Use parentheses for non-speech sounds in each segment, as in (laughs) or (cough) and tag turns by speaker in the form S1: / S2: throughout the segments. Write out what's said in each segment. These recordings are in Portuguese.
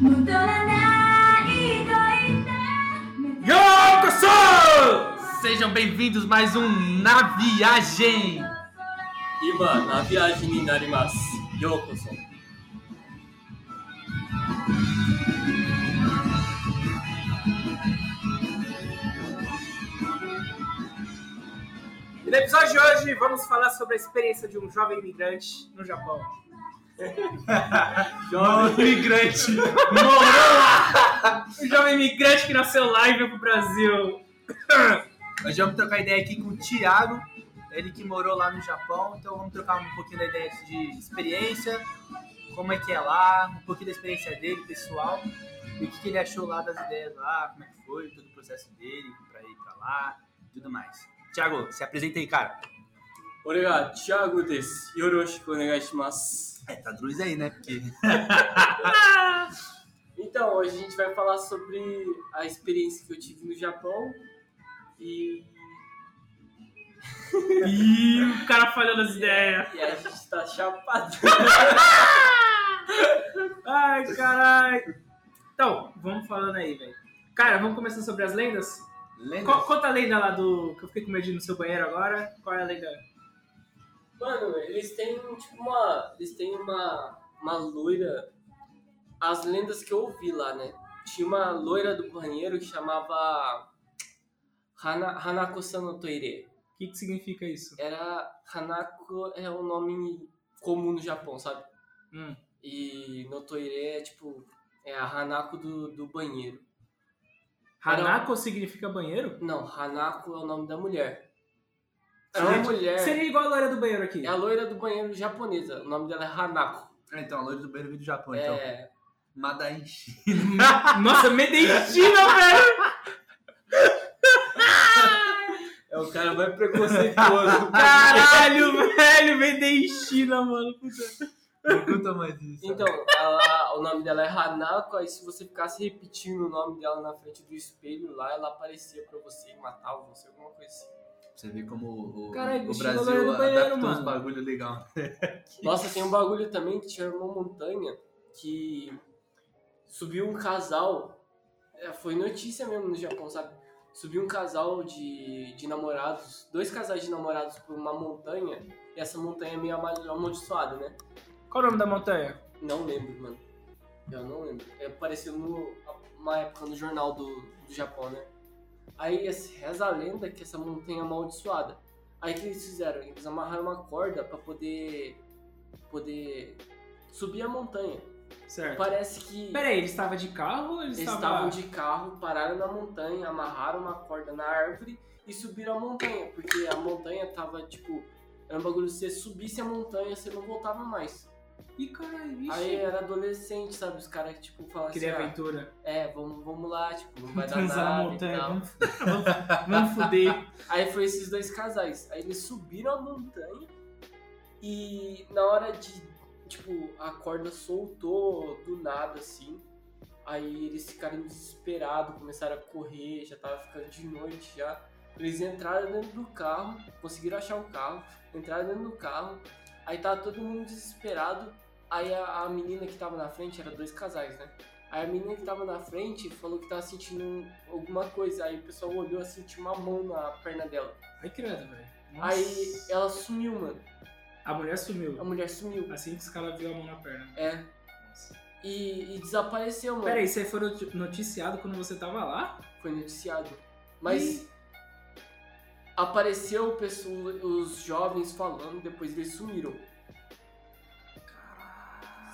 S1: 戻らないと言った
S2: Yokoso! Sejam bem-vindos mais um Na Viagem!
S3: 今、ナビ味になります。ようこそ。
S4: E no episódio de hoje vamos falar sobre a experiência de um jovem imigrante no Japão.
S2: Imigrante!
S4: Um jovem imigrante que nasceu lá e veio pro Brasil.
S5: Nós vamos trocar ideia aqui com o Thiago, ele que morou lá no Japão, então vamos trocar um pouquinho da ideia de experiência, como é que é lá, um pouquinho da experiência dele, pessoal, e o que, que ele achou lá das ideias lá, como é que foi, todo o processo dele, pra ir pra lá, tudo mais. Thiago, se apresenta aí, cara.
S3: 俺がチアゴです。よろしくお願いします。
S5: É, traduz aí, né? Porque.
S3: Então, hoje a gente vai falar sobre a experiência que eu tive no Japão e,
S4: Ih, o cara falhou das ideias.
S3: e a gente tá chapado.
S4: Ai, caralho. Então, vamos falando aí, velho. Cara, vamos começar sobre as lendas?
S5: Lembra?
S4: Qual, conta a lenda lá do. que eu fiquei com medo de ir no seu banheiro agora. Qual é a lenda?
S3: Mano, eles têm tipo uma. Eles têm uma. Uma loira. As lendas que eu ouvi lá, né? Tinha uma loira do banheiro que chamava. Hana, Hanako-san no Toire.
S4: O que, que significa isso?
S3: Era. Hanako é um nome comum no Japão, sabe?
S4: Hum.
S3: E no Toire é tipo. É a Hanako do, do banheiro.
S4: Hanako significa banheiro?
S3: Não, Hanako é o nome da mulher. É uma mulher.
S4: Seria igual a loira do banheiro aqui. (laughs)
S3: É a loira do banheiro japonesa. O nome dela é Hanako.
S5: Ah, então, a loira do banheiro veio do Japão, então.
S3: É.
S5: (laughs) Madaenchi.
S4: Nossa, Medentina, velho!
S3: É o cara mais preconceituoso.
S4: Caralho, velho! Medentina, mano. Puta.
S5: Não conta mais isso.
S3: (laughs) então, ela- o nome dela é Hanako, aí se você ficasse repetindo o nome dela na frente do espelho lá, ela aparecia pra você e matava você, alguma coisa assim.
S5: Você vê como o, o-
S4: Caralho,
S5: o
S4: vestido a loira
S5: Brasil
S4: do banheiro,
S5: adaptou uns
S4: mano.
S5: bagulho legal.
S3: Nossa, tem um bagulho também que tinha uma montanha que subiu um casal. é, Foi notícia mesmo no Japão, sabe? Subiu um casal de, de namorados, dois casais de namorados por uma montanha, e essa montanha é meio ama- amaldiçoada, né?
S4: Qual o nome da montanha?
S3: Não lembro, mano. Eu não lembro. É, Apareceu no, uma época no jornal do, do Japão, né? Aí esse- reza a lenda que essa montanha é amaldiçoada. Aí o que eles fizeram? Eles amarraram uma corda pra poder. poder subir a montanha.
S4: Certo.
S3: Parece que
S4: Pera aí, ele estava de carro ou ele
S3: eles
S4: estava...
S3: estavam de carro, pararam na montanha, amarraram uma corda na árvore e subiram a montanha. Porque a montanha tava tipo. Era um bagulho, se você subisse a montanha, você não voltava mais.
S4: Ih, caralho,
S3: Aí
S4: vixe.
S3: era adolescente, sabe? Os caras que, tipo, falam assim,
S4: Queria
S3: ah,
S4: aventura.
S3: é, vamos, vamos lá, tipo, não vai dar
S4: Transar na
S3: nada então. e
S4: montanha.
S3: tal.
S4: Vamos, (laughs) vamos, vamos fuder.
S3: Aí foi esses dois casais. Aí eles subiram a montanha e na hora de, tipo, a corda soltou do nada, assim. Aí eles ficaram desesperados, começaram a correr, já tava ficando de noite já. Eles entraram dentro do carro, conseguiram achar o carro, entraram dentro do carro, aí tava todo mundo desesperado. Aí a, a menina que tava na frente, era dois casais, né? Aí a menina que tava na frente falou que tava sentindo um, alguma coisa. Aí o pessoal olhou assim, tinha uma mão na perna dela.
S4: Ai, credo, velho. Nossa.
S3: Aí ela sumiu, mano.
S4: A mulher
S3: A
S4: sumiu.
S3: mulher sumiu.
S4: Assim que os caras viram a mão na perna.
S3: É. E, e desapareceu, mano.
S4: Pera aí, você foi noti- noticiado quando você tava lá?
S3: Foi noticiado. Mas apareceu o pessoal, os jovens falando, depois eles sumiram.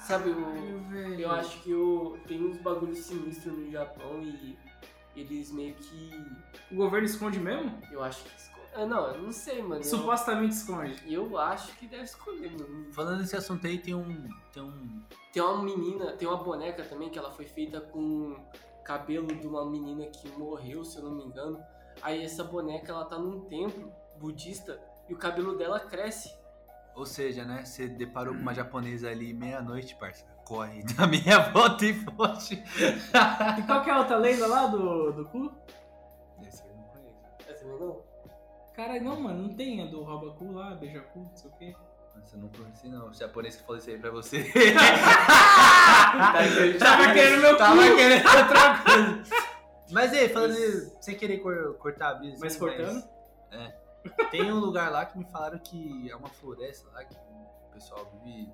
S3: Sabe, o,
S4: Caralho, velho.
S3: eu acho que o, tem uns bagulhos sinistros no Japão e eles meio que.
S4: O governo esconde mesmo?
S3: Eu acho que. esco- Ah, não, eu não sei, mano. Eu-
S4: Supostamente esconde.
S3: Eu acho que deve escolher, mano.
S5: Falando nesse assunto aí, tem um. Tem um.
S3: Tem uma menina, tem uma boneca também que ela foi feita com cabelo de uma menina que morreu, se eu não me engano. Aí essa boneca ela tá num templo budista e o cabelo dela cresce.
S5: Ou seja, né? Você deparou com uma
S4: Hum.
S5: japonesa ali meia-noite, parça.
S6: (laughs)
S5: Corre, dá meia volta e foge.
S4: E qual que é a outra lenda lá do, do cu?
S5: Esse eu não conheço.
S3: É, você não?
S4: Caralho, não, mano, não tem a do rouba cu lá, beija cu, não sei o quê.
S2: Nossa, eu não conheci não. O japonês que falou isso aí pra você.
S3: Ah, Tá Tava querendo meu
S2: Tava
S3: cu.
S4: (laughs)
S2: querendo.
S6: (laughs) Mas aí, falando de- sem querer cor- cortar a brisa.
S4: Mas
S6: assim,
S4: cortando?
S6: mas Tem um lugar lá que me falaram que é uma floresta lá que o pessoal vive.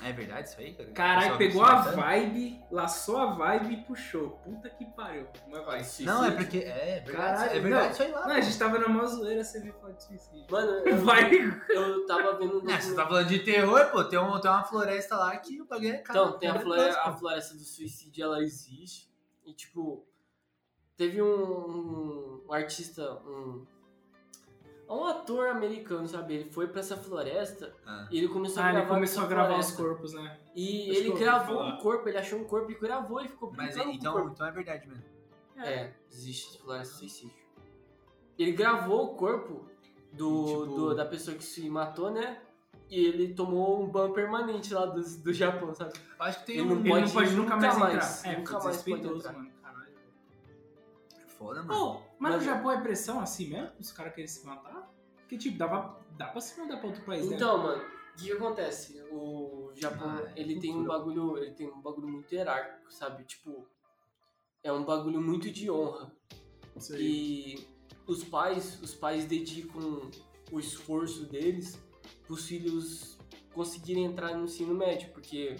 S6: É verdade isso aí, cara?
S4: Caralho,
S6: O pessoal vive
S4: pegou
S6: se
S4: a
S6: matando?
S4: vibe, laçou a vibe e puxou. Puta que pariu. Mas vai.
S6: Não, é porque. É verdade,
S4: Caralho,
S6: é verdade
S4: não.
S6: isso aí lá.
S4: Não, a gente tá tava na mó zoeira, você viu falar de suicídio.
S3: Mano, eu,
S4: Vai. Ah,
S3: eu tava vendo. um
S6: É, você
S3: documentário-
S6: tá falando de terror, pô. Tem, um, tem uma floresta lá que o bagulho é caro.
S3: Então, tem a floresta, a floresta do suicídio, ela existe. E, tipo, teve um, um artista, um, um ator americano, sabe? Ele foi pra essa floresta
S2: Ah,
S3: e ele começou
S4: Ah,
S3: a gravar.
S4: ele começou a
S3: essa
S4: gravar os
S3: floresta.
S4: corpos, né?
S3: E
S4: Acho que eu
S3: ele
S4: ouvi
S3: gravou
S4: falar.
S3: um corpo, ele achou um corpo e gravou e ficou
S6: Mas é-
S3: brincando com o
S6: então,
S3: corpo.
S6: então é verdade mesmo.
S3: É, existe floresta do suicídio. Ele gravou o corpo do,
S6: Tipo-
S3: do- da pessoa que se matou, né? E ele tomou um ban permanente lá do, do Japão, sabe?
S6: Acho que tem
S3: Eu
S6: um.
S3: não-
S4: Ele não pode nunca mais
S3: mais,
S4: entrar. É,
S3: nunca
S4: foi
S3: mais pode
S4: desrespeitoso,
S3: entrar.
S4: mano. Caralho.
S6: É Foda, mano.
S4: Pô, mas no
S3: Mas-
S4: Japão é pressão assim mesmo? Os caras querem se matar? Que tipo, dava, dá pra se mandar pra outro país, né?
S3: Então, mano, o que que acontece? O Japão,
S6: Ah, é
S3: ele tem um
S6: cultura.
S3: bagulho, ele tem um bagulho muito hierárquico, sabe? Tipo, é um bagulho muito de honra.
S4: Isso aí.
S3: E os pais, os pais dedicam o esforço deles pros filhos conseguirem entrar no ensino médio, porque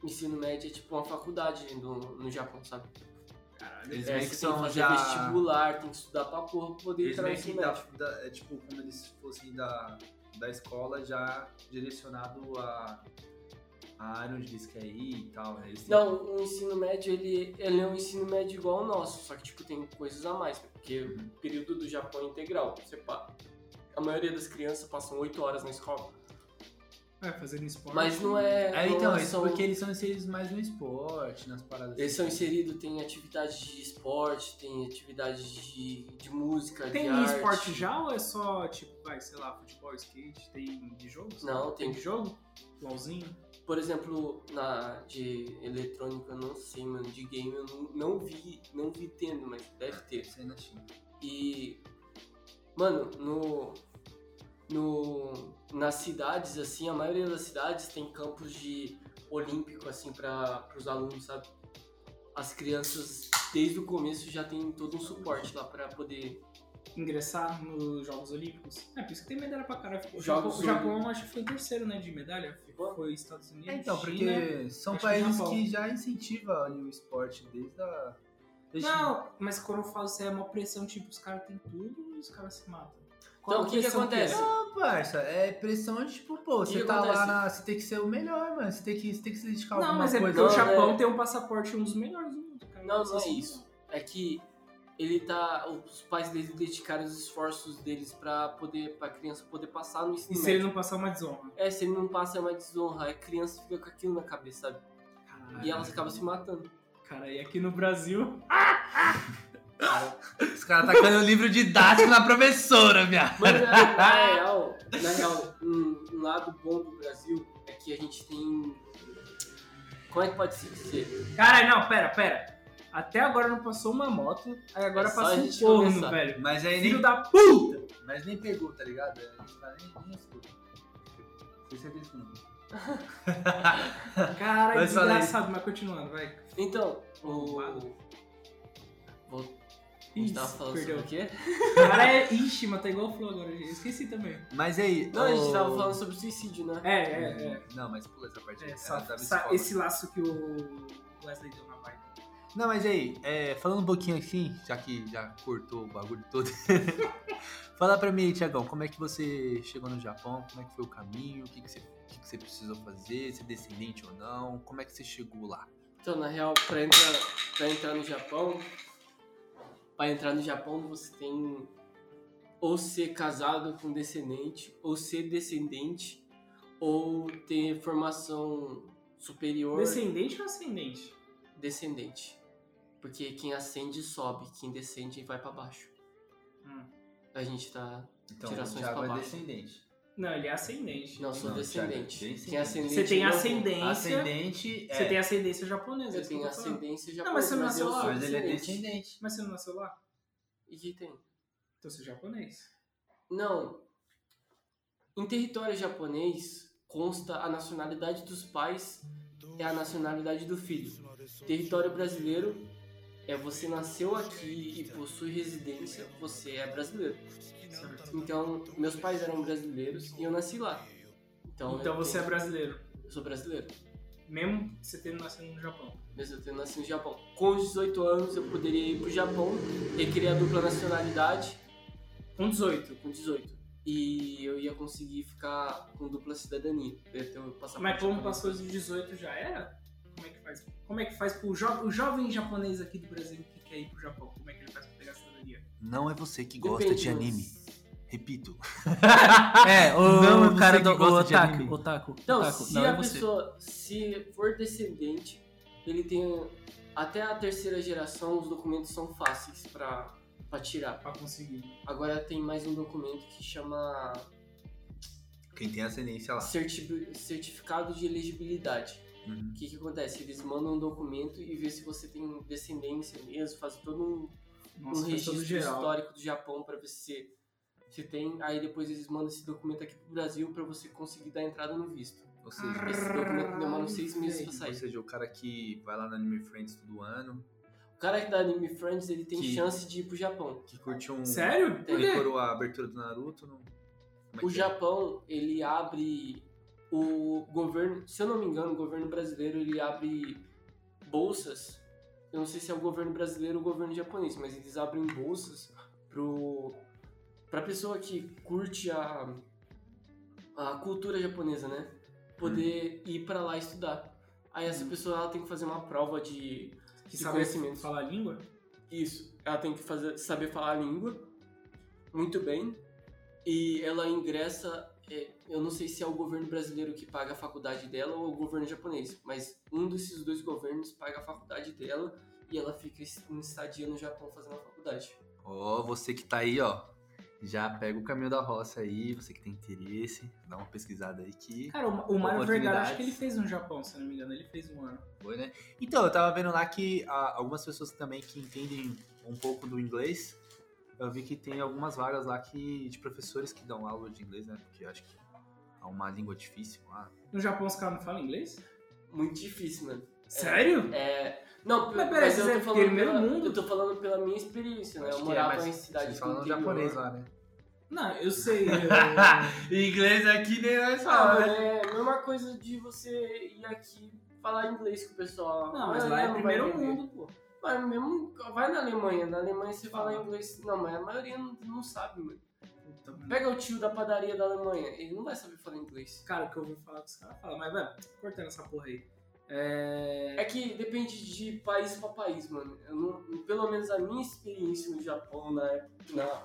S3: o ensino médio é tipo uma faculdade no, no Japão, sabe?
S6: Eles
S3: É, você
S6: meio que
S3: tem que
S6: são
S3: fazer
S6: já.
S3: vestibular, tem que estudar pra porra pra poder
S2: eles
S3: entrar no
S2: meio que
S3: ensino
S2: da,
S3: médio.
S2: da- é tipo como eles fossem da, da escola já direcionado a, a área onde eles querem ir e tal. né? Eles têm-
S3: Não, o ensino médio, ele, ele é um ensino médio igual ao nosso, só que, tipo, tem coisas a mais, né? porque
S6: Uhum.
S3: o período do Japão é integral, você pá. A maioria das crianças passam 8 horas na escola,
S4: Vai fazendo esporte.
S3: mas não é...
S6: É,
S3: não
S6: então,
S3: é
S6: isso
S3: só-
S6: porque eles são inseridos mais no esporte, nas paradas.
S3: Eles são
S6: assim.
S3: inseridos, tem atividade de esporte, tem atividade de, de música,
S4: Tem um
S3: de arte.
S4: esporte já ou é só, tipo, vai, sei lá, futebol, skate? Tem de jogos?
S3: Não,
S4: Tem
S3: tem,
S4: de jogo? LOLzinho?
S3: por exemplo, na de eletrônica, eu não sei, mano, de game eu não, não vi, não vi tendo, mas deve ter.
S6: tipo,
S2: Isso aí na China.
S3: E, mano, no, no, nas cidades, assim, a maioria das cidades tem campos de olímpico, assim, para os alunos, sabe? As crianças, desde o começo, já tem todo um suporte lá para poder...
S4: Ingressar nos Jogos Olímpicos? É, por isso que tem medalha pra caralho. O Japão,
S3: Jogos
S4: o Japão acho que foi o terceiro, né, de medalha. Foi Estados Unidos,
S6: É, então, porque
S4: China...
S6: são
S4: acho que
S6: países
S4: Japão.
S6: que já incentivam ali o esporte desde a. Desde tipo,
S4: Não, mas quando eu falo assim, é uma pressão, tipo, os caras têm tudo e os caras se matam.
S3: Então, o que que
S4: pressão
S3: acontece?
S4: é?
S6: Não, parça, é pressão de tipo, pô,
S3: que
S6: você tá lá
S3: acontece?
S6: na. Você tem que ser o melhor, mano. Você tem que, você tem que se dedicar a
S4: Não,
S6: alguma
S4: mas é
S6: coisa.
S4: porque
S3: Não,
S4: o Japão
S3: né?
S4: tem um passaporte um dos melhores do mundo, cara.
S3: Não, não é
S4: Assim,
S3: isso. É que ele tá... Os pais deles dedicaram os esforços deles para poder... pra criança poder passar no
S4: E
S3: ensino
S4: se ele
S3: médio.
S4: não passar uma desonra?
S3: É, se ele não passa é uma desonra. A criança fica com aquilo na cabeça, sabe? E
S4: Ah.
S3: elas acabam se matando.
S4: Cara, e aqui no Brasil.
S6: Os caras tacando livro didático na professora, viado.
S3: Mano, na, na real, na real um, um lado bom do Brasil é que a gente tem. Como é que pode se dizer?
S4: Caralho, não, pera, pera. Até agora não passou uma moto, aí agora
S3: É só a
S4: passou um
S3: gente
S4: corno,
S3: começar.
S4: velho.
S2: Mas aí
S4: Filho
S2: nem,
S4: da
S6: (laughs)
S4: puta!
S2: mas nem pegou, tá ligado? É, Os caras nem, nem escutam. Tenho
S6: é
S2: certeza que não.
S4: Caralho,
S6: Mas fala aí.
S4: desgraçado, mas continuando, vai.
S3: Então, o.
S4: Arrombado.
S3: Vou- A gente
S4: Isso,
S3: tava falando
S4: perdeu.
S3: sobre o quê?
S4: Cara, é. Ixi, mas tá igual o Flow agora, eu esqueci também.
S6: Mas aí.
S3: Não, a gente
S6: ô-
S4: Oh.
S3: tava falando sobre suicídio, né?
S4: É, é, é.
S2: Não, mas pula essa parte aí.
S4: É,
S2: Ela
S4: só-
S6: tá
S2: tava
S4: só
S2: escola.
S4: esse laço que o Wesley deu na vibe.
S6: Não, mas aí, é, falando um pouquinho assim, já que já cortou o bagulho todo. (laughs) Fala pra mim aí, Tiagão, como é que você chegou no Japão? Como é que foi o caminho? O que, que, você, o que, que você precisou fazer? Ser descendente ou não? Como é que você chegou lá?
S3: Então, na real, pra entrar, pra entrar no Japão, pra entrar no Japão você tem ou ser casado com descendente, ou ser descendente, ou ter formação superior
S4: Descendente ou ascendente?
S3: descendente. Porque quem ascende sobe, quem descende vai pra baixo.
S4: Hum.
S3: A gente tá.
S2: Então, o
S3: Gerações
S2: Thiago
S3: pra
S2: é
S3: baixo.
S2: descendente.
S4: Não, ele é ascendente.
S3: Não, eu sou
S2: Não,
S3: descendente.
S2: Thiago,
S3: Quem é ascendente.
S4: Você tem
S3: não-
S4: ascendência.
S2: Ascendente é...
S4: Você tem ascendência japonesa. é
S3: Eu
S4: isso que
S3: tenho
S4: eu tô falando.
S3: ascendência japonesa.
S4: Não, mas você não nasceu
S3: eu
S4: lá,
S3: sou
S2: Mas ele é descendente.
S4: Mas você não nasceu lá?
S3: E que tem?
S4: Então você é japonês.
S3: Não. Em território japonês, consta a nacionalidade dos pais é a nacionalidade do filho. Território brasileiro é você nasceu aqui e possui residência, você é brasileiro. Então, meus pais eram brasileiros e eu nasci lá. Então,
S4: Então
S3: eu
S4: você é
S3: tenho-
S4: brasileiro.
S3: Eu sou brasileiro.
S4: Mesmo você tendo nascido no Japão.
S3: Mesmo eu tendo nascido no Japão. Com os 18 anos, eu poderia ir pro Japão, requerer a dupla nacionalidade
S4: Com 18.
S3: com 18. E eu ia conseguir ficar com dupla cidadania. Eu ia ter um passaporte
S4: Mas como
S3: japonês.
S4: passou os 18 já era? Como é que faz? Como é que faz pro jo- o jovem japonês aqui do Brasil que quer ir pro Japão? Como é que ele faz pra pegar a cidadania?
S6: Não é você que
S3: Depende,
S6: gosta de
S3: mano.
S6: anime. Repito.
S7: É, o
S6: Não, é você
S7: cara
S6: que
S7: do o
S6: gosta de
S7: otaku,
S6: anime.
S7: otaku,
S3: Não,
S2: Tá
S7: otaku.
S3: se
S7: não
S3: a
S7: é você.
S3: pessoa se for descendente, ele tem um, até a terceira geração os documentos são fáceis pra pra tirar.
S4: Pra conseguir.
S3: Agora tem mais um documento que chama
S8: Quem tem ascendência
S6: Tá.
S8: lá.
S3: certi- certificado de elegibilidade.
S8: Uhum.
S3: O que, que acontece? Eles mandam um documento e vê se você tem descendência mesmo, faz todo um, um
S4: Nossa, faz
S3: registro
S4: todo geral.
S3: histórico do Japão pra ver se se tem. Aí depois eles mandam esse documento aqui pro Brasil pra você conseguir dar entrada no visto.
S8: Ou seja,
S3: Esse documento demora uns seis meses pra
S8: ou
S3: sair.
S8: seja, o cara que vai lá no Anime Friends todo ano,
S3: O cara que dá Anime Friends, ele tem
S8: Que-
S3: chance de ir pro Japão.
S8: que curtiu um.
S4: Sério? Por quê?
S8: Decorou a abertura do Naruto. Não... Como é
S3: O
S8: que é?
S3: Japão, ele abre o governo, se eu não me engano, o governo brasileiro, ele abre bolsas. Eu não sei se é o governo brasileiro ou o governo japonês, mas eles abrem bolsas pro pra pessoa que curte a a cultura japonesa, né? Poder
S8: Hum.
S3: ir pra lá estudar. Aí essa pessoa ela tem que fazer uma prova de
S4: Que
S3: de
S4: sabe
S3: conhecimento.
S4: falar a língua?
S3: Isso. Ela tem que fazer, saber falar a língua muito bem. E ela ingressa. é, eu não sei se é o governo brasileiro que paga a faculdade dela ou o governo japonês, mas um desses dois governos paga a faculdade dela e ela fica es- em estadia no Japão fazendo a faculdade.
S6: Ó, você que tá aí, ó. Já pega o caminho da roça aí, você que tem interesse, dá uma pesquisada aí que
S4: Cara, o, o Mário Vergara, acho
S6: Oportunidades.
S4: que ele fez no Japão, se eu não me engano. Ele fez um ano.
S6: foi, né? Então, eu tava vendo lá que ah, algumas pessoas também que entendem um pouco do inglês, eu vi que tem algumas vagas lá que de professores que dão aula de inglês, né? Porque eu acho que é uma língua difícil ah, lá.
S4: No Japão os caras não falam inglês?
S3: Muito difícil, mano.
S4: Sério?
S3: É. Não,
S4: Mas peraí, vocês é primeiro
S3: pela,
S4: mundo?
S3: eu tô falando pela minha experiência, né?
S6: Acho
S3: Eu
S6: que é,
S3: morava
S6: mas
S3: em cidade
S6: Vocês falam
S3: do interior.
S6: japonês lá, né?
S4: Não, eu sei. (laughs) eu-
S2: Inglês
S4: é
S2: aqui nem nós
S3: Ah,
S2: falamos.
S3: mas é a mesma coisa de você ir aqui falar inglês com o pessoal.
S4: Não, mas
S3: Ah,
S4: lá é
S3: não,
S4: primeiro
S3: vai entender.
S4: mundo, pô.
S3: Mas mesmo, vai na Alemanha. Na Alemanha você fala inglês. Não, mas a maioria não, não sabe, mano.
S4: Puta, mano.
S3: Pega o tio da padaria da Alemanha, ele não vai saber falar inglês.
S4: Cara, o que eu ouvi falar que os caras falam, mas, velho, cortando essa porra aí. É.
S3: É que depende de país pra país, mano. Eu não- pelo menos a minha experiência no Japão, na época, na-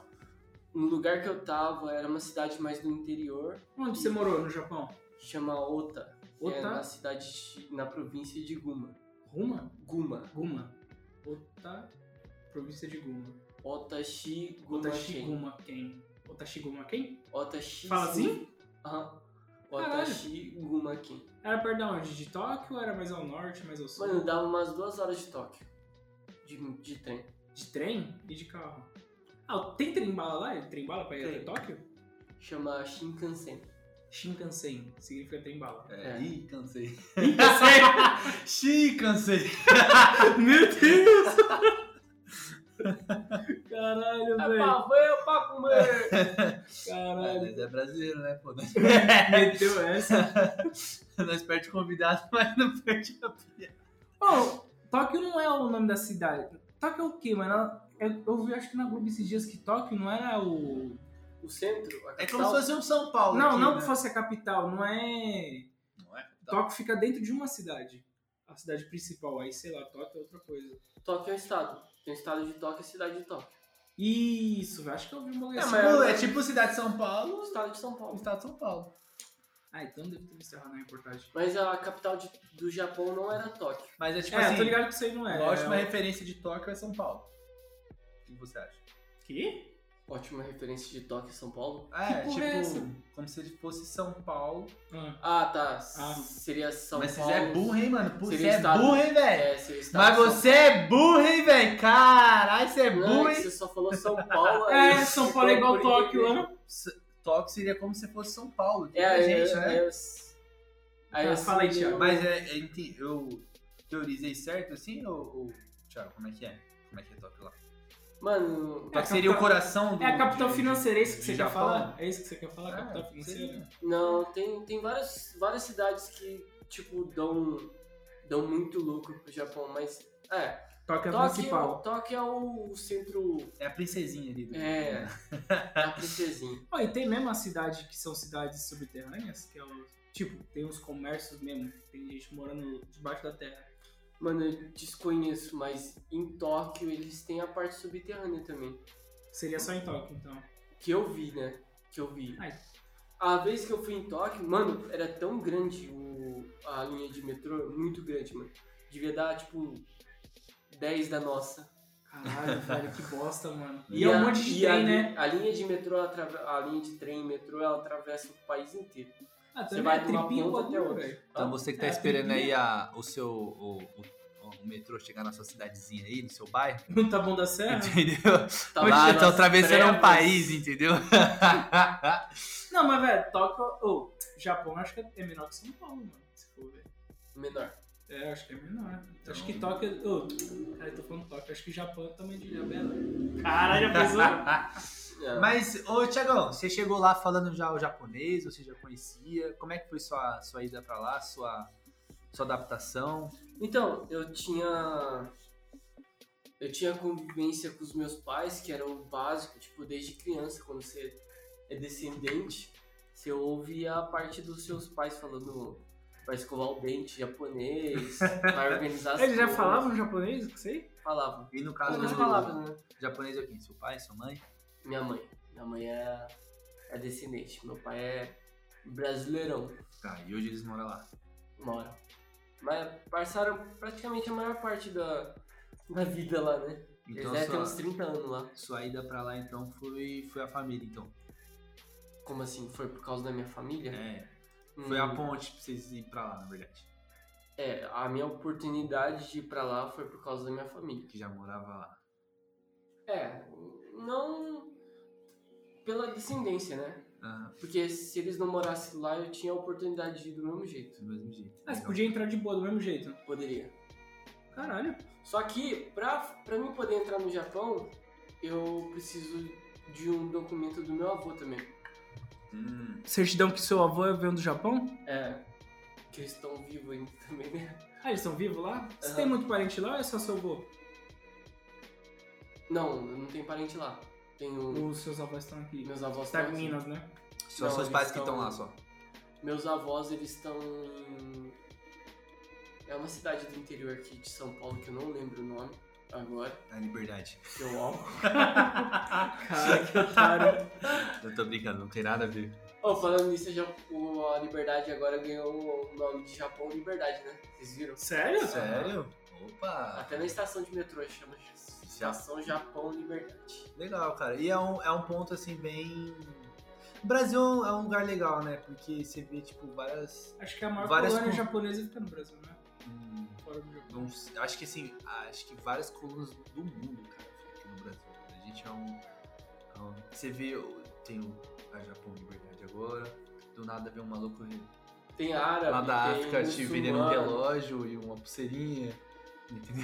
S3: no lugar que eu tava, era uma cidade mais do interior,
S4: Onde você morou no Japão?
S3: chama Ota. que É
S4: Ota?
S3: na cidade, de- na província de Guma.
S4: Ruma?
S3: Guma.
S4: Guma. Ota. Província de Guma.
S3: Otashi Guma Ken.
S4: Otashiguma Ken. Otashiguma Ken?
S3: Otashi.
S4: Fala assim?
S3: Aham.
S4: Caralho.
S3: Otashi Guma Ken.
S4: Era perto de onde? De Tóquio? Era mais ao norte, mais ao sul?
S3: Mano, dava umas duas horas de Tóquio. De, de trem.
S4: De trem e de carro. Ah, tem trem-bala lá? É Trem-bala pra ir
S3: Tem.
S4: até Tóquio?
S3: Chama Shinkansen.
S4: Shinkansen. Significa trem-bala.
S8: É,
S3: É.
S6: (laughs)
S8: Ih, cansei.
S6: Xiii, cansei!
S4: (laughs) Meu Deus! Caralho,
S3: É
S4: velho.
S3: pra ver, pra comer.
S6: Ah,
S8: É,
S4: (laughs) Caralho.
S8: mas é brasileiro, né?
S6: (laughs)
S8: Pô, nós,
S4: Meteu essa.
S8: nós perde
S6: (laughs)
S8: o convidado, mas não perde a
S4: Bom, Tóquio não é o nome da cidade. Tóquio é o quê, mano? Eu, eu vi, acho que na Globo esses dias que Tóquio não era o.
S3: O centro, a
S8: É como
S3: capital,
S8: se fosse um São Paulo.
S4: Não,
S8: aqui,
S4: não
S8: né?
S4: que fosse a capital, não é.
S8: Não é?
S4: Tóquio fica dentro de uma cidade. A cidade principal. Aí, sei lá, Tóquio é outra coisa.
S3: Tóquio é um estado. Tem o estado de Tóquio e a cidade de Tóquio.
S4: Isso, velho. Acho que eu vi um bagulho
S8: É,
S4: assim.
S8: tipo, é tipo cidade de São Paulo,
S3: O estado de São Paulo.
S8: estado de São Paulo.
S4: Ah, então deve ter me encerrado na reportagem.
S3: Mas a capital de- do Japão não era Tóquio.
S8: Mas é tipo
S4: é, eu
S8: assim,
S4: tô ligado que isso aí não é.
S8: ótima
S4: é...
S8: referência de Tóquio é São Paulo. O que você acha?
S4: Que?
S3: Ótima referência de Tóquio e São Paulo.
S8: É,
S4: porra
S8: tipo,
S4: é essa?
S8: como se fosse São Paulo.
S4: Ah,
S3: Ah, tá. S-
S4: Ah.
S3: Seria São
S8: mas
S3: Paulo.
S8: você é burro, hein, mano? Pô, Você
S3: Seria
S8: é
S3: estado.
S8: burro, hein, velho?
S3: É, seria o estado
S8: Mas
S3: de São
S8: você é burro, hein, velho? Caralho, você é
S3: Paulo. Não,
S8: burro,
S3: é que
S8: hein? (laughs)
S3: você só falou São Paulo. aí
S4: é, São Paulo é igual
S3: ficou por
S4: Tóquio,
S3: entender.
S4: né?
S8: Tóquio seria como se fosse São Paulo.
S3: É,
S8: tem
S3: aí
S8: muita
S3: eu-
S8: gente, né? Ah,
S3: aí eu- aí eu né?
S5: Tá, fala aí,
S3: sou
S5: Thiago.
S3: meio-
S8: Mas é, é, enti- eu teorizei certo assim, ou, ou Thiago, como é que é? Como é que é Tóquio lá?
S3: Mano,
S8: Tóquio seria o
S4: É capital-
S8: coração do.
S4: É a capital
S8: de-
S4: financeira, é isso que
S8: de
S4: você quer
S8: Japão?
S4: falar? É isso que você quer falar,
S8: É,
S4: capital
S8: seria.
S4: financeira?
S3: Não, tem, tem várias, várias cidades que, tipo, dão, dão muito lucro pro Japão, mas. É,
S4: Tóquio é a
S3: Tóquio,
S4: principal.
S3: Tóquio é o centro.
S8: É a princesinha ali. Do né?
S3: É. A
S4: (laughs)
S3: princesinha.
S4: Ó, e tem mesmo a cidade que são cidades subterrâneas, que é o. Tipo, tem uns comércios mesmo, né? tem gente morando debaixo da terra.
S3: Mano, eu desconheço, mas em Tóquio eles têm a parte subterrânea também.
S4: Seria só em Tóquio, então.
S3: Que eu vi, né? Que eu vi.
S4: Ai.
S3: A vez que eu fui em Tóquio, mano, era tão grande o, a linha de metrô, muito grande, mano. Devia dar, tipo, 10 da nossa.
S4: (laughs) Caralho, velho, que bosta, mano. E,
S3: E
S4: é
S3: a-
S4: um monte de
S3: e a li-
S4: trem, né?
S3: A linha de metrô, ela atrave- a linha de trem e metrô, ela atravessa o país inteiro.
S4: Ah,
S3: Você
S4: também
S3: vai
S4: é
S3: de uma
S4: tripinha
S3: ponta até
S4: bagulho,
S3: outra.
S4: velho.
S6: Então você que tá
S4: É,
S6: esperando
S4: tem-
S6: aí a- o seu. O, o- o metrô chegar na sua cidadezinha aí, no seu bairro, (laughs)
S4: Não tá bom da serra?
S6: entendeu?
S3: Tá
S6: Lá
S3: pelas
S4: então
S6: estão
S4: é
S6: atravessando um
S3: trevas.
S6: país, entendeu?
S4: Não, mas, velho, Tóquio. Ô, Japão acho que é menor que São Paulo, mano. Se for ver.
S3: Menor.
S4: É, acho que é menor. Acho que Tóquio. Ô, cara, eu tô falando Tóquio. Acho que Japão é o tamanho de Ilhabela. Caralho, já (laughs) pensou?
S3: É.
S6: Mas, ô Tiagão, você chegou lá falando já o japonês, você já conhecia? Como é que foi sua, sua ida pra lá, sua, sua adaptação?
S3: Então, eu tinha. Eu tinha convivência com os meus pais, que era o básico, tipo, desde criança, quando você é descendente, você ouve a parte dos seus pais falando pra escovar o dente japonês,
S4: (laughs)
S3: pra organizar as
S4: Eles já
S3: coisas.
S4: falavam japonês, que sei?
S3: Falavam.
S6: E no caso
S3: Algumas
S6: do
S3: palavras, né?
S6: japonês é quem? Seu pai, sua mãe?
S3: Minha mãe. Minha mãe é, é descendente. Meu pai é brasileirão,
S6: Tá, e hoje eles moram lá.
S3: mora. Mas passaram praticamente a maior parte da, da vida lá, né? Eles
S6: Então
S3: devem ter
S6: sua,
S3: uns 30 anos lá.
S6: sua ida pra lá então foi, foi a família, então.
S3: Como assim? Foi por causa da minha família?
S6: É,
S3: Hum,
S6: foi a ponte pra vocês irem pra lá, na verdade.
S3: é, a minha oportunidade de ir pra lá foi por causa da minha família.
S6: Que já morava lá.
S3: É, não pela descendência, né?
S6: Aham,
S3: Porque se eles não morassem lá, eu tinha a oportunidade de ir do mesmo jeito.
S6: do mesmo jeito.
S4: Ah, você
S6: Legal.
S4: podia entrar de boa do mesmo jeito.
S3: Poderia.
S4: Caralho.
S3: Só que, pra, pra mim poder entrar no Japão, eu preciso de um documento do meu avô também.
S6: Hum,
S4: Certidão que seu avô veio do Japão?
S3: É. Que eles estão vivos ainda (laughs) também, né?
S4: Ah, eles estão vivos lá? Você
S3: Aham.
S4: tem muito parente lá ou é só seu avô?
S3: Não, eu não tenho parente lá. Tenho.
S4: Os seus avós estão aqui.
S3: Meus avós
S4: Hum. Tá
S3: tão
S4: em
S3: aqui.
S4: Minas, né?
S6: só
S3: Não,
S6: seus
S3: eles
S6: pais que
S3: tão-
S6: estão lá só.
S3: Meus avós, eles estão em. É uma cidade do interior aqui de São Paulo que eu não lembro o nome agora.
S6: Na É liberdade.
S3: Que eu amo.
S4: Cara, que otário.
S6: Eu tô brincando, não tem nada a ver.
S3: Ô, falando nisso, já, o- a Liberdade agora ganhou o nome de Japão Liberdade, né? Vocês viram?
S4: (laughs) Sério?
S6: Sério? Opa!
S3: Até na estação de metrô chama Estação Japão Liberdade.
S6: Legal, cara. E é um, é um ponto assim bem. O Brasil é um lugar legal, né? Porque você vê, tipo, várias.
S4: Acho que é a maior
S6: Várias
S4: colônia
S6: com-
S4: japonesa fica no Brasil, né?
S6: hum,
S4: Fora do Japão.
S6: não sei, acho que assim, acho que várias colunas do mundo, cara, ficam aqui no Brasil. A gente é um. é um- você vê, o- tem o a Japão Liberdade agora. Do nada vem um maluco
S3: Tem árabe,
S6: lá da
S3: É, tem
S6: África te vendendo um
S3: muçulmano,
S6: relógio e uma pulseirinha. Entendeu?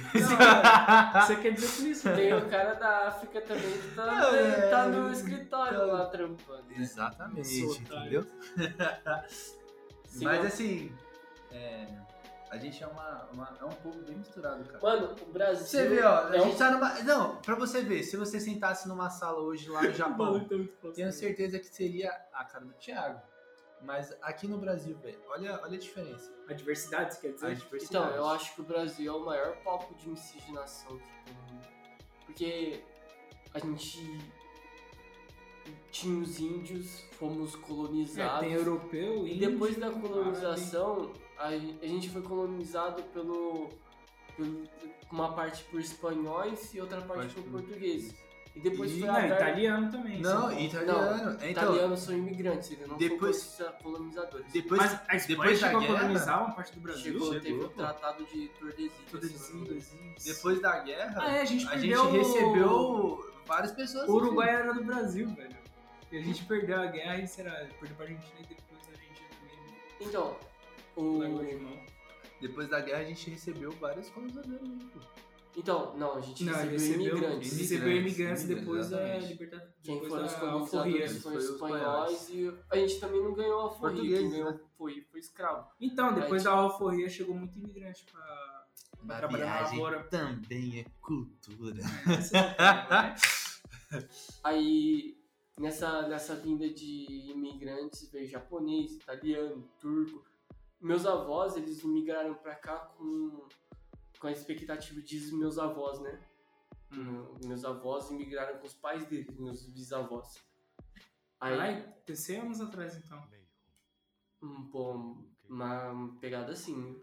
S3: (laughs)
S4: (laughs) Você quer dizer por isso,
S3: Tem o cara da África também que tá,
S6: Não, é,
S3: tá no escritório
S6: então-
S3: lá trampando. né?
S6: Exatamente,
S4: Sou otário.
S6: entendeu?
S3: Sim,
S8: Mas
S3: eu-
S8: assim, é, a gente é, uma, uma- é um povo bem misturado, cara.
S3: Mano, o Brasil.
S6: Você vê, ó, a
S3: é um-
S6: gente tá numa. Não, pra você ver, se você sentasse numa sala hoje lá no Japão,
S4: Muito, então, tipo muito próximo.
S6: Tá tenho certeza que seria a cara do Thiago. Mas aqui no Brasil, velho, olha, olha a diferença.
S4: A diversidade, você quer dizer?
S6: A diversidade.
S3: Então, eu acho que o Brasil é o maior palco de miscigenação que tem no mundo. Porque a gente tinha os índios, fomos
S4: É,
S3: colonizados.
S4: tem europeu
S3: E
S4: índio,
S3: depois da
S4: árabe.
S3: colonização, a gen- a gente foi colonizado pelo, pelo- uma parte por espanhóis e outra parte
S6: Parte
S3: por
S6: por
S3: portugueses. E depois
S6: E-
S3: foi
S4: Não,
S3: aberto.
S4: italiano também.
S6: Não,
S4: sim.
S6: italiano. então,
S3: Italianos são imigrantes, eles não
S6: Depois-
S3: são colonizadores.
S6: depois.
S4: Mas a Espanha
S6: depois da
S4: chegou a
S6: guerra-
S4: colonizar uma parte do Brasil? é
S3: chegou, teve
S6: chegou,
S3: o
S6: pô.
S3: tratado de Tordesilhas. se não me engano.
S6: Depois da guerra,
S4: Ah, é, a gente
S6: a gente
S4: perdeu...
S6: recebeu várias pessoas.
S4: O Uruguai era do Brasil, velho. E a gente perdeu a guerra e será? Perdeu pra Argentina e depois a Argentina também né?
S3: Então,
S4: largou de
S3: o...
S4: mão.
S8: Depois da guerra a gente recebeu vários colonizadores. né?
S3: Então, não, a gente
S4: Não, ele
S3: recebeu
S4: recebeu
S3: imigrantes.
S4: imigrantes, recebeu imigrantes
S8: imigrantes,
S4: depois da
S8: exatamente.
S4: libertação.
S3: Quem
S4: depois
S3: foram os
S4: da alforria.
S3: colonizadores foram os
S8: foi os
S3: espanhóis e a gente também não ganhou a forria, quem
S8: Portugueses,
S3: ganhou foi, foi escravo.
S4: Então, depois
S3: Aí,
S4: da alforria chegou muito imigrante pra (laughs)
S6: Uma
S4: trabalhar na
S6: viagem
S4: lavoura.
S6: também é cultura.
S4: é
S3: Aí nessa, nessa vinda de imigrantes veio japonês, italiano, turco. Meus avós, eles migraram pra cá com, com a expectativa de meus avós, né? Meus avós imigraram com os pais deles, meus bisavós. Aí,
S4: Ai, 16 anos atrás então.
S3: um bom, uma pegada assim. né?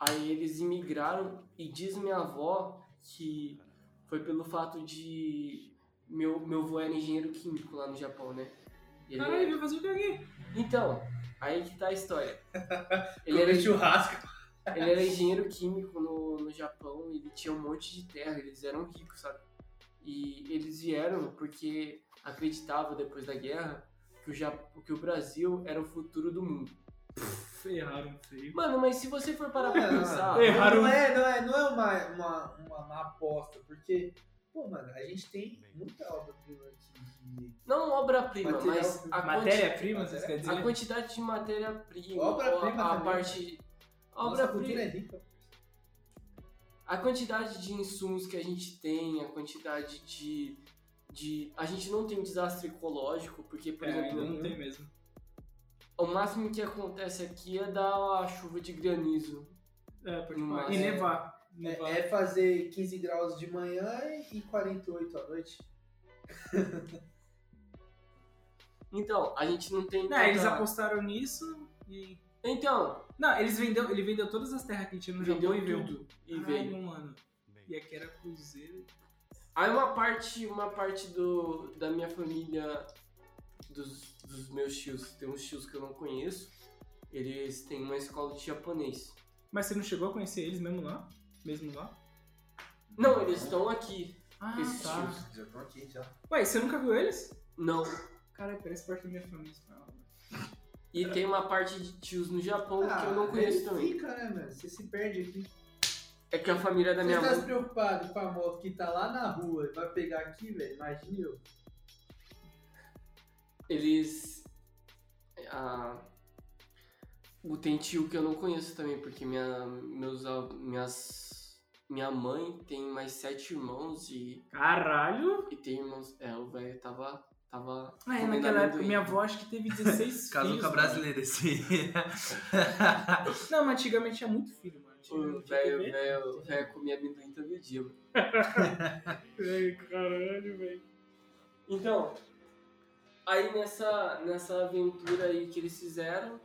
S3: Aí eles imigraram e diz minha avó que foi pelo fato de meu meu avô era engenheiro químico lá no Japão, né? Ele-
S4: Caralho, veio fazer o que aqui?
S3: Então, aí que tá a história. Ele era,
S8: churrasco.
S3: ele era engenheiro químico no, no Japão, ele tinha um monte de terra, eles eram ricos, sabe? E eles vieram porque acreditavam depois da guerra que o, Japão, que o Brasil era o futuro do mundo.
S4: Ferraram feio.
S3: Mano, mas se você for parar
S8: (laughs)
S3: pra
S8: Não,
S3: pensar.
S4: não. Erraram.
S8: Não é, não é, não é uma, uma, uma má aposta, porque, pô, mano, a gente tem muita obra-prima aqui. de-
S3: Não obra-prima,
S8: Material-
S3: mas a, quanti-
S4: Matéria-prima, vocês
S8: Matéria-
S4: querem dizer?
S3: a quantidade de matéria-prima.
S8: Obra-prima
S3: ou a, a
S8: também,
S3: parte. a
S8: Nossa cultura
S3: Obra-prima.
S8: é rica.
S3: A quantidade de insumos que a gente tem, a quantidade de. de... A gente não tem um desastre ecológico, porque, por
S4: É, ainda
S3: exemplo,
S4: não tem mesmo.
S3: o máximo que acontece aqui é dar a chuva de granizo.
S4: É, pode
S3: Mas-
S4: falar. E nevar. Nevar.
S8: É, é fazer 15 graus de manhã e 48 à noite.
S3: Então, a gente não tem.
S4: Não,
S3: tanta-
S4: eles apostaram nisso e.
S3: Então,
S4: Não, eles vendeu, ele vendeu todas as terras que tinha no
S3: vendeu
S4: Japão e veio.
S3: tudo e
S4: Caralho,
S3: veio.
S4: mano. E aqui era Cruzeiro.
S3: Aí uma parte, uma parte do, da minha família, dos, dos meus tios, tem uns tios que eu não conheço, eles têm uma escola de japonês.
S4: Mas você não chegou a conhecer eles mesmo lá? Mesmo lá?
S3: Não,
S6: Uhum.
S3: eles estão aqui.
S4: Ah,
S3: Esses tios.
S8: Já estão aqui, já.
S4: Ué, você nunca viu eles?
S3: Não.
S4: Cara, parece parte da minha família. Não.
S3: E tem uma parte de tios no Japão Um que eu não
S8: ele
S3: conheço também.
S8: Ah, Fica, né, mano? Você se perde aqui.
S3: É que a família da
S8: Você
S3: minha
S8: tá se
S3: mãe.
S8: preocupado com a moto que tá lá na rua e vai pegar aqui, velho? Imagina eu.
S3: Eles. Ah, o tem tio que eu não conheço também, porque minha, meus, av- minhas, minha mãe tem mais sete irmãos e,
S4: Caralho!
S3: e tem irmãos. É, o velho tava. tava
S4: Ah, é,
S3: comendo
S4: naquela época
S3: amendoim.
S4: minha avó acho que teve 16
S6: (laughs) Casou
S4: filhos.
S6: com a
S4: mano.
S6: brasileira, assim.
S4: Não, mas antigamente tinha muito filho, mano.
S3: O
S4: Antigamente tinha
S3: velho,
S4: bebê.
S3: velho, velho comia amendoim todo dia. mano.
S4: Ai, caralho, velho.
S3: Então, aí nessa, nessa aventura aí que eles fizeram,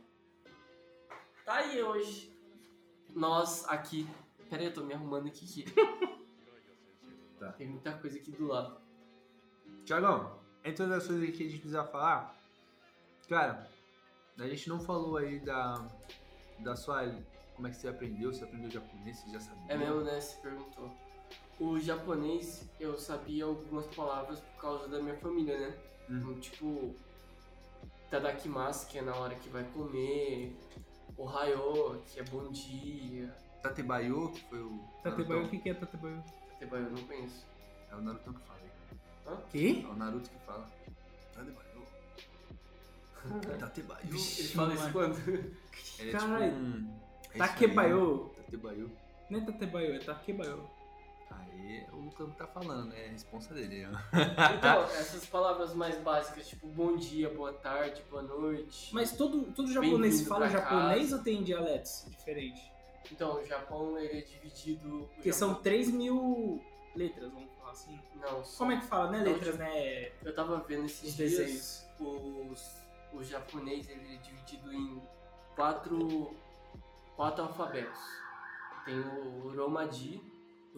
S3: tá aí hoje. Nós aqui. Pera aí, eu tô me arrumando aqui. Que...
S6: Tá.
S3: Tem muita coisa aqui do lado.
S6: Tiagão, entre as coisas que a gente precisa falar, cara, a gente não falou aí da, da sua. Como é que você aprendeu? Você aprendeu japonês? Você já sabia?
S3: É mesmo, né? Se perguntou. O japonês, eu sabia algumas palavras por causa da minha família, né?
S4: Hum.
S6: Uhum.
S3: Tipo, tadakimasu, que é na hora que vai comer. Ohayo, que é bom dia.
S6: Tatebayo, que foi o.
S4: Tatebayo, o
S6: Naruto.
S4: que que é Tatebayo?
S3: Tebayo, eu não conheço.
S6: É o Naruto que fala aí.
S4: Que?
S6: É o Naruto que fala.
S3: (laughs)
S6: Tatebayo. Tatebayo.
S3: Ele fala isso
S4: (laughs)
S3: quando?
S6: Ele
S3: tipo
S4: Caralho.
S6: um- é isso aí,
S4: Takebayo.
S6: né? Tatebayo.
S4: Não é Tatebayo, é Takebayo.
S6: Aí o Lucano tá falando, né? É a responsa dele. né?
S3: Então, essas palavras mais básicas, tipo bom dia, boa tarde, boa noite.
S4: Mas todo, todo japonês
S3: Bem-vindo
S4: fala
S3: pra
S4: japonês
S3: casa.
S4: ou tem dialetos diferentes?
S3: Então, o Japão ele é dividido. o
S4: Porque
S3: Japão-
S4: são 3 mil letras, vamos falar assim.
S3: Não, só.
S4: Como é que fala, né? Letras, né?
S3: Eu tava vendo esses
S4: Os
S3: dias.
S4: desenhos.
S3: Os, o japonês ele é dividido em quatro, quatro alfabetos. Tem o Romaji,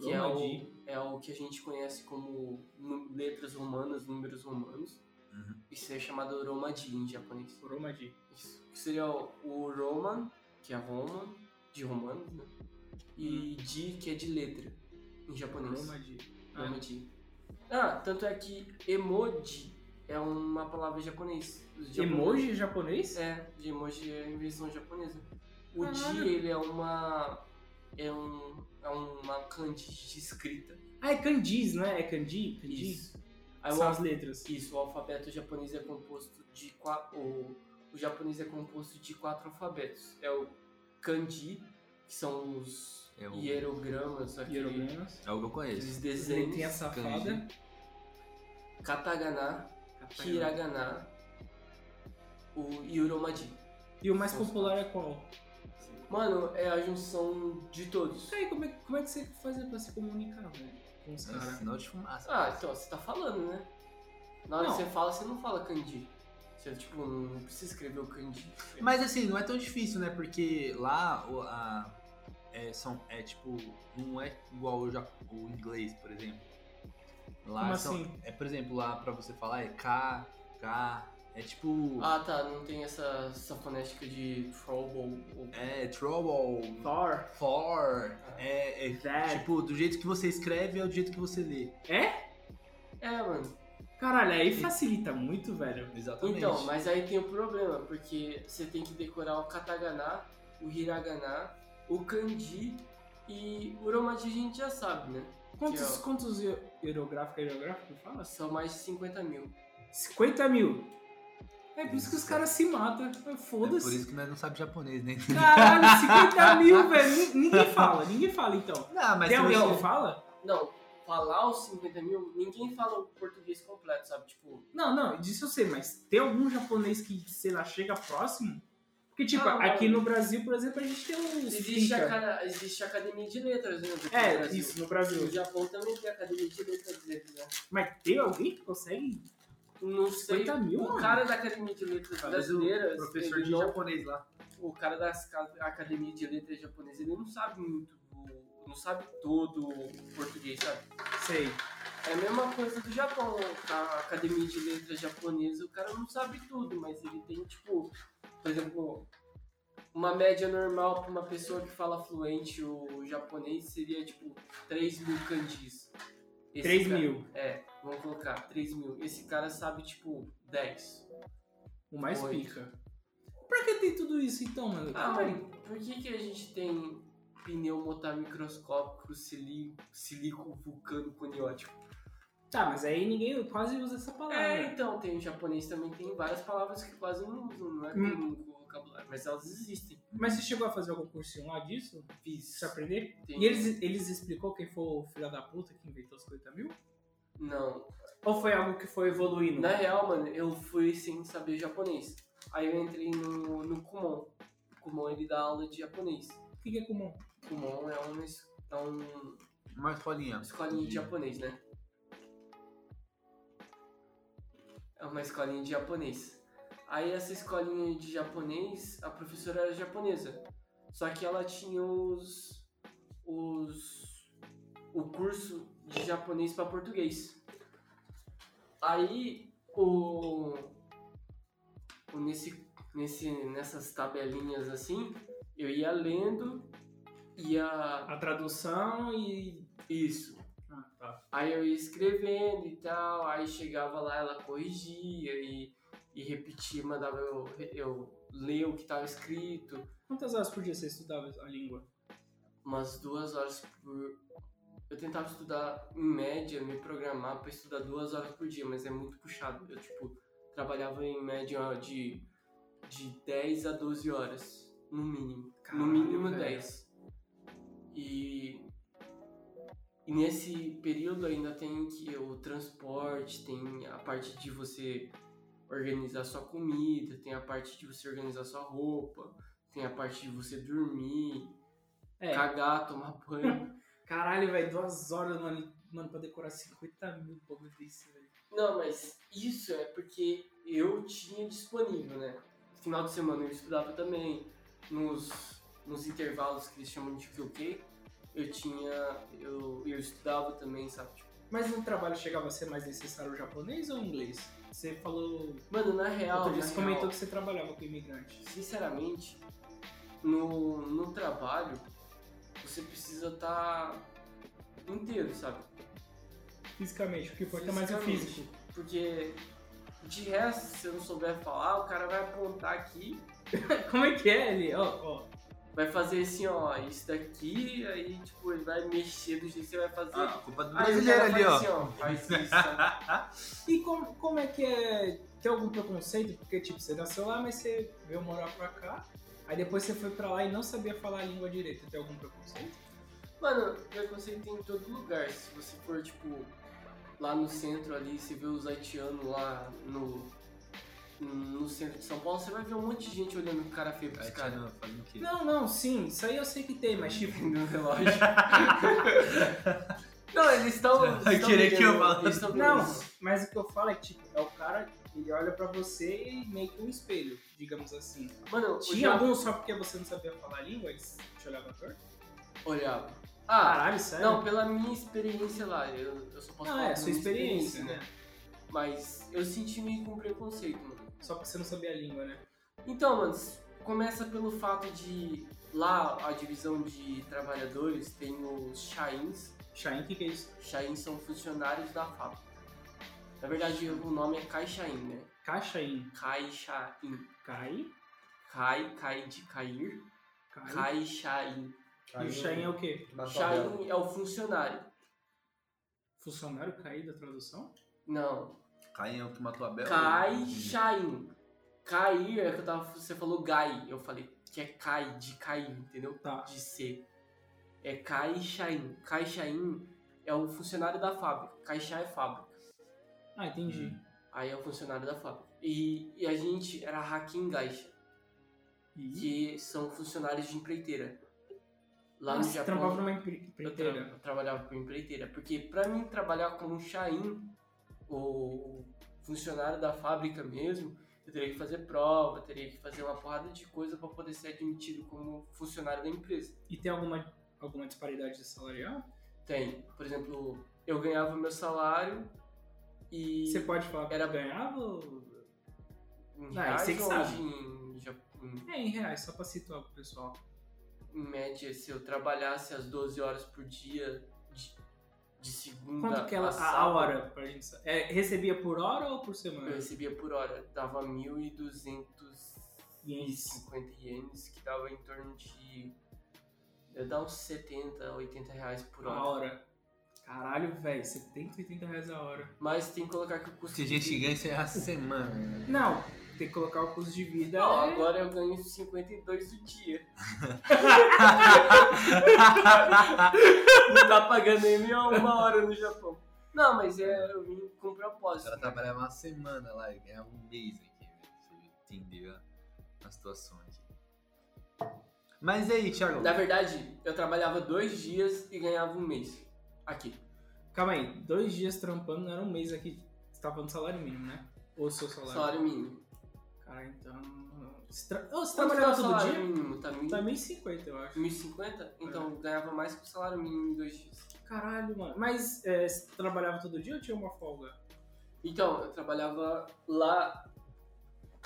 S3: que é
S4: Romaji.
S3: o, é o que a gente conhece como nu- letras romanas, números romanos. Isso é chamado Romaji em japonês.
S4: Romaji.
S3: Isso. Que seria o, o Roman, que é Roman, de romano, né? E Di, que é de letra, em japonês.
S4: Romaji. Ah,
S3: Romaji. Ah, tanto é que emoji é uma palavra japonês. Os japoneses-
S4: Emoji japonês?
S3: É, de emoji é invenção japonesa. O di,
S4: Caralho.
S3: ele é uma. É um. É uma kanji de escrita.
S4: Ah, é kanjis, né? É kanji? kanji?
S3: Isso. Aí o
S4: São as
S3: alfabeto,
S4: letras.
S3: isso, o alfabeto japonês é composto de quatro. O japonês é composto de quatro alfabetos. É o kanji, que são os
S6: É o-
S3: hierogramas, aquele-
S4: Hierogramas.
S6: É o que eu conheço.
S3: aqueles desenhos.
S4: Tem a safada.
S3: Katagana, Tá hiragana, o e uromadi.
S4: E o mais popular é qual?
S3: Mano, é a junção de todos.
S4: Aí, como é, como é que você fazia pra se comunicar, velho? Com os
S6: Nossa,
S4: caras.
S6: Sinal de fumaça.
S3: Ah, então, você tá falando, né? Na hora
S4: Não.
S3: que você fala, você não fala kanji. Você, tipo, não precisa escrever o kanji.
S6: Mas assim, não é tão difícil, né? Porque lá o- a- é, são, é tipo, não é igual o, ja- o inglês, por exemplo. Lá
S4: Como
S6: são-
S4: assim?
S6: É, por exemplo, lá pra você falar é K, K, é tipo.
S3: Ah, tá, não tem essa, essa fonética de trouble ou...
S6: É trouble,
S4: Thor.
S6: for, é, é
S4: That.
S6: tipo, do jeito que você escreve é o jeito que você lê.
S3: É, mano.
S4: Caralho, aí facilita muito, velho.
S6: Exatamente. É
S3: Então, mas aí tem o problema, porque você tem que decorar o katagana, o hiragana, o kanji e o uromadi a gente já sabe, né?
S4: Quantos,
S3: Que, ó.
S4: quantos hierográfico, hierográfico fala?
S3: São mais de 50 mil.
S4: 50 mil. É por isso que os caras se matam.
S6: é por
S4: Foda-se.
S6: isso que nós não sabemos japonês, né?
S4: Caralho, 50
S6: (laughs)
S4: mil, velho. Ni- Ninguém fala, ninguém fala então.
S6: Não, mas
S4: Tem
S6: se
S4: alguém
S6: você-
S4: que fala?
S3: Não, falar os 50 mil, ninguém fala o português completo, sabe? Tipo,
S4: Não, não, disso eu sei, mas tem algum japonês que, sei lá, chega próximo? Porque, tipo,
S3: Ah,
S4: aqui
S3: mano.
S4: no Brasil, por exemplo, a gente tem um.
S3: existe, a, ca- existe a academia de letras, né? do
S4: É,
S3: Brasil.
S4: isso, no
S3: No
S4: Brasil.
S3: Japão também tem academia de letras brasileira.
S4: Mas tem alguém que consegue
S3: Não sei.
S4: 50 mil,
S3: O
S4: mano?
S3: um cara da academia de letras
S8: Talvez o
S3: brasileiras,
S8: professor
S3: ele
S8: de
S3: não-
S8: japonês lá.
S3: o cara da academia de letras japonesa, ele não sabe muito, o- não sabe todo o português, sabe?
S4: Sei.
S3: É a mesma coisa do Japão, tá? a academia de letras japonesa, o cara não sabe tudo, mas ele tem, tipo, por exemplo, uma média normal pra uma pessoa que fala fluente o japonês seria, tipo, 3 mil kanjis. Esse
S4: 3
S3: cara-
S4: mil.
S3: É, vamos colocar 3 mil. Esse cara sabe, tipo, 10.
S4: O mais
S3: Oito.
S4: pica. Pra que tem tudo isso então, mano?
S3: Ah,
S4: Caralho.
S3: mãe, por que, que a gente tem pneu motar microscópico, silico, silico vulcânico neótico?
S4: Tá, mas aí ninguém quase usa essa
S3: É,
S4: palavra.
S3: então, tem o japonês também, tem várias palavras que quase não usam, não é
S4: Hum.
S3: comum no vocabulário, mas elas existem.
S4: Mas você chegou a fazer algum cursinho lá disso?
S3: Fiz.
S4: Pra você aprender?
S3: Tem-
S4: E eles, eles explicou quem foi o filho da puta que inventou os 50 mil?
S3: Não.
S4: Ou foi algo que foi evoluindo?
S3: Na real, mano, eu fui sem saber japonês. Aí eu entrei no, no Kumon. O Kumon, ele dá aula de japonês.
S4: O que que é comum?
S3: Kumon é um... es- É um
S6: Uma escolinha. Hum.
S3: uma escolinha de
S6: de-
S3: japonês, né? É uma escolinha de japonês. Aí essa escolinha de japonês, a professora era japonesa. Só que ela tinha os. os. o curso de japonês para português. Aí o. o nesse, nesse, nessas tabelinhas assim, eu ia lendo, ia
S4: A tradução e.
S3: isso.
S4: Ah, tá.
S3: Aí eu ia escrevendo e tal, aí chegava lá, ela corrigia e, e repetia, mandava eu, eu ler o que tava escrito.
S4: Quantas horas por dia você estudava a língua?
S3: Umas duas horas por. Eu tentava estudar, em média, me programar pra estudar duas horas por dia, mas é muito puxado. Eu, tipo, trabalhava em média de, de 10 a 12 horas, no mínimo.
S4: Caralho,
S3: no mínimo
S4: velho.
S3: 10. E E nesse período ainda tem que o transporte, tem a parte de você organizar sua comida, tem a parte de você organizar sua roupa, tem a parte de você dormir,
S4: É.
S3: cagar, tomar banho.
S4: Caralho, velho, duas horas, mano, mano, pra decorar 50 mil bagulho desse, velho.
S3: Não, mas isso é porque eu tinha disponível, né? Final de semana eu estudava também, nos, nos intervalos que eles chamam de QQ, eu tinha. Eu, eu estudava também, sabe? Tipo,
S4: Mas no trabalho chegava a ser mais necessário o japonês ou o inglês? Você falou.
S3: mano, na real.
S4: Outro dia
S3: na
S4: você
S3: real-
S4: comentou que você trabalhava com imigrante.
S3: sinceramente, no, no trabalho, você precisa estar inteiro, sabe?
S4: Fisicamente, o que importa é mais o
S3: Fisicamente.
S4: físico.
S3: Porque De resto, se eu não souber falar, o cara vai apontar aqui,
S4: (laughs) Como é que é ele? Ó, ó.
S3: vai fazer assim, ó, isso daqui, aí, tipo, ele vai mexer do jeito que você vai fazer.
S8: Ah, culpa do
S3: aí o
S8: brasileiro
S3: cara
S8: ali,
S3: faz
S8: ó.
S3: assim, ó, faz isso, sabe?
S4: E como, como é que é? Tem algum preconceito? Porque, tipo, você nasceu lá, mas você veio morar pra cá. Aí depois você foi pra lá e não sabia falar a língua direito. Tem algum preconceito?
S3: Mano, preconceito tem em todo lugar. Se você for, tipo, lá no centro ali, você vê os haitianos lá no, no centro de São Paulo, você vai ver um monte de gente olhando com cara feia pros
S8: Aí,
S3: caras.
S8: Tiana, fazendo o quê?
S4: Não, não, sim. Isso aí eu sei que tem, mas, tipo,
S3: No relógio. (laughs) Não, eles estão.
S8: Vai querer que eu fale.
S4: Não, mas o que eu falo é tipo, é o cara, ele olha pra você e meio que um espelho, digamos assim.
S3: Mano,
S4: Tinha
S3: olhava.
S4: algum só porque você não sabia falar a língua, eles te olhavam torto?
S3: olhava. Ah,
S4: Caralho, sério?
S3: não, pela minha experiência lá, eu, eu só posso
S4: Não,
S3: falar.
S4: é,
S3: pela
S4: sua
S3: minha
S4: experiência, né?
S3: Mas eu senti meio com preconceito, mano.
S4: Só porque você não sabia a língua, né?
S3: Então, mano, começa pelo fato de lá a divisão de trabalhadores tem os chains.
S4: Shain, o que, que é isso?
S3: Chains são funcionários da fábrica. Na verdade, o nome é Caixain, né?
S4: Caixain.
S3: Caixain.
S4: Cai,
S3: Cai, cai de cair.
S4: cai.
S3: Caixain.
S4: E o Shain é o quê?
S3: Chain é o funcionário.
S4: Funcionário caí da tradução?
S3: Não.
S8: Caim é o que matou Abel?
S3: Caixain. Cair é que eu tava. Você falou gai. Eu falei que é cai, de cair, entendeu?
S4: Tá.
S3: de ser é Caixaim. Caixaim é o funcionário da fábrica. Caixá é fábrica.
S4: Ah, entendi.
S3: Aí é o funcionário da fábrica. E, e a gente era Hakim Gaixa,
S4: E
S3: que são funcionários de empreiteira. Lá no
S4: você
S3: Japão.
S4: trampava numa empre-
S3: Eu, tra-
S4: empreiteira.
S3: eu trabalhava com empreiteira, porque pra mim trabalhar como um Chain, o funcionário da fábrica mesmo, eu teria que fazer prova, eu teria que fazer uma porrada de coisa pra poder ser admitido como funcionário da empresa.
S4: E tem alguma, alguma disparidade salarial?
S3: Tem, por exemplo, eu ganhava meu salário e
S4: Você pode falar que
S3: Era-
S4: ganhava ou...
S3: em
S4: Ah,
S3: reais
S4: isso é que
S3: ou
S4: sabe.
S3: em, ja- em-
S4: É, em reais, só pra situar pro pessoal.
S3: em média, se eu trabalhasse as 12 horas por dia de, de segunda
S4: Quanto que ela.
S3: a,
S4: A, a
S3: sábado,
S4: hora pra gente saber? É, recebia por hora ou por
S3: eu
S4: semana?
S3: recebia por hora, dava 1.250 ienes, que dava em torno de... Eu dava uns 70, 80 reais por
S4: A
S3: hora.
S4: hora. Caralho, velho, 70, 80 reais a hora.
S3: Mas tem que colocar que o custo
S8: Se a
S3: de
S8: gente
S3: vida-
S8: ganha isso é a semana. né?
S4: Não, tem que colocar o custo de vida.
S3: Não,
S4: é-
S3: agora eu ganho 52 o dia. Não tá pagando nem minha uma hora no Japão. Não, mas é, eu vim com propósito.
S6: tá-
S8: Ela trabalhava uma semana lá e ganhava um mês aqui, né? Você entendeu a- a situação aqui.
S6: Mas e aí, Thiago?
S3: Na verdade, eu trabalhava dois dias e ganhava um mês. Aqui.
S4: Calma aí, dois dias trampando não era um mês aqui. Você tá falando salário mínimo, né? Ou seu salário?
S3: Salário mínimo.
S4: Cara, então. Você, tra... Ô,
S3: Quanto
S4: você
S3: que é
S4: trabalhava
S3: o
S4: todo
S3: salário
S4: dia?
S3: mínimo? Tá mil...
S4: Tá 1.050, eu acho.
S3: 1.050? Então eu ganhava mais que o salário mínimo em dois dias.
S4: Caralho, mano. Mas é, você trabalhava todo dia ou tinha uma folga?
S3: Então, eu trabalhava lá.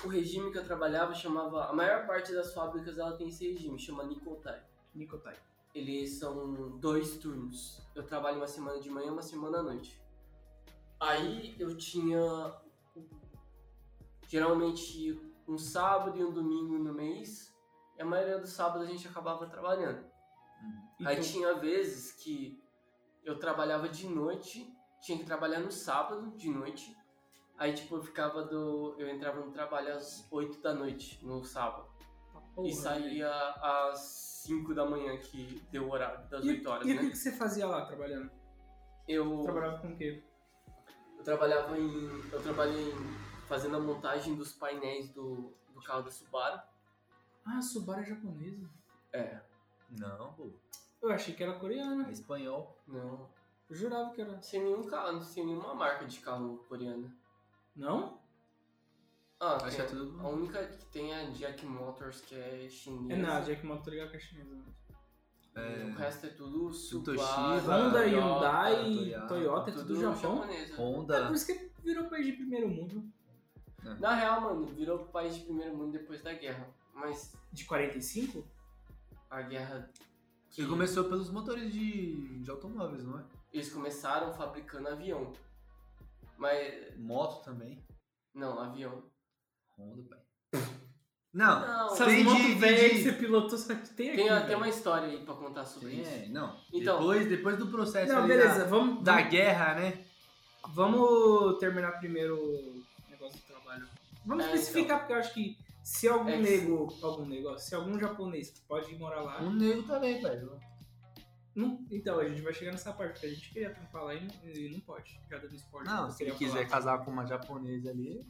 S3: O regime que eu trabalhava chamava. A maior parte das fábricas ela tem esse regime, chama Nicotai.
S4: Nicotai.
S3: Eles são dois turnos. Eu trabalho uma semana de manhã e uma semana à noite. Aí eu tinha geralmente um sábado e um domingo no mês. E a maioria do sábado a gente acabava trabalhando.
S4: E
S3: Aí
S4: tu-
S3: tinha vezes que eu trabalhava de noite, tinha que trabalhar no sábado de noite. Aí tipo eu ficava do. eu entrava no trabalho às 8 da noite no sábado.
S4: Ah, Porra,
S3: E saía às 5 da manhã, que deu o horário das
S4: E,
S3: 8 horas,
S4: e o
S3: né?
S4: que que você fazia lá trabalhando?
S3: Eu,
S4: Trabalhava com o quê?
S3: eu trabalhava em. Eu trabalhei em- fazendo a montagem dos painéis do, do carro da Subaru.
S4: Ah, Subaru é japonesa.
S3: É,
S8: Não, pô.
S4: Eu achei que era coreana.
S8: É espanhol.
S3: não.
S4: Eu jurava que era.
S3: Sem nenhum carro, não sei nenhuma marca de carro coreana.
S4: Não?
S3: Ah,
S8: Acho que
S3: tem-
S8: é tudo.
S3: a única que tem é a Jack Motors, que é chinesa.
S4: É nada, Jack Moto ligado com a chinesa. né?
S3: O
S8: É,
S3: resto é tudo Subaru,
S8: Toshiba,
S4: Honda,
S3: Toyota,
S4: Hyundai, Toyota,
S8: Toyota,
S4: é tudo, Japão.
S3: japonesa.
S4: É
S8: Honda.
S4: por isso que virou país de primeiro mundo.
S3: Na real, mano, virou país de primeiro mundo depois da guerra. Mas
S4: De 45?
S3: a guerra. que-
S8: E começou pelos motores de, de automóveis, não é?
S3: Eles começaram fabricando avião. Mas.
S8: Moto também.
S3: Não, avião.
S8: Honda, pai. Não,
S3: Não,
S8: Sabe-
S3: tem,
S8: Tem
S4: Essas motos
S8: de-
S4: velhas que
S8: de-
S4: você pilotou, só que tem aqui.
S3: tem
S4: velho.
S3: uma história aí pra contar sobre isso.
S8: é, não.
S3: Então.
S8: depois, depois do processo
S4: Não,
S8: ali
S4: beleza,
S8: da,
S4: Tá vamos,
S8: da guerra, né?
S4: vamos terminar primeiro o negócio do trabalho. Vamos
S3: É,
S4: especificar, porque eu acho que se algum
S3: É que-
S4: nego, algum negócio, se algum japonês que pode ir morar lá.
S8: Um negro também, pai.
S4: não- então, a gente vai chegar nessa parte, porque a gente queria falar e não, e não pode. Já dando esporte.
S6: Não, se ele quiser casar com uma japonesa ali,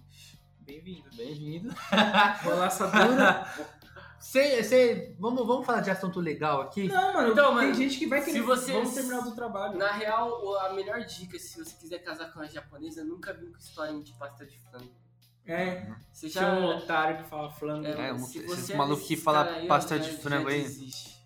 S4: Bem-vindo.
S6: bem-vindo.
S4: Olá, Sadura.
S6: Cê- cê- vamos, vamos falar de assunto legal aqui?
S4: não, mano,
S3: Então,
S4: tem
S3: mano,
S4: gente que vai
S3: se
S4: querer.
S3: você-
S4: Vamos terminar do trabalho.
S3: Na real, o- a melhor dica, se você quiser casar com uma japonesa, nunca vim com historinha de pasta de frango.
S4: É,
S3: Você já.
S4: tinha um otário que fala flango.
S6: É, um-
S3: se
S6: esse
S3: você
S6: maluco
S3: desses
S6: que fala
S3: cara aí,
S6: pasta
S3: já-
S6: de frango
S3: já
S6: aí.
S3: desiste.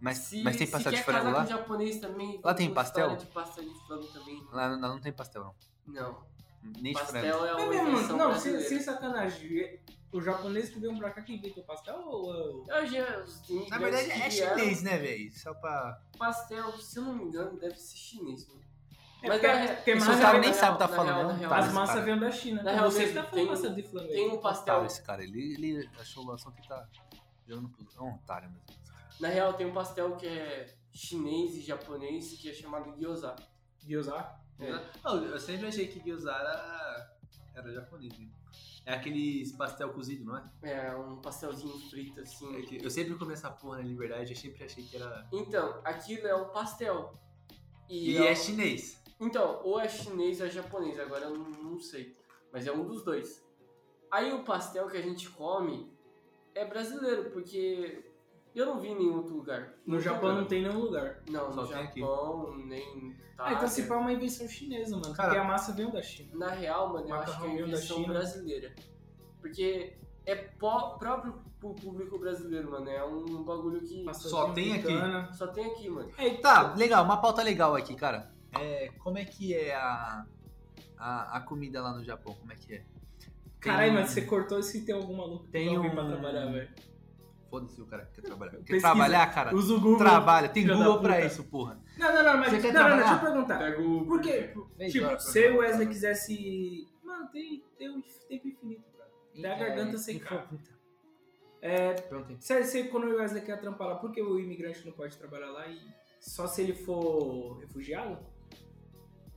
S6: Mas,
S3: Se-
S6: mas tem pastel
S3: se
S6: de
S3: quer
S6: frango
S3: casar
S6: lá?
S3: Com japonês também,
S6: Lá tem
S3: com
S6: pastel?
S3: história de pastel de frango também.
S6: Lá não- não tem pastel, não.
S3: Não.
S6: Nem de frango.
S3: Pastel é
S4: É
S3: uma
S4: mesmo, mano.
S3: invenção
S4: Não, sem,
S3: brasileira.
S4: sem sacanagem. É, O japonês que veio pra cá, quem inventou pastel ou... ou-
S3: Hoje, É os
S6: Na
S3: imigrantes
S6: verdade,
S3: que
S6: é
S3: vieram,
S6: chinês, né, velho? Só pra.
S3: Pastel, se eu não me engano, deve ser chinês. Mano.
S4: É
S3: Mas
S4: porque-
S3: na re-
S4: porque
S3: na
S4: massa-
S3: real,
S6: nem
S3: na
S6: sabe o que tá
S3: real,
S6: falando,
S3: na real,
S6: não.
S3: na
S6: Tá,
S3: real,
S4: As
S6: esse
S4: massas
S6: cara.
S4: vêm da China.
S3: Na real,
S4: Você
S3: mesmo,
S4: tá falando
S3: tem-
S4: massa de flango.
S3: Tem um pastel,
S6: Otário, esse cara. Ele, ele achou o assunto que tá jogando pro. É um otário mesmo.
S3: na real, tem um pastel que é chinês e japonês que é chamado gyoza.
S4: Gyoza?
S8: Não, eu sempre achei que Gyoza era, era japonês, né? É aqueles pastel cozido, não é?
S3: É um pastelzinho frito assim.
S8: É que Eu sempre comi essa porra na liberdade, eu sempre achei que era.
S3: Então, aquilo é um pastel. E,
S8: E
S3: é-
S8: é chinês.
S3: Então, ou é chinês ou é japonês, agora eu não, não sei. Mas é um dos dois. Aí o pastel que a gente come é brasileiro, porque eu não vi em nenhum outro lugar.
S4: No Japão não tem nenhum lugar.
S3: Não, no
S8: Só tem aqui.
S3: Japão, nem.
S4: Ah, então se
S3: Itália.
S4: pá, é uma invenção chinesa, mano.
S6: Cara-
S4: Porque a massa veio da China.
S3: Na real, mano, eu acho que é
S4: Macarrão
S3: uma
S4: veio da
S3: invenção
S4: China.
S3: brasileira. Porque é pó- próprio pro público brasileiro, mano. É um bagulho que
S8: Só tem aqui.
S4: Picana.
S3: só tem aqui, mano.
S6: Tá, legal, uma pauta legal aqui, cara. É, como é que é a, a, a comida lá no Japão? Como é que é?
S4: Caralho, mas você cortou se tem algum maluco que
S6: um- Tem
S4: não vem
S6: um-
S4: pra trabalhar, velho.
S6: Foda-se o cara que quer trabalhar. Quer
S4: Pesquisa.
S6: trabalhar, cara?
S4: Usa o Google.
S6: Trabalha, tem
S4: Filho da
S6: Google pra
S4: puta.
S6: isso, porra.
S4: Não, não, não, mas...
S6: Você
S4: Não,
S6: quer
S4: não, não, deixa eu
S6: trabalhar?
S4: perguntar.
S3: Pega o.
S4: Por quê? Tipo, se o Wesley quisesse... Mano, tem, tem um tempo infinito, cara. Tem a garganta
S2: é
S4: secada. É,
S8: (laughs)
S6: Perguntei.
S4: Se, se quando o Wesley quer trampar lá, por que o imigrante não pode trabalhar lá e só se ele for refugiado?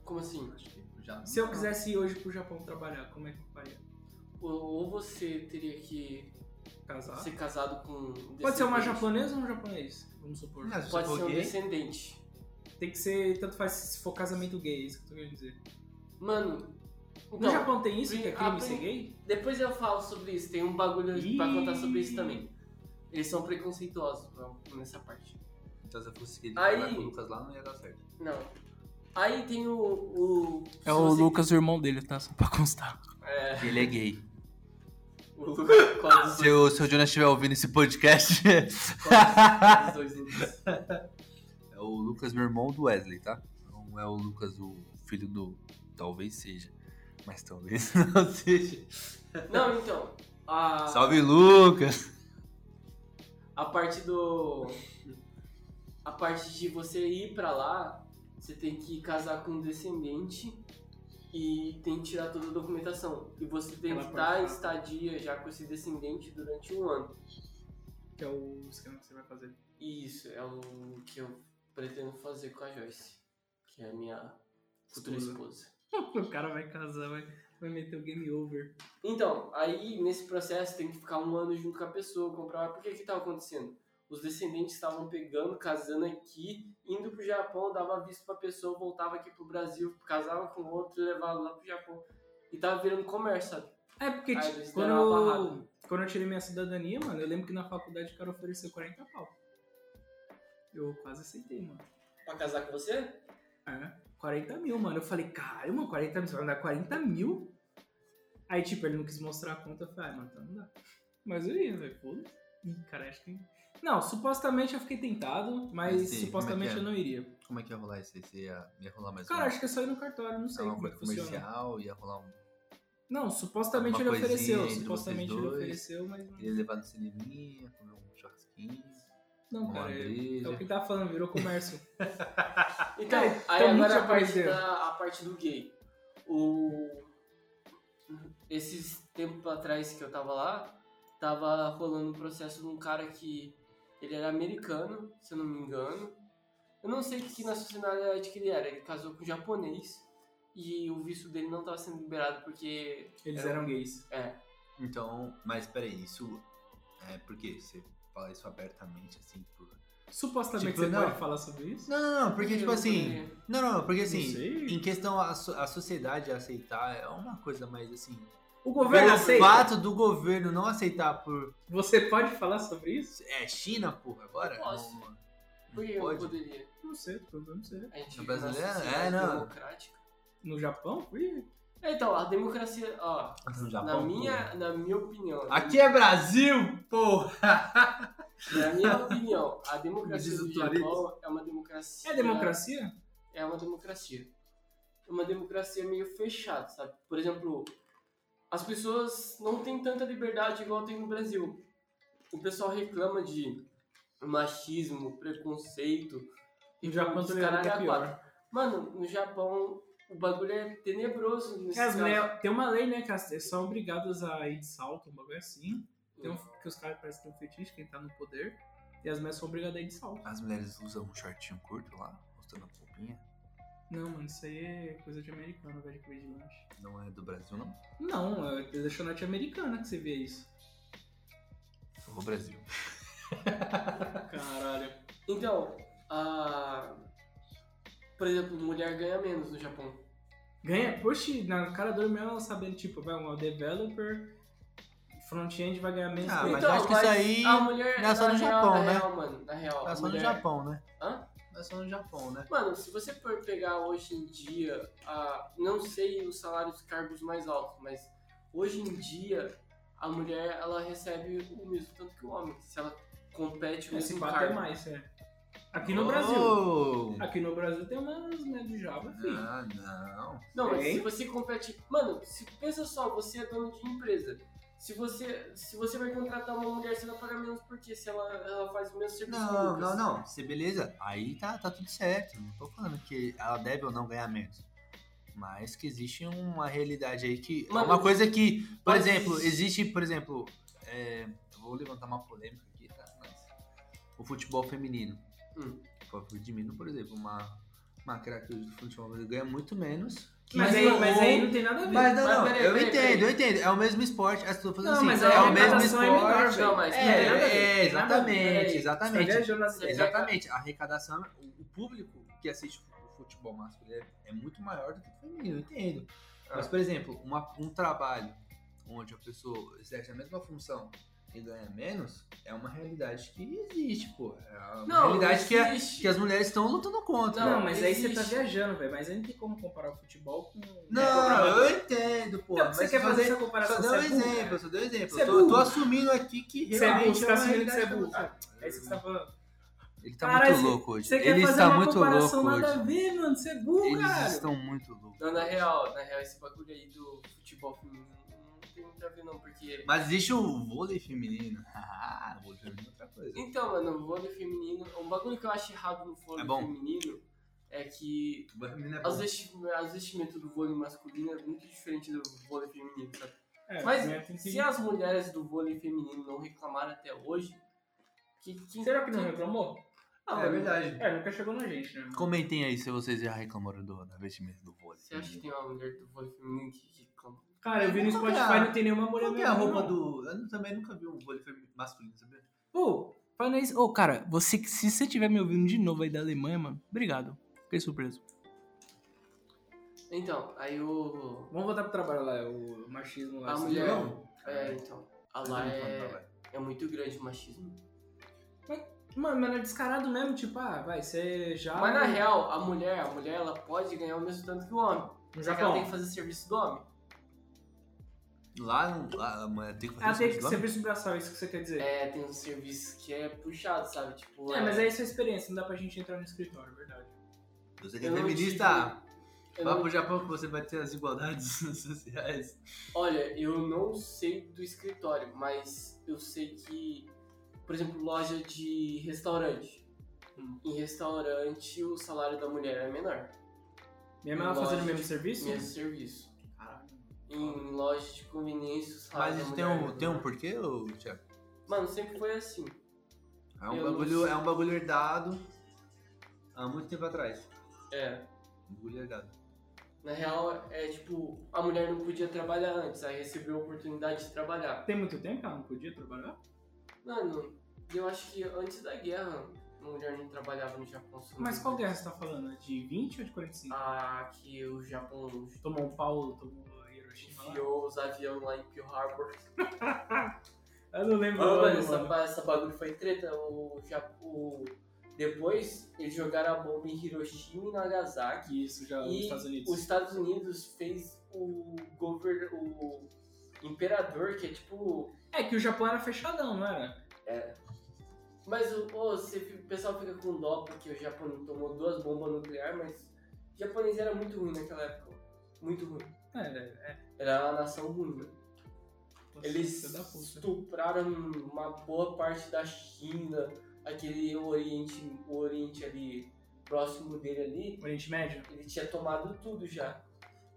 S3: Como assim?
S8: Acho que já.
S4: Se eu quisesse ir hoje pro Japão trabalhar, como é que eu faria?
S3: Ou ou você teria que
S8: Tá.
S4: Casar?
S3: ser casado com. um
S4: Pode ser uma
S3: descendente.
S4: japonesa ou um japonês? Vamos supor.
S6: Não, se
S3: Pode
S6: for
S3: ser um
S6: gay,
S3: descendente.
S4: Tem que ser, tanto faz se for casamento gay, é isso que eu tô querendo dizer.
S3: Mano,
S4: no
S3: então,
S4: Japão tem isso, que é
S3: a
S4: crime
S3: prin-
S4: ser gay?
S3: depois eu falo sobre isso. Tem um bagulho
S4: Ih.
S3: pra contar sobre isso também. Eles são preconceituosos não, nessa parte.
S6: Então se eu fosse seguir
S3: Aí-
S6: trabalhar com o Lucas lá, não ia dar certo.
S3: Não. Aí tem o. o
S4: É
S3: se você-
S7: É o irmão dele, tá? Só pra constar.
S3: É,
S6: Ele é gay.
S3: o Lucas. (laughs) Qual dos
S6: Se o, se o Jonas estiver ouvindo esse podcast, (laughs)
S3: dois? Os
S4: (laughs)
S3: dois Lucas.
S6: é o Lucas, meu irmão do Wesley, tá? Não é o Lucas, o filho do. Talvez seja. Mas talvez (laughs) não seja.
S3: Não, então. A,
S6: Salve, Lucas!
S3: a parte do. A parte de você ir pra lá, você tem que casar com um descendente e tem que tirar toda a documentação. E você tem
S4: Ela
S3: que
S4: pode
S3: estar em
S4: falar.
S3: estadia já com esse descendente durante um ano.
S4: Que é o esquema que você vai fazer.
S3: E isso é o que eu pretendo fazer com a Joyce, que é a minha futura
S4: Esposa.
S3: esposa.
S4: (laughs) O cara vai casar, vai, vai meter o game over.
S3: Então, aí nesse processo tem que ficar um ano junto com a pessoa, comprovar por que que tava acontecendo. Os descendentes estavam pegando, casando aqui, indo pro Japão, dava visto pra pessoa, voltava aqui pro Brasil, casava com outro, levava lá pro Japão. E tava virando comércio, sabe?
S4: É porque
S3: Aí
S4: tipo,
S3: Ah, eles
S4: quando,
S3: deram uma barrada.
S4: eu, quando eu tirei minha cidadania, mano, eu lembro que na faculdade o cara ofereceu 40 pau. Eu quase aceitei, mano.
S3: Pra casar com você?
S4: É, 40 mil, mano. Eu falei, caramba, 40 mil, você vai me dar 40 mil? Aí, tipo, ele não quis mostrar a conta, eu falei, ah, mano, então não dá. Mas eu ia, velho, foda Ih, cara, acho que... Não, supostamente eu fiquei tentado, mas
S6: Mas sim,
S4: supostamente
S6: como é que é?
S4: eu não iria.
S6: Como é que ia rolar isso aí? Você ia, ia rolar mais
S4: Cara,
S6: um-
S4: acho que é só ir no cartório, não sei
S6: uma
S4: como é
S6: coisa
S4: que funciona.
S6: comercial, ia rolar um.
S4: Não, supostamente
S6: Alguma
S4: ele ofereceu,
S6: coisinha entre
S4: supostamente
S6: vocês
S4: ele
S6: dois.
S4: ofereceu, mas... não-
S6: Queria levar no cineminha, comer um churrasquinho,
S4: Não,
S6: uma
S4: cara, é, é o
S6: breja.
S4: que tá falando, virou comércio.
S3: Então,
S4: É,
S3: aí
S4: então
S3: agora
S4: muito
S3: a parte,
S4: japonês, né?
S3: da- a parte do gay. O. esses tempos atrás que eu tava lá, tava rolando um processo de um cara que ele era americano, se eu não me engano. Eu não sei que nacionalidade que ele era, ele casou com um japonês e o visto dele não tava sendo liberado porque
S4: Eles
S3: É.
S6: um
S4: eram gays.
S6: Então, mas peraí, isso é porque você fala isso abertamente, assim, por...
S4: Supostamente
S6: Tipo,
S4: você
S6: não.
S4: pode falar sobre isso?
S6: Não, não, não, porque,
S3: Eu
S6: tipo
S3: não
S6: assim...
S3: poderia.
S6: Não, não, não, porque
S4: não
S6: assim,
S4: sei.
S6: em questão a, so- a sociedade aceitar é uma coisa, mas assim...
S4: O governo
S6: pelo
S4: aceita?
S6: fato do governo não aceitar por...
S4: Você pode falar sobre isso?
S6: É China, porra, agora?
S3: Eu posso.
S6: Não- não
S3: Por que eu não
S6: pode.
S3: poderia?
S4: Não sei, tô perguntando pra você.
S3: A gente vive
S6: No
S3: numa
S6: brasileiro? É,
S3: sociedade
S6: não.
S3: democrática.
S4: No Japão? Ih,
S3: É, Então, a democracia, ó,
S6: No
S3: na
S6: Japão, porra.
S3: minha, na minha opinião,
S6: Tá Aqui é Brasil, porra!
S3: na minha é opinião, a democracia
S8: Diz o
S3: do
S8: Toretto.
S3: Japão é uma democracia.
S4: É democracia?
S3: é uma democracia. Uma democracia meio fechada, sabe? Por exemplo, as pessoas não têm tanta liberdade igual tem no Brasil. O pessoal reclama de machismo, preconceito.
S4: No Japão
S3: os
S4: tá ligado que é
S3: caralho a
S4: pior.
S3: Mano, no Japão o bagulho é tenebroso nesse
S4: É, as
S3: caso.
S4: mulher- tem uma lei, né, que elas são obrigadas a ir de salto, um bagulho assim. Tem um,
S6: Uhum.
S4: que os caras parecem que tem um fetiche, quem tá no poder. E as mulheres são obrigadas a ir de salto.
S6: As mulheres usam um shortinho curto lá, mostrando a popinha.
S4: Não, mano, isso aí é coisa de americano, velho, que vem de lanche.
S6: Não é do Brasil, não?
S4: Não, é da chonete americana que você vê isso.
S6: Só o Brasil.
S4: Caralho.
S3: Então, a... por exemplo, mulher ganha menos no Japão.
S4: Ganha, poxa, na cara do mesmo ela sabendo, tipo, vai um developer, front-end vai ganhar menos.
S6: Ah,
S4: que-
S6: mas eu acho que isso aí
S3: Então, a mulher,
S6: não é só
S3: na
S6: no
S3: real,
S6: Japão,
S3: na
S6: né?
S3: Real, mano, na real,
S6: Não é
S3: a
S6: só no
S3: mulher-
S6: Japão, né?
S3: Hã?
S6: Não é só no Japão, né?
S3: Mano, se você for pegar hoje em dia, a, não sei o salário dos cargos mais altos, mas hoje em dia a mulher ela recebe o mesmo tanto que o homem, se ela compete o
S4: Esse
S3: mesmo
S4: pato é
S3: cargo.
S4: mais, é. Aqui no
S6: Oh!
S4: Brasil. Aqui no Brasil tem umas né, de Java, filho.
S6: Ah, não.
S3: Não, mas
S4: Tem.
S3: se você compete, mano, se, pensa só, você é dono de empresa. Se você, se você vai contratar uma mulher, você vai pagar menos porque se ela, ela faz o mesmo serviço. que o
S6: Não,
S3: Lucas.
S6: não, não. Você beleza? Aí tá, tá tudo certo. Não tô falando que ela deve ou não ganhar menos. Mas que existe uma realidade aí que.
S3: Mas-
S6: é uma coisa que, por
S3: mas
S6: exemplo,
S3: existe.
S6: existe, por exemplo, é, eu vou levantar uma polêmica aqui, tá? Mas o futebol feminino.
S3: Hum.
S6: O futebol feminino, por exemplo, uma, uma craque hoje do futebol feminino ganha muito menos. que
S4: Mas, aí, mas aí não tem nada a ver.
S6: oh. Mas não,
S3: Mas
S6: não,
S3: peraí,
S6: eu
S3: peraí,
S6: entendo,
S3: peraí.
S6: eu entendo. É o mesmo esporte. As pessoas
S4: Não,
S6: assim,
S4: mas
S6: é
S4: a
S6: o mesmo
S4: arrecadação é menor,
S6: esporte.
S3: Não, mas
S6: É,
S3: não tem nada a ver.
S6: é,
S4: Nada a ver.
S6: exatamente,
S4: Você tá
S6: exatamente.
S4: viajando nas ideias.
S6: Exatamente. A arrecadação, o o público que assiste o futebol masculino é, é muito maior do que o feminino, eu entendo. Mas, por exemplo, uma- um trabalho onde a pessoa exerce a mesma função e ganha menos, é uma realidade que existe, pô. É uma
S3: Não,
S6: realidade que, é a-
S3: existe.
S6: que as mulheres estão lutando contra.
S4: Não,
S3: Não,
S4: mas aí você tá
S3: existe.
S4: viajando, velho. Mas aí não tem como comparar o futebol com. é
S6: Não, eu entendo, pô.
S4: Então, você quer fazer essa
S6: Só
S4: comparação?
S6: deu
S4: Você
S6: um
S4: é burro?
S6: exemplo, só deu um exemplo.
S4: Você é
S6: Eu tô, eu tô
S4: burro.
S6: assumindo aqui que
S4: Você é burro,
S6: realmente
S4: você tá
S6: é uma
S4: assumindo que você é
S6: realidade
S4: burro.
S6: pra você.
S4: É isso que você tá falando.
S6: Ele tá
S4: Caralho,
S6: muito louco hoje.
S4: Você quer
S6: Ele
S4: fazer
S6: está
S4: uma
S6: muito louco
S4: comparação nada a
S6: hoje.
S4: ver, mano. Você é burro,
S6: Eles
S4: caralho.
S6: estão muito loucos.
S3: Não, na real, na real, esse bagulho aí do futebol feminino não tem muito a ver não, porque...
S6: Mas existe o vôlei feminino. (laughs) Ah, vôlei feminino é outra coisa.
S3: Então, mano, o vôlei feminino, um bagulho que eu acho errado no vôlei
S6: É bom.
S3: feminino é que
S8: O feminino é bom.
S3: as, vesti as vestimentas do vôlei masculino é muito diferente do vôlei feminino, sabe?
S4: É,
S3: Mas
S4: né, tem que-
S3: se as mulheres do vôlei feminino não reclamaram até hoje, que... que
S4: Será que não reclamou?
S3: Ah,
S8: É
S3: mano,
S8: verdade.
S4: É, nunca chegou na gente, né?
S6: Comentem aí se vocês já reclamaram do, da vestimenta do vôlei.
S3: Você acha que tem uma mulher do vôlei feminino que reclama?
S4: Cara, eu vi no
S6: Qual que é a-
S4: Spotify não tem nenhuma mulher
S6: Qual que é a
S4: mesmo,
S6: roupa
S4: não.
S6: do. Eu também nunca vi um vôlei feminino masculino, sabia?
S7: Ô, falando isso. Ô, cara, você, se você estiver me ouvindo de novo aí da Alemanha, mano, obrigado. Fiquei surpreso.
S3: Então, aí o...
S4: Vamos voltar pro trabalho lá, o machismo lá. assim, né?
S3: A
S4: esse
S3: mulher...
S4: negócio.
S3: É, então. A lá
S6: um
S3: é, é muito grande o machismo.
S4: Mano, mas é descarado mesmo, tipo, ah, vai, você já. é um
S3: Mas na real, a mulher, a mulher, ela pode ganhar o mesmo tanto que o homem.
S4: No
S3: Só que ela
S4: Japão.
S3: tem que fazer serviço do homem.
S6: Lá, não- lá a mulher tem que fazer
S4: Ah, tem
S6: isso
S4: que
S6: lá?
S4: ser preço braçal, é isso que você quer dizer.
S3: É, tem um serviço que é puxado, sabe? Tipo,
S4: É, mas é isso a experiência, não dá pra gente entrar no escritório, é verdade.
S6: Você que é
S3: eu não
S6: feminista,
S3: tive- eu
S6: vá
S3: não-
S6: pro Japão que você vai ter as igualdades (laughs) sociais.
S3: Olha, eu não sei do escritório, mas eu sei que, por exemplo, loja de restaurante. Em restaurante, o salário da mulher é menor.
S4: Minha mãe ela
S3: Lógico.
S4: fazendo o mesmo serviço?
S3: Mesmo serviço. em lojas de conveniência. o salário
S6: Mas
S3: da
S6: isso tem
S3: mulher
S6: um,
S3: é
S6: tem um
S3: menor.
S6: porquê, ô, Thiago?
S3: Mano, sempre foi assim.
S6: É um,
S3: Eu não
S6: bagulho,
S3: sei.
S6: é um bagulho herdado há muito tempo atrás.
S3: É.
S6: Um bagulho herdado.
S3: Na real, é tipo, a mulher não podia trabalhar antes, aí recebeu a oportunidade de trabalhar.
S4: Tem muito tempo que ela não podia trabalhar?
S3: Mano, eu acho que antes da guerra, a mulher não trabalhava no Japão. se não me
S4: Mas qual
S3: engano.
S4: guerra você tá falando? De 20 ou de 45?
S3: Ah, que o Japão
S4: Tomou um pau, tomou Hiroshima lá?
S3: enfiou os aviões lá em Pearl Harbor.
S4: Eu não lembro.
S3: Mano,
S4: o ano,
S3: essa,
S4: Ah, mano.
S3: ba- essa bagulho foi treta. O, Jap- o- Depois eles jogaram a bomba em Hiroshima e Nagasaki.
S4: é Que isso já
S3: E
S4: nos Ah, Estados Unidos.
S3: Os Estados Unidos fez o governo. o imperador, que é tipo.
S4: É que o Japão era fechadão, não era?
S3: Mas o, ô, você fi- o pessoal fica com dó porque o Japão tomou duas bombas nucleares, mas o japonês era muito ruim naquela época. Muito ruim.
S4: É,
S3: Era uma nação ruim. né?
S4: nossa,
S3: Eles
S4: filho da puta.
S3: estupraram uma boa parte da China, aquele Oriente, o Oriente ali próximo dele ali,
S4: Oriente Médio?
S3: ele tinha tomado tudo já.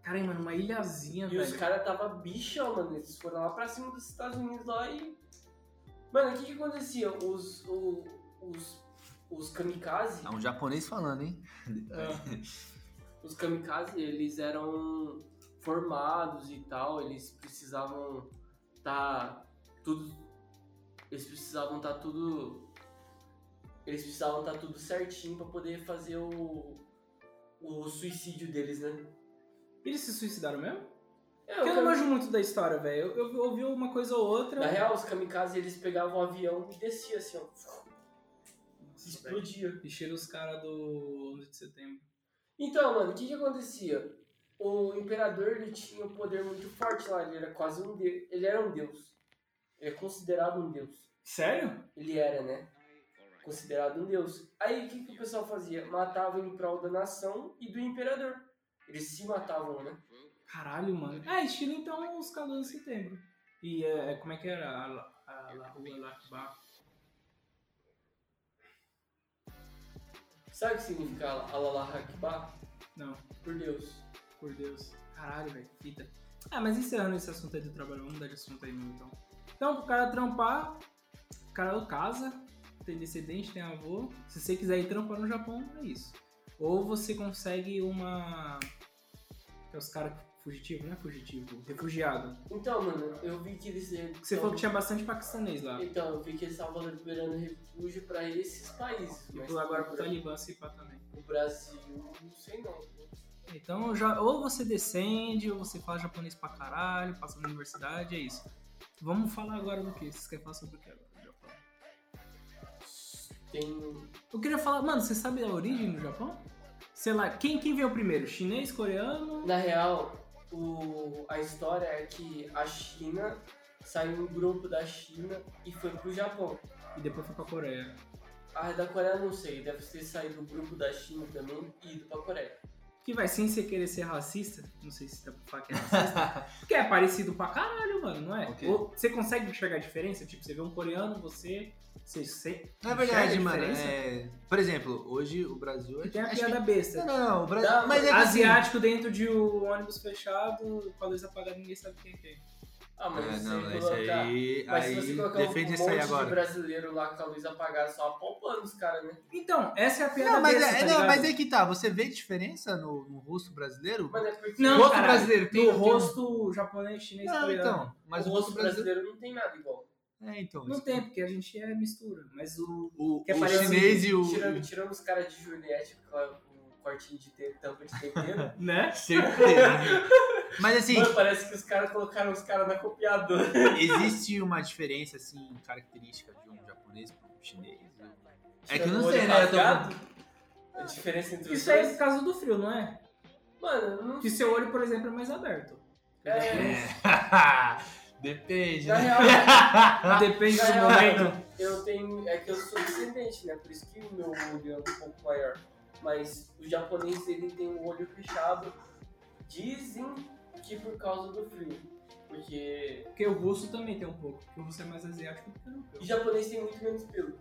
S4: Caramba, mano, uma ilhazinha,
S3: E
S4: É, velho.
S3: os caras tava bichão, mano. Eles foram lá pra cima dos Estados Unidos lá e. Mano, o que que acontecia? Os. o- os. Os kamikaze.
S6: É um japonês falando, hein?
S3: Os kamikaze, eles eram formados e tal, eles precisavam tá tudo eles precisavam tá tudo eles precisavam tá tudo certinho pra poder fazer o o suicídio deles, né?
S4: Eles se suicidaram mesmo?
S3: É,
S4: Porque eu
S3: o
S4: não
S3: kamikaze-
S4: manjo muito da história, velho. Eu, eu ouvi uma coisa ou outra.
S3: Na real, os kamikaze, eles pegavam o avião e descia assim, ó,
S4: Nossa, velho.
S3: explodia.
S4: E cheira os caras do 11 de setembro.
S3: Então, mano, o que que acontecia? O imperador, ele tinha um poder muito forte lá, ele era quase um deus, ele era um deus. Ele é considerado um deus.
S4: Sério?
S3: ele era, né? Considerado um deus. Aí o que, que o pessoal fazia? Matava em prol da nação e do imperador. Eles se matavam, né?
S4: Caralho, mano. É, estilo então os caras do 11 de setembro. E é, como é que era? A, La- a La Rua Lacbar.
S3: Sabe o que significa Allah Akbar?
S4: Não,
S3: Por Deus.
S4: por Deus. Caralho, velho, fita. Ah, mas encerrando esse assunto aí do trabalho, vamos mudar de assunto aí mesmo, então. Então, pro cara trampar, o cara casa, tem descendente, tem avô. Se você quiser ir trampar no Japão, é isso. Ou você consegue uma. que É os caras fugitivo, né? Fugitivo. Refugiado.
S3: Então, mano, eu vi que eles.
S4: Você falou que tinha bastante paquistanês lá.
S3: Então, eu vi que eles estavam liberando refúgio pra esses países.
S4: E
S3: Mas
S4: agora pro
S3: pro
S4: Talibã se pá também.
S3: o Brasil, não sei não.
S4: Então, já, ou você descende, ou você fala japonês pra caralho, passa na universidade, é isso. Vamos falar agora do que? Vocês querem falar sobre o que agora? do Japão?
S3: Tem.
S4: Eu queria falar, mano, você sabe a origem do Japão? Sei lá, quem, quem veio primeiro? Chinês, coreano?
S3: Na real, o... a história é que a China saiu um grupo da China e foi pro Japão.
S4: E depois foi pra Coreia.
S3: A Ah, é da Coreia eu não sei, deve ter saído do grupo da China também e ido pra Coreia.
S4: Que vai, sem você querer ser racista, não sei se dá pra falar que é
S6: (laughs)
S4: racista, porque é parecido pra caralho, mano, não é?
S6: Ok.
S4: Ou você consegue enxergar a diferença? Tipo, você vê um coreano, você... você, você
S6: Na É verdade,
S4: enxerga a
S6: mano,
S4: diferença?
S6: é... por exemplo, hoje o Brasil.
S4: E tem a
S6: acho
S4: piada
S6: que- Não,
S4: besta.
S6: não, não. O Brasil...
S3: Dá,
S6: mas é que assim-
S4: Asiático dentro de um ônibus fechado, com a luz apagada, ninguém sabe quem é quem.
S3: Ah, mas
S6: É,
S3: se
S6: não,
S3: você
S6: esse
S3: colocar.
S6: aí.
S3: mas
S6: aí
S3: se você colocar um
S6: defende isso aí
S3: monte de
S6: agora.
S3: brasileiro lá com a luz apagada, só apontando os caras, né?
S4: Então, essa é a piada
S6: Não, mas
S4: besta,
S6: é,
S4: tá
S6: não,
S4: ligado?
S6: mas é que tá. Você vê diferença no, no russo brasileiro?
S3: Mas é porque
S4: Não,
S6: o rosto
S4: caralho,
S6: brasileiro tem.
S4: No
S6: tem-
S4: um rosto japonês, chinês,
S6: é Não,
S4: coreano.
S6: então. Mas
S3: um- o
S6: o
S3: rosto
S6: russo brasileiro.
S3: brasileiro não tem nada igual.
S6: É, então.
S4: Não
S6: isso-
S4: tem, porque a gente é mistura. Mas o...
S6: O,
S4: Que é
S6: o
S4: parecido.
S6: chinês e o.
S3: Tirando, tirando os caras de Juliette com a- com o cortinho de te- tampa de
S6: (laughs)
S3: tempero.
S4: Né?
S6: Certeza. Mas assim,
S3: mano, parece que os caras colocaram os caras na copiadora.
S6: existe uma diferença, assim, característica de um japonês pro chinês? É que eu
S3: Tirando
S6: não
S3: o
S6: sei,
S3: olho
S6: né? Eu tô-
S3: rasgado, A diferença entre os
S4: Isso aí é
S3: dois.
S4: por causa do frio, não é?
S3: Mano, eu não
S4: Que seu olho, por exemplo, é mais aberto.
S3: É,
S6: Depende,
S3: na
S6: né?
S3: real.
S4: Depende do
S3: É,
S4: momento.
S3: Eu tenho. É que eu sou descendente, né? Por isso que o meu olho é um pouco maior. Mas o japonês ele tem o olho fechado. Dizem que por causa do frio. Porque.
S4: Porque o russo também tem um pouco. Porque o russo é mais asiático do que o europeu.
S3: E japonês tem muito menos pelo.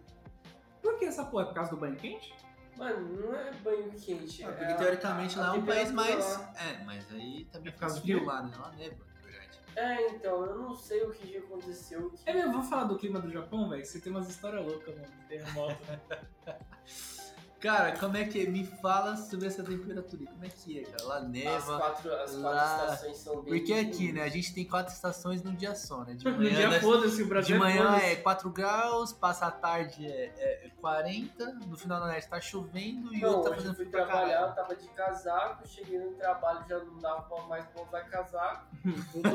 S4: Por que essa porra? É por causa do banho quente?
S3: Mano, não é banho quente.
S6: É,
S3: é
S6: porque
S3: a-
S6: teoricamente
S3: a-
S6: lá
S3: a
S6: é um país
S3: temperatura
S6: mais.
S3: lá.
S6: É, mas aí também
S4: É por causa
S6: faz frio
S4: do quê?
S6: lá, né? Lá neva.
S3: É, então, eu não sei o que aconteceu. que-
S4: É mesmo, vamos falar do clima do Japão, velho? Você tem umas histórias loucas, mano, de (laughs) terremoto, né?
S8: Cara, como é que é? Me fala sobre essa temperatura. aí. Como é que é, cara? Lá
S3: As
S8: neva.
S3: quatro, as quatro
S8: lá-
S3: estações são bem.
S6: Porque aqui, né, a gente tem quatro estações num dia só, né?
S4: (laughs)
S6: De
S4: No
S6: manhã,
S4: dia
S6: nós-
S4: foda-se, o Brasil
S6: de manhã
S4: foda-se.
S6: é 4 graus, passa a tarde é, é 40, no final da noite tá chovendo e
S3: Não,
S6: outro
S3: hoje
S6: tá
S3: eu
S6: fazendo
S3: fui
S6: frio pra
S3: trabalhar,
S6: caralho.
S3: eu tava de casaco, cheguei no trabalho, já não dava mais pra usar casaco.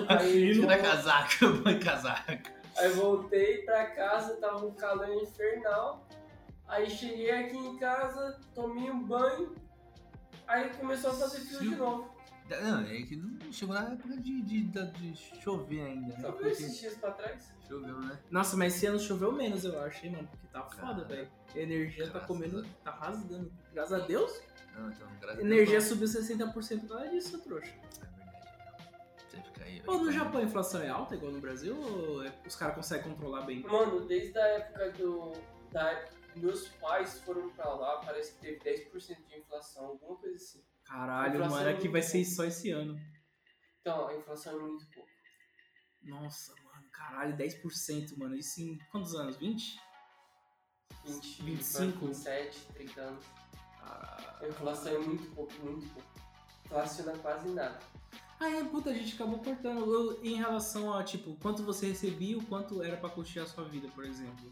S3: aí,
S8: Tira
S6: é
S8: a
S3: eu,
S6: (laughs)
S8: casaca, põe casaca.
S3: (laughs) aí voltei pra casa, tava um calor infernal. Aí cheguei aqui em casa, tomei um banho, aí começou a fazer frio de novo.
S6: Não, é que não chegou na época de, de, da- de chover ainda, né?
S3: Só viu
S6: Porque
S3: esses dias pra trás?
S6: choveu, né?
S4: Nossa, mas esse ano choveu menos, eu acho, hein, mano? Porque tá foda,
S6: Cara,
S4: velho. A energia tá
S6: graças a
S4: comendo, tá rasgando. Graças a Deus,
S6: Não, então, graças a
S4: energia subiu 60% por causa disso, trouxa.
S6: Deus. É verdade. Você fica aí.
S4: Pô, no Japão a inflação é alta, igual no Brasil, ou é- os caras conseguem controlar bem?
S3: Mano, desde a época do. Da época que meus pais foram pra lá, parece que teve 10% de inflação, alguma coisa assim.
S4: Caralho,
S3: Inflação
S4: mano,
S3: é
S4: aqui
S3: muito
S4: vai
S3: bom.
S4: ser só esse ano.
S3: Então, a inflação é muito pouco.
S4: Nossa, mano, caralho, 10%, mano. Isso em quantos anos? 20?
S3: 20,
S4: 25.
S3: 27, 30 anos. A inflação é muito pouco, muito pouco. Inflaciona quase nada.
S4: Ah, é, puta, a gente acabou cortando. Eu- em relação a, tipo, quanto você recebia, o quanto era pra curtir a sua vida, por exemplo.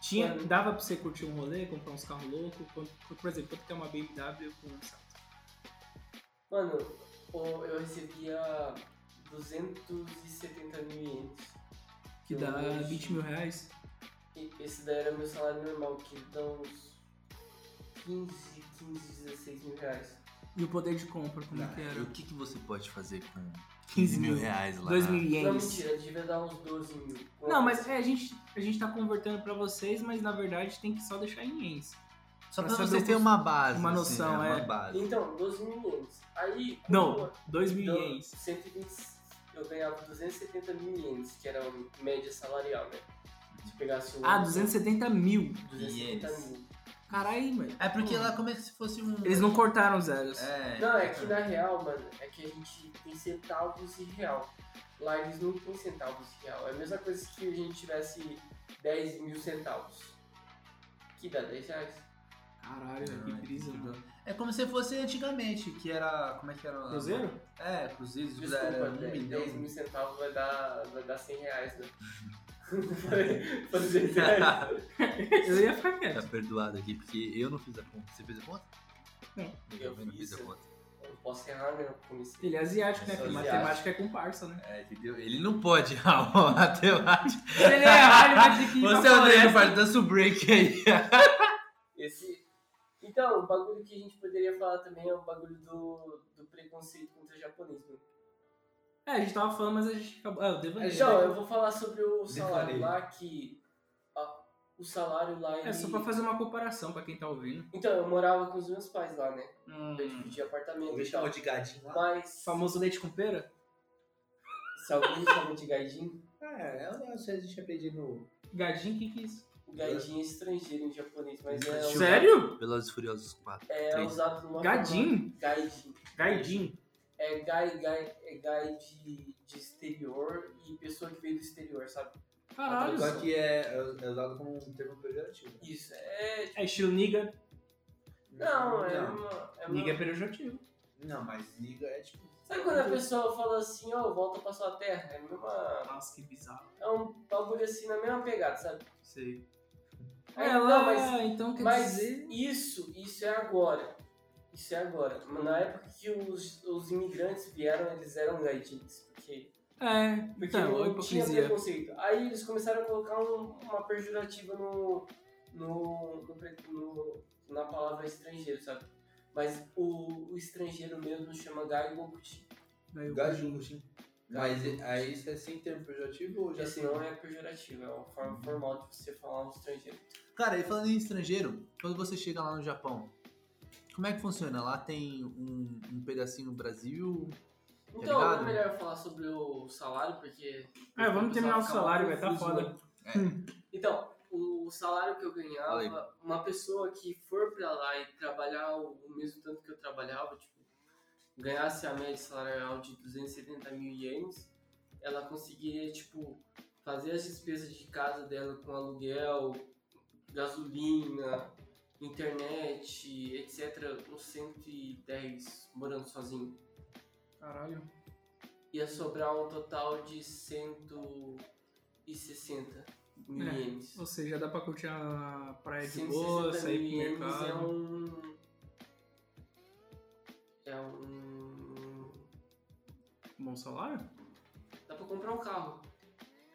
S4: Tinha,
S3: Olha.
S4: dava pra você curtir um rolê, comprar uns carros loucos? Quanto- Por exemplo, quanto que é uma BMW com um Celta?
S3: Mano, o- eu recebia 270 mil ienes.
S4: Que
S3: Eu
S4: dá
S3: hoje-
S4: 20 mil reais?
S3: e Esse daí era meu salário normal, que dá uns 15, 15, 16 mil reais.
S4: E o poder de compra, como é que
S6: E
S4: era?
S6: o que, que você pode fazer com 15 mil reais lá?
S4: 2 mil
S3: Não,
S4: ienes.
S3: mentira, devia dar uns 12 mil.
S4: Não, mas é, a gente, a gente tá convertendo pra vocês, mas na verdade tem que só deixar em ienes.
S6: Só pra,
S4: pra saber
S6: vocês
S4: o
S6: terem
S4: custo-
S6: uma base.
S4: uma
S6: assim,
S4: noção,
S6: né?
S4: é.
S6: Uma base.
S3: Então, 12 mil ienes. Aí.
S4: Não,
S3: quando
S4: 2
S3: eu-
S4: mil ienes.
S3: 120, eu ganhava 270 mil ienes, que era a média salarial, né? Se pegasse um o.
S4: Ah, 270 mil.
S3: 270
S6: Ienes.
S3: mil.
S4: Caralho, mano.
S6: É porque lá como é que se fosse um.
S4: Eles não cortaram os zeros.
S6: É.
S3: Não, é que na real, mano, é que a gente tem centavos e real. Lá eles não tem centavos e real. É a mesma coisa que a gente tivesse 10 mil centavos. Que dá 10 reais.
S4: Caralho, velho, que brisa, mano.
S6: É como se fosse antigamente, que era. Como é que era?
S4: Cruzeiro?
S6: É, Cruzeiro,
S3: Desculpa,
S6: era um
S3: 10,
S6: milhão.
S3: mil centavos vai dar, vai dar 100 reais, né? (laughs) Falei, falei 10 reais.
S4: Eu ia ficar quieto.
S6: Tá perdoado aqui, porque eu não fiz a conta. Você fez a conta?
S3: É.
S4: Não.
S6: Eu também não
S3: fiz,
S6: fiz a
S3: eu-
S6: conta.
S3: Eu posso errar, né? Eu comecei.
S4: Ele é asiático, né?
S6: Eu sou
S4: Porque
S3: asiático.
S4: matemática é comparsa, né?
S6: É, entendeu? Ele não pode (laughs) errar uma matemática.
S4: Se ele errar, ele vai ter que tá ir pra
S6: Você é o
S4: floresta.
S6: Daniel, faz dança o break aí.
S3: Esse... Então, o bagulho que a gente poderia falar também é o bagulho do, do preconceito contra o japonês, né?
S4: É, a gente tava falando, mas a gente acabou. Ah, eu devo
S3: É, João, eu vou falar sobre o salário
S8: Né? Declarei.
S3: lá, que a- o salário lá...
S4: É só pra fazer uma comparação pra quem tá ouvindo.
S3: Então, eu morava com os meus pais lá, né? Eu
S4: Hum,
S3: dividia apartamento
S8: Alguém
S3: e tal.
S8: chamou de gadinho lá?
S3: Mas,
S4: famoso leite com pera?
S3: se alguém chama de gaijin,
S8: É, eu não sei se a gente aprende no.
S4: Gadinho, o que que é isso?
S3: o gaijin é estrangeiro em japonês, mas é,
S6: Tio.
S4: Sério?
S6: Velozes e Furiosos 4.
S3: é
S6: três.
S3: usado
S4: Tá
S3: numa
S4: Gadin?
S3: forma- Gaijin.
S4: Gaidin.
S3: É gai, gai, é gai de, de exterior e pessoa que veio do exterior, sabe?
S4: Caralho.
S8: Só que é, é usado como um termo pejorativo.
S3: Isso, é...
S4: É estilo niga.
S3: Não, é
S8: Não,
S3: uma... É uma...
S4: Niga é pejorativo.
S8: Não, mas liga é tipo.
S3: Sabe quando a pessoa fala assim, ó, volta pra sua terra? É a mesma...
S4: Nossa, que bizarro.
S3: É um bagulho assim na mesma pegada, sabe?
S4: Sei.
S3: Aí,
S4: É, lá,
S3: não, mas,
S4: então quer
S3: mas
S4: dizer.
S3: isso, isso é agora. Isso é agora. Na época que os, os imigrantes vieram, eles eram gaitins. Porque,
S4: É,
S3: porque
S4: então, a
S3: não tinha
S4: hipocrisia.
S3: preconceito. Aí eles começaram a colocar um- uma pejorativa no, no, no pre- no- na palavra estrangeiro, sabe? Mas o, o estrangeiro mesmo chama gaigokuchi.
S4: Daí eu-
S8: Gajungo, sim. assim. Mas e- aí isso é sem termo pejorativo ou já
S3: Esse não é pejorativo, é uma forma formal de você falar um estrangeiro.
S6: Cara, e falando em estrangeiro, quando você chega lá no Japão, como é que funciona? Lá tem um, um pedacinho no Brasil.
S3: Então,
S6: Tá ligado?
S3: é melhor eu falar sobre o salário, porque
S4: É, vamos terminar o
S3: Fica mal
S4: salário, vai tá
S3: confuso,
S4: foda.
S3: né? Então, o salário que eu ganhava,
S6: Fala aí.
S3: uma pessoa que for pra lá e trabalhar o o mesmo tanto que eu trabalhava, tipo, ganhasse a média salarial de 270 mil ienes, ela conseguiria, tipo, fazer as despesas de casa dela com aluguel, gasolina, internet, etc., com 110 morando sozinho.
S4: Caralho.
S3: Ia sobrar um total de 160 mil
S4: É,
S3: ienes.
S4: Ou seja, dá pra curtir a praia de
S3: 160
S4: boa, sair
S3: mil
S4: pro
S3: ienes
S4: mercado.
S3: é um. É um.
S4: Bom salário?
S3: Dá pra comprar um carro.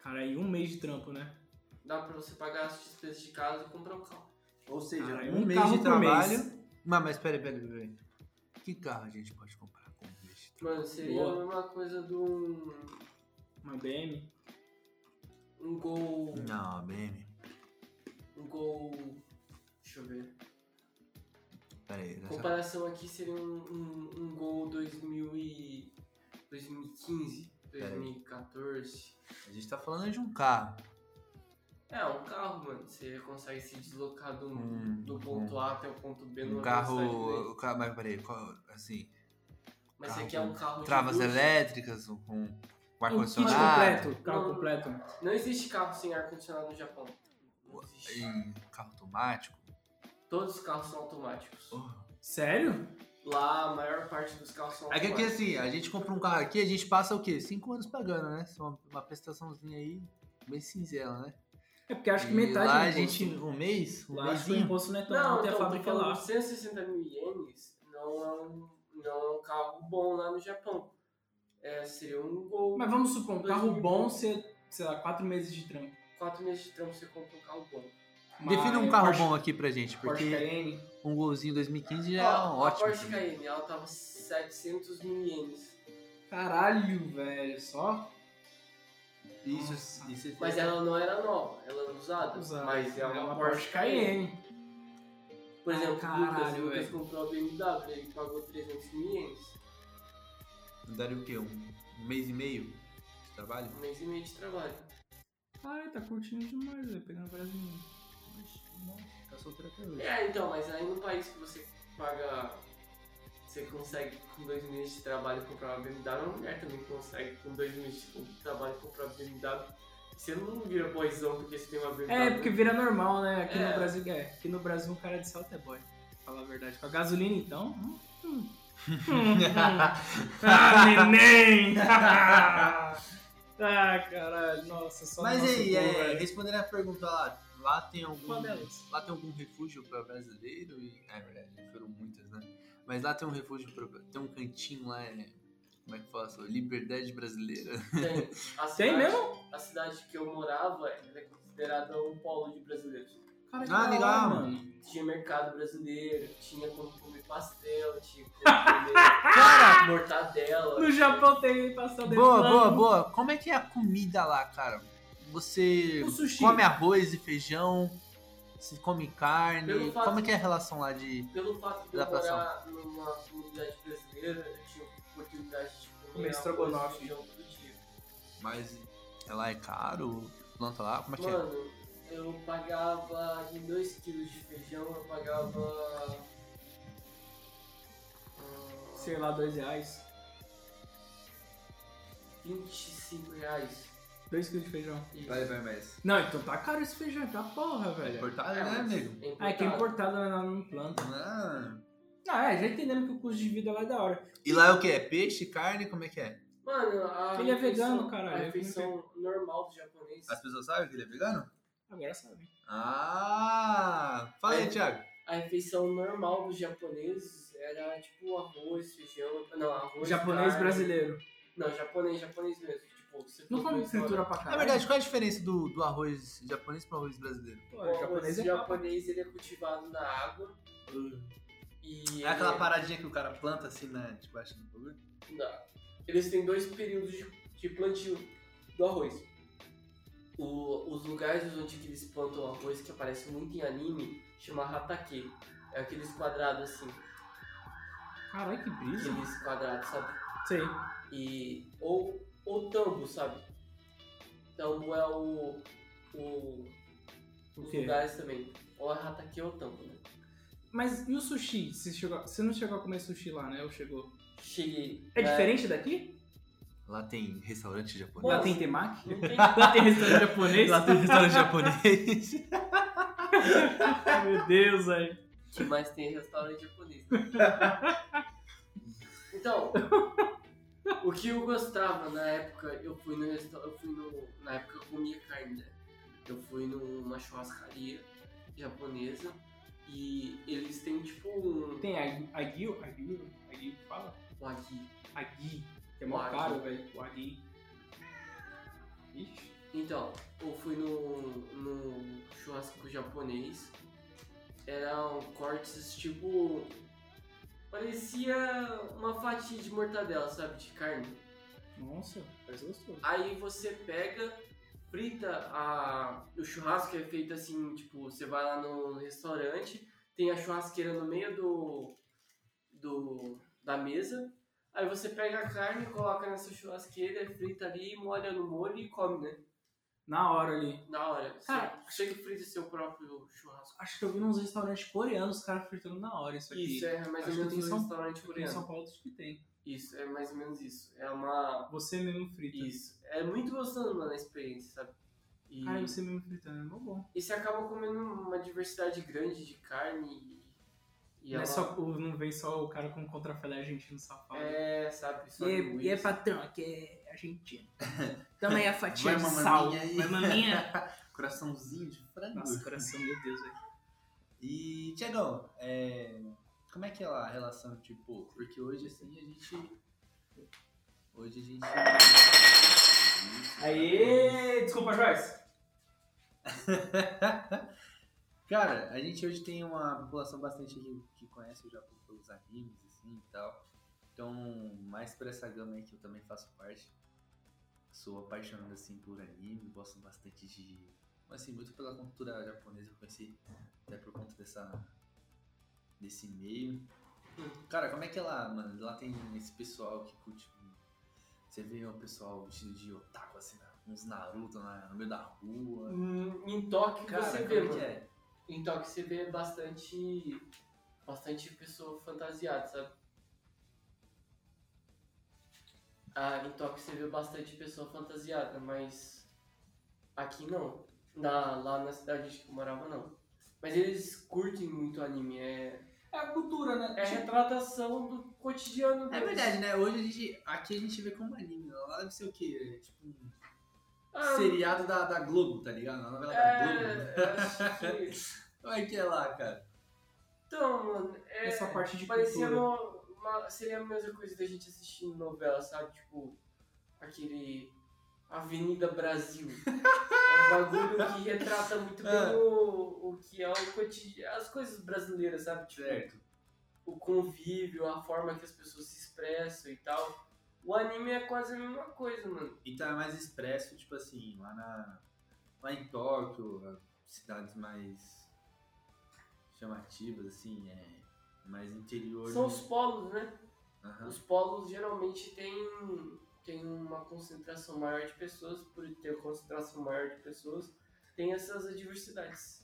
S4: Cara, aí um mês de trampo, né?
S3: Dá pra você pagar as despesas de casa e comprar um carro.
S8: Ou seja,
S4: Caralho,
S8: um
S4: um
S8: mês
S4: carro
S8: de
S4: por mês.
S8: trabalho.
S6: Mas, mas peraí, peraí, peraí. Que carro a gente pode comprar com um mês de trabalho?
S3: Mano, seria
S4: Boa.
S3: a mesma coisa de um.
S4: Uma BM.
S3: Um gol.
S6: Não, BM.
S3: Um gol. Deixa eu ver.
S6: Peraí, deixa eu-
S3: Comparação aqui seria um, um, um gol 2000 e 2015, 2014.
S6: a gente tá falando de um carro.
S3: É, um carro, mano. Você consegue se deslocar do,
S6: Hum,
S3: do ponto A até o ponto B
S6: Um
S3: numa
S6: carro.
S3: velocidade
S6: O carro mas peraí, qual- assim.
S3: lenta. Mas
S6: carro
S3: você quer um carro de
S6: Travas
S3: luxo.
S6: elétricas, um, com um
S4: Um kit
S6: ar-condicionado.
S4: completo. Carro
S3: Não.
S4: completo.
S3: Não existe carro sem ar-condicionado no Japão. Não existe.
S6: e Um carro automático.
S3: Todos os carros são automáticos.
S6: Oh.
S4: Sério?
S3: Lá, a maior parte dos carros são
S6: É que
S3: automáticos.
S6: aqui assim, a gente compra um carro aqui, a gente passa o quê? Cinco anos pagando, né? Só Uma, uma prestaçãozinha aí, bem cinzela, né?
S4: É porque acho que
S6: E
S4: metade
S6: lá
S4: do
S6: a
S4: imposto.
S6: gente, um mês, um
S4: Lá acho que o
S6: mêsinho.
S4: imposto não é tão
S3: Não,
S4: alto e
S3: então,
S4: a
S3: tô
S4: fábrica é
S3: falando,
S4: lá.
S3: 160 mil ienes não é um, não é um carro bom lá no Japão. É, seria um gol.
S4: Mas vamos supor, um carro bom, você, sei lá, quatro meses de trampo.
S3: Quatro meses de trampo você compra um carro bom.
S6: Defina um
S4: Mas-
S6: carro
S4: Porsche-
S6: bom aqui pra gente,
S4: Porsche
S6: porque
S4: Cayenne.
S6: um golzinho 2015 já é
S3: Ó,
S6: um
S3: a
S6: ótimo.
S3: Porsche Cayenne, ela tava 700 mil ienes.
S4: Caralho, velho. Só
S8: Isso, isso é-
S3: Mas ela não era nova, ela era usada.
S4: usar.
S3: Mas é uma,
S4: Porsche Cayenne.
S3: Por exemplo,
S4: Ah,
S3: Lucas,
S4: caralho,
S3: Lucas
S4: velho.
S3: comprou a BMW, ele pagou 300 mil ienes.
S6: Daria o quê? Um, um mês e meio de trabalho?
S3: Um mês e meio de trabalho.
S4: Caralho, tá curtindo demais, velho. Pegando várias meninas.
S6: Tá solteiro até hoje.
S3: É, então, mas aí no país que você paga. Você consegue com dois meses de trabalho comprar uma BMW, a mulher é um também consegue com dois meses de trabalho comprar uma BMW. Você não vira boizão porque você tem uma BMW.
S4: É, porque vira normal, né? Aqui
S3: É.
S4: no Brasil, é. Aqui no Brasil, um cara de salto é boy. pra Falar a verdade. Com a gasolina, então. hum, (laughs) hum.
S6: Hum.
S4: ah, neném! (laughs) ah, caralho. Nossa, só
S6: Mas
S4: no nosso
S6: aí,
S4: povo, né?
S6: é,
S4: velho.
S6: respondendo a pergunta lá, lá tem algum.
S4: Qual delas?
S6: Lá tem algum refúgio para brasileiro e. É verdade, foram muitas, né? Mas lá tem um refúgio pra. Tem um cantinho lá, é. Como é que fala? Liberdade brasileira.
S3: Tem, a cidade,
S4: (laughs) Tem mesmo?
S3: A cidade que eu morava ela é considerada um polo de brasileiros.
S4: Cara, que
S6: Ah,
S4: da
S6: legal,
S4: hora,
S6: mano.
S3: Tinha mercado brasileiro, tinha como comer pastel, tinha
S4: (laughs)
S3: como comer mortadela.
S4: No Japão tem pastel de
S6: Boa,
S4: flango.
S6: boa, boa. Como é que é a comida lá, cara? Você
S4: O sushi.
S6: come arroz e feijão, se come carne.
S3: Pelo fato-
S6: Como é que é a relação lá de.
S3: Pelo fato de eu
S6: Adaptação.
S3: morar numa comunidade brasileira, eu tinha oportunidade de comer
S4: Comer
S3: arroz e
S4: estrogonofe.
S3: feijão tipo. todo dia.
S6: Mas é lá é caro? Planta lá? Como é que é?
S3: Mano, eu pagava em 2 kg de feijão, eu pagava. ah,
S4: Sei lá, dois reais.
S3: 25 reais.
S4: Dois quilos de feijão.
S3: Isso.
S6: é,
S8: Vai, vai, mas.
S4: Não, então tá caro esse feijão, tá porra, velho.
S6: Importado,
S3: É,
S6: né,
S3: mas
S6: amigo?
S3: é
S4: Ah, é que é
S3: importado.
S4: importado, né? Não planta.
S6: Ah.
S4: Ah, é, já entendemos que o custo de vida lá é da hora.
S6: E lá é o que? É peixe, carne? Como é que é?
S3: Mano, a
S4: Ele é
S3: refeição-
S4: vegano, caralho,
S3: A
S4: eu
S3: refeição normal do japonês.
S6: As pessoas sabem que ele é vegano?
S4: Agora sabe.
S6: Ah! Fala aí,
S3: É.
S6: Thiago.
S3: A refeição normal dos japoneses era tipo arroz, feijão. Não, arroz.
S4: Japonês
S3: carne.
S4: brasileiro.
S3: Não, japonês, japonês mesmo. Tipo, você
S4: Não
S3: for
S4: come
S3: no restaurante-
S4: fritura pra caralho.
S6: Na verdade, qual é a diferença do, do arroz japonês pro arroz brasileiro?
S4: Pô,
S3: O
S4: japonês
S3: japonês,
S4: é Hum.
S3: japonês ele é cultivado na água. E
S6: É aquela
S3: ele-
S6: paradinha que o cara planta assim, né? Debaixo do bagulho?
S3: na- Eles têm dois períodos de, de plantio do arroz. O- os lugares onde que eles plantam arroz, que aparece muito em anime, chama hatake. É aqueles quadrados assim,
S4: Caralho, que brisa.
S3: aqueles quadrados, sabe?
S4: Sei.
S3: E, ou, ou tambo, sabe? Tambo é o. o
S4: O
S3: os
S4: quê?
S3: lugares também. Ou é hatake ou tambo, né?
S4: Mas e o sushi? Você, chegou... Você não chegou a comer sushi lá, né? Ou chegou?
S3: Cheguei.
S4: É
S3: né?
S4: diferente daqui?
S6: Lá tem restaurante japonês.
S4: Lá tem temaki?
S3: Não tem
S4: Lá tem restaurante japonês?
S6: Lá tem um restaurante
S8: (laughs)
S6: japonês.
S4: (laughs) Meu Deus, velho.
S3: que mais tem restaurante
S4: (laughs)
S3: japonês. Então, o que eu gostava na época, eu fui no restaurante, eu fui no, na época eu comia carne, né? Eu fui numa churrascaria japonesa e eles têm tipo um
S4: Tem agi- aguil? Aguil? Aguil que fala?
S3: wagyu.
S4: Agui. Que é mó
S3: Agui.
S4: caro, velho. O agui. Ixi.
S3: Então, eu fui no, no churrasco japonês. Eram cortes tipo. Parecia uma fatia de mortadela, sabe? De carne.
S4: Nossa, parece gostoso.
S3: Aí você pega, frita a. O churrasco é feito assim, tipo, você vai lá no restaurante, tem a churrasqueira no meio do. do da mesa. Aí você pega a carne, coloca nessa churrasqueira, frita ali, molha no molho e come, né?
S4: Na hora ali.
S3: Na hora. Você,
S4: Cara,
S3: você que frita seu próprio churrasco.
S4: Acho que eu vi nos restaurantes coreanos os caras fritando na hora isso aqui.
S3: Isso, é mais
S4: acho
S3: ou
S4: que
S3: menos
S4: tem
S3: um
S4: São-
S3: restaurante
S4: Aqui em São
S3: coreano.
S4: Paulo acho que tem.
S3: Isso, é mais ou menos isso. É uma.
S4: Você mesmo frita.
S3: Isso. É muito gostoso, mano, a experiência, sabe? E...
S4: Cara, você mesmo fritando é mó bom.
S3: E você acaba comendo uma diversidade grande de carne e, e
S4: Não, é
S3: ela-
S4: só, o- não vem só o cara com contrafilé argentino safado.
S3: É, sabe? Só
S7: E,
S3: linguiça.
S7: e é patrão, aqui é argentino. Também é a
S3: (laughs)
S7: fatia
S6: Vai,
S7: de
S6: mamaminha
S7: sal.
S6: aí.
S7: Vai, maminha.
S6: Coraçãozinho de frango.
S4: Nossa, coração, meu Deus, velho.
S8: E, Tiagão, é, como é que é lá a relação, tipo, porque hoje assim a gente. Hoje a gente.
S4: Aê! Desculpa, Joyce.
S8: Cara, a gente hoje tem uma população bastante que, que conhece o Japão pelos animes, assim e tal. Então, mais por essa gama aí que eu também faço parte. Sou apaixonado, assim, por anime, gosto bastante de. Assim, muito pela cultura japonesa que eu conheci, até por conta dessa. desse meio. Cara, como é que é lá, mano? Lá tem esse pessoal que curte. Você vê o pessoal vestido de otaku, assim, na- uns Naruto na- no meio da rua.
S3: Hum, Em Tóquio
S8: Cara,
S3: você
S8: como
S3: vê,
S8: é que
S3: mano.
S8: é?
S3: Em Tóquio Então, você vê bastante. Bastante pessoa fantasiada, sabe? Ah, em Tóquio você vê bastante pessoa fantasiada, mas. Aqui não. Na, lá na cidade que eu morava, não. Mas eles curtem muito anime, é.
S4: É a cultura, né?
S3: É a retratação do cotidiano
S8: É
S3: deles.
S8: verdade, né? Hoje a gente, aqui a gente vê como anime. Lá deve ser o quê? Tipo um
S3: Ah,
S8: seriado da, da Globo, tá ligado? Uma novela da Globo. né?
S3: é, acho que-
S8: Como é que é lá, cara?
S3: Então, mano, é,
S4: Essa parte
S8: Tipo,
S4: de
S3: parecia
S4: cultura.
S3: uma, uma- seria a mesma coisa da gente assistindo novela, sabe? Tipo, aquele Avenida
S8: (laughs)
S3: Brasil. É um bagulho que retrata muito bem
S8: Ah.
S3: o, o que é o cotidiano, as coisas brasileiras, sabe? Tipo,
S8: Certo.
S3: o convívio, a forma que as pessoas se expressam e tal. O anime é quase a mesma coisa, mano.
S8: Então é mais expresso, tipo assim, lá, na, lá em Tóquio, cidades mais chamativas, assim, é mais interior.
S3: São
S8: né?
S3: os polos, né?
S8: Aham.
S4: Ah.
S3: Os polos geralmente têm tem uma concentração maior de pessoas, por ter concentração maior de pessoas, tem essas adversidades.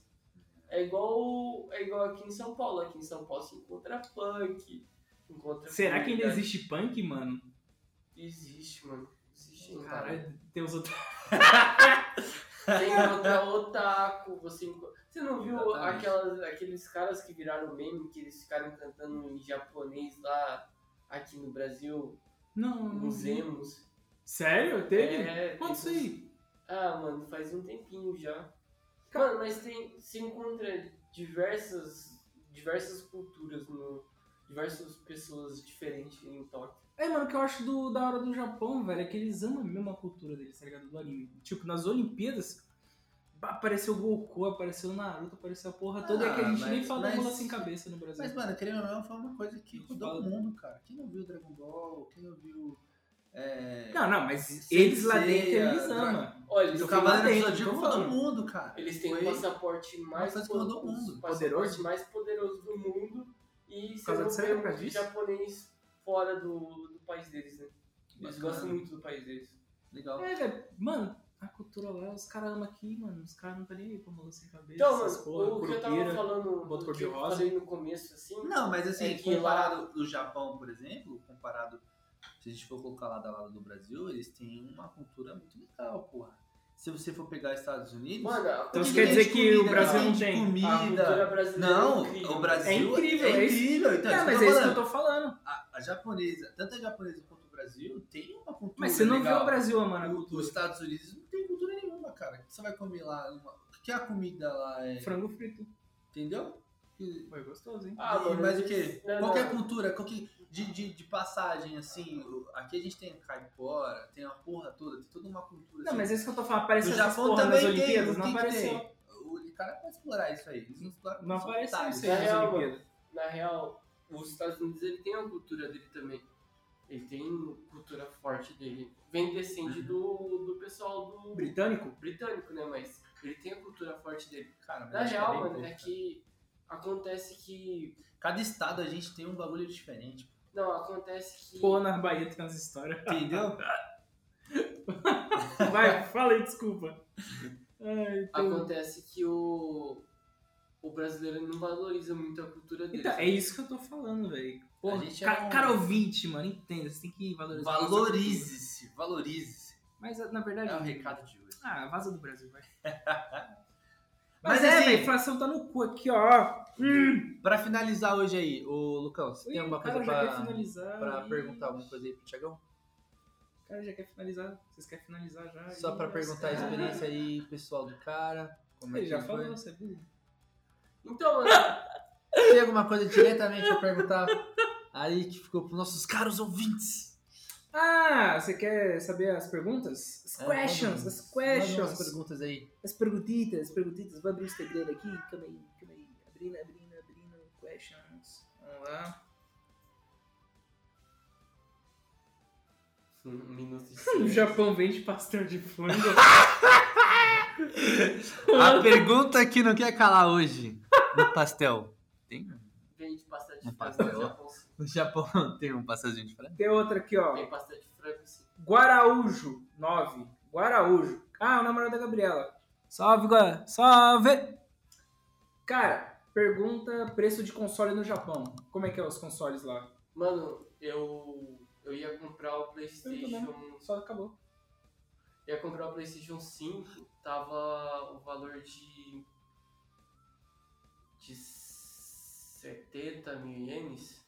S3: É igual, é igual aqui em São Paulo. Aqui em São Paulo se encontra punk. Encontra
S4: Será que ainda
S3: comunidade.
S4: existe punk, mano?
S3: Existe, mano. Existe ainda.
S4: Cara, tem os outros.
S3: Você encontra otaku, você encontra... Você não viu
S8: Exatamente.
S3: aquelas, aqueles caras que viraram meme, que eles ficaram cantando em japonês lá aqui no Brasil,
S4: Não, não.
S3: nos emos?
S4: Sério? Uhum. Teve?
S3: É,
S4: Quanto isso
S3: tem-
S4: aí?
S3: Ah, mano, faz um tempinho já.
S4: Cara-
S3: Mano, mas tem, se encontra diversas, diversas culturas, no, diversas pessoas diferentes em Tóquio.
S4: É, mano, o que eu acho do- da hora do Japão, velho, é que eles amam mesmo a cultura deles, tá ligado? Do anime. Tipo, nas Olimpíadas, bah, apareceu o Goku, apareceu o Naruto, apareceu a porra toda, é que a gente
S8: Ah, mas-
S4: nem fala
S8: mas-
S4: rola sem cabeça no Brasil.
S8: Mas, mano, querendo ou não, foi uma coisa que
S4: Não
S8: mudou
S4: fala.
S8: o mundo, cara. Quem não viu Dragon Ball, quem não viu. É...
S4: Não, não, mas
S8: Sensei,
S4: eles lá dentro,
S8: a-
S4: eles amam.
S3: Olha,
S8: E
S3: eles
S8: o
S3: têm,
S8: Cavaleiro
S4: dentro,
S8: Zodíaco
S4: tô
S8: foi
S4: falando.
S8: o mundo, cara.
S3: eles têm o
S8: Foi-
S3: passaporte mais
S8: coisa que mudou o mundo.
S3: o passaporte mais poderoso do mundo e você
S4: causa
S3: não
S4: de- será que é
S3: vê
S4: por causa
S3: muito
S4: disso?
S3: japonês fora do, do país deles, né? Eles
S8: Bacana.
S3: gostam muito do país deles.
S8: Legal.
S4: É, velho, mano, a cultura lá, os caras amam aqui, mano, os caras não tá nem aí pra rola sem cabeça,
S3: Então, mano,
S4: essas porra,
S3: o que eu tava
S4: curuqueira.
S3: falando,
S4: boto
S3: o que eu
S4: cor-de-rosa.
S3: falei no começo, assim,
S8: Não, mas assim,
S3: É que
S8: comparado do Japão, por exemplo, comparado Se a gente for colocar lado a lado do Brasil, eles têm uma cultura muito legal, porra. Se você for pegar Estados Unidos.
S3: Mano, a
S8: Então
S4: isso
S3: cultura-
S4: quer dizer
S8: de
S4: que o Brasil
S8: cara,
S4: não
S8: de
S4: tem.
S3: a cultura
S8: Comida.
S3: brasileira
S8: Não,
S3: é incrível.
S8: o Brasil
S4: É incrível, é
S8: é
S4: isso.
S8: incrível. Então,
S4: é, mas
S8: isso que eu tô
S4: é isso que
S8: falando.
S4: eu tô falando.
S8: a, a japonesa, tanto a japonesa quanto o Brasil, tem uma cultura.
S4: Mas você não vê
S8: legal.
S4: o Brasil, mano, a
S8: O- Os
S4: cultura.
S8: Estados Unidos não tem cultura nenhuma, cara. O que você vai comer lá? Uma- O que a comida lá é?
S4: Frango frito.
S8: Entendeu? E-
S4: Foi gostoso, hein?
S3: Ah,
S8: e
S3: mano,
S8: mais o
S3: eles-
S8: quê?
S3: não,
S6: é
S8: Qualquer
S3: não.
S8: cultura, qualquer. De, de, de passagem, assim, o- aqui a gente tem caipora, tem uma porra toda, tem toda uma cultura.
S4: Não,
S8: assim.
S4: mas é isso que eu tô falando. Apareceu
S8: No
S4: essas
S8: Japão
S4: porra nas
S8: também tem,
S4: Olimpíadas,
S8: o
S4: não
S8: que que
S4: apareceu.
S8: tem? O cara vai explorar isso aí. Eles não exploram.
S4: Não
S8: são
S4: apareceu
S8: otários.
S4: isso aí nas
S3: É,
S4: Olimpíadas.
S3: Na real, os Estados Unidos ele tem a cultura dele também. Ele tem cultura forte dele. Vem descende do, do pessoal do
S4: Britânico?
S3: britânico, né? Mas ele tem a cultura forte dele.
S6: Ah,
S8: Cara, mas
S3: Na
S8: acho que é
S3: real,
S8: bem
S3: mano,
S8: pouco,
S3: é
S8: cara.
S3: que acontece que.
S8: Cada estado a gente tem um bagulho diferente.
S3: Não, acontece que.
S4: Porra, na Bahia tem umas histórias. (laughs)
S8: Entendeu?
S4: Vai, fala aí, desculpa. Ai, pô.
S3: Acontece que o. O brasileiro não valoriza muito a cultura dele.
S4: Então, é isso que eu tô falando, velho. Porra,
S8: A gente é
S4: ca-
S8: um-
S4: cara ouvinte, mano, entenda. Você tem que valorizar.
S8: Valorize-se, valorize-se.
S4: Mas, na verdade...
S6: um
S8: É o recado de hoje.
S4: Ah, vaza do Brasil, vai.
S8: Mas
S4: Mas,
S8: é,
S4: é, velho,
S8: véi.
S4: a inflação tá no cu aqui, ó.
S5: Pra finalizar hoje aí, ô Lucão, você
S4: Ui,
S5: tem alguma
S4: o
S5: coisa
S4: cara já quer
S5: pra,
S4: finalizar.
S5: pra
S4: Ih,
S5: perguntar alguma coisa aí pro Tiagão?
S4: O cara já quer finalizar. Vocês querem finalizar já?
S5: Só
S4: Ih, é
S5: pra
S4: mas-
S5: perguntar a experiência aí, pessoal do cara. Como
S4: Ah,
S5: é
S4: Ele
S5: que
S4: já
S5: foi?
S4: falou, você viu?
S3: Então, mano,
S5: Tem alguma coisa diretamente pra perguntar aí que ficou pros nossos caros ouvintes?
S4: Ah, você quer saber as perguntas? As
S5: É,
S4: questions,
S5: manda-
S4: as
S5: Manda umas
S4: questions.
S5: perguntas aí.
S4: As perguntitas, as perguntitas. Vou abrir o Instagram aqui, calma aí, calma aí. Abrindo, abrindo, abrindo. Questions. Vamos lá.
S3: Um minuto de
S4: No
S3: silêncio.
S4: Japão vende pastel de frango.
S5: A pergunta que não quer calar hoje no pastel. Tem?
S3: Vende pastel de
S5: Um
S3: frango no
S5: pastel.
S3: Japão. sim.
S5: No Japão (laughs) tem um pastelzinho de frango?
S4: (laughs) Tem outra aqui, ó.
S3: Vem pastel de frango, sim.
S4: Guaraújo, 9. Guaraújo. Ah, o namorado da Gabriela.
S7: Salve, galera. Salve!
S4: Cara, pergunta preço de console no Japão. Como é que é os consoles lá?
S3: Mano, eu, eu ia comprar o PlayStation.
S4: Só acabou.
S3: Ia comprar o PlayStation 5, tava o valor de. de 70 mil ienes.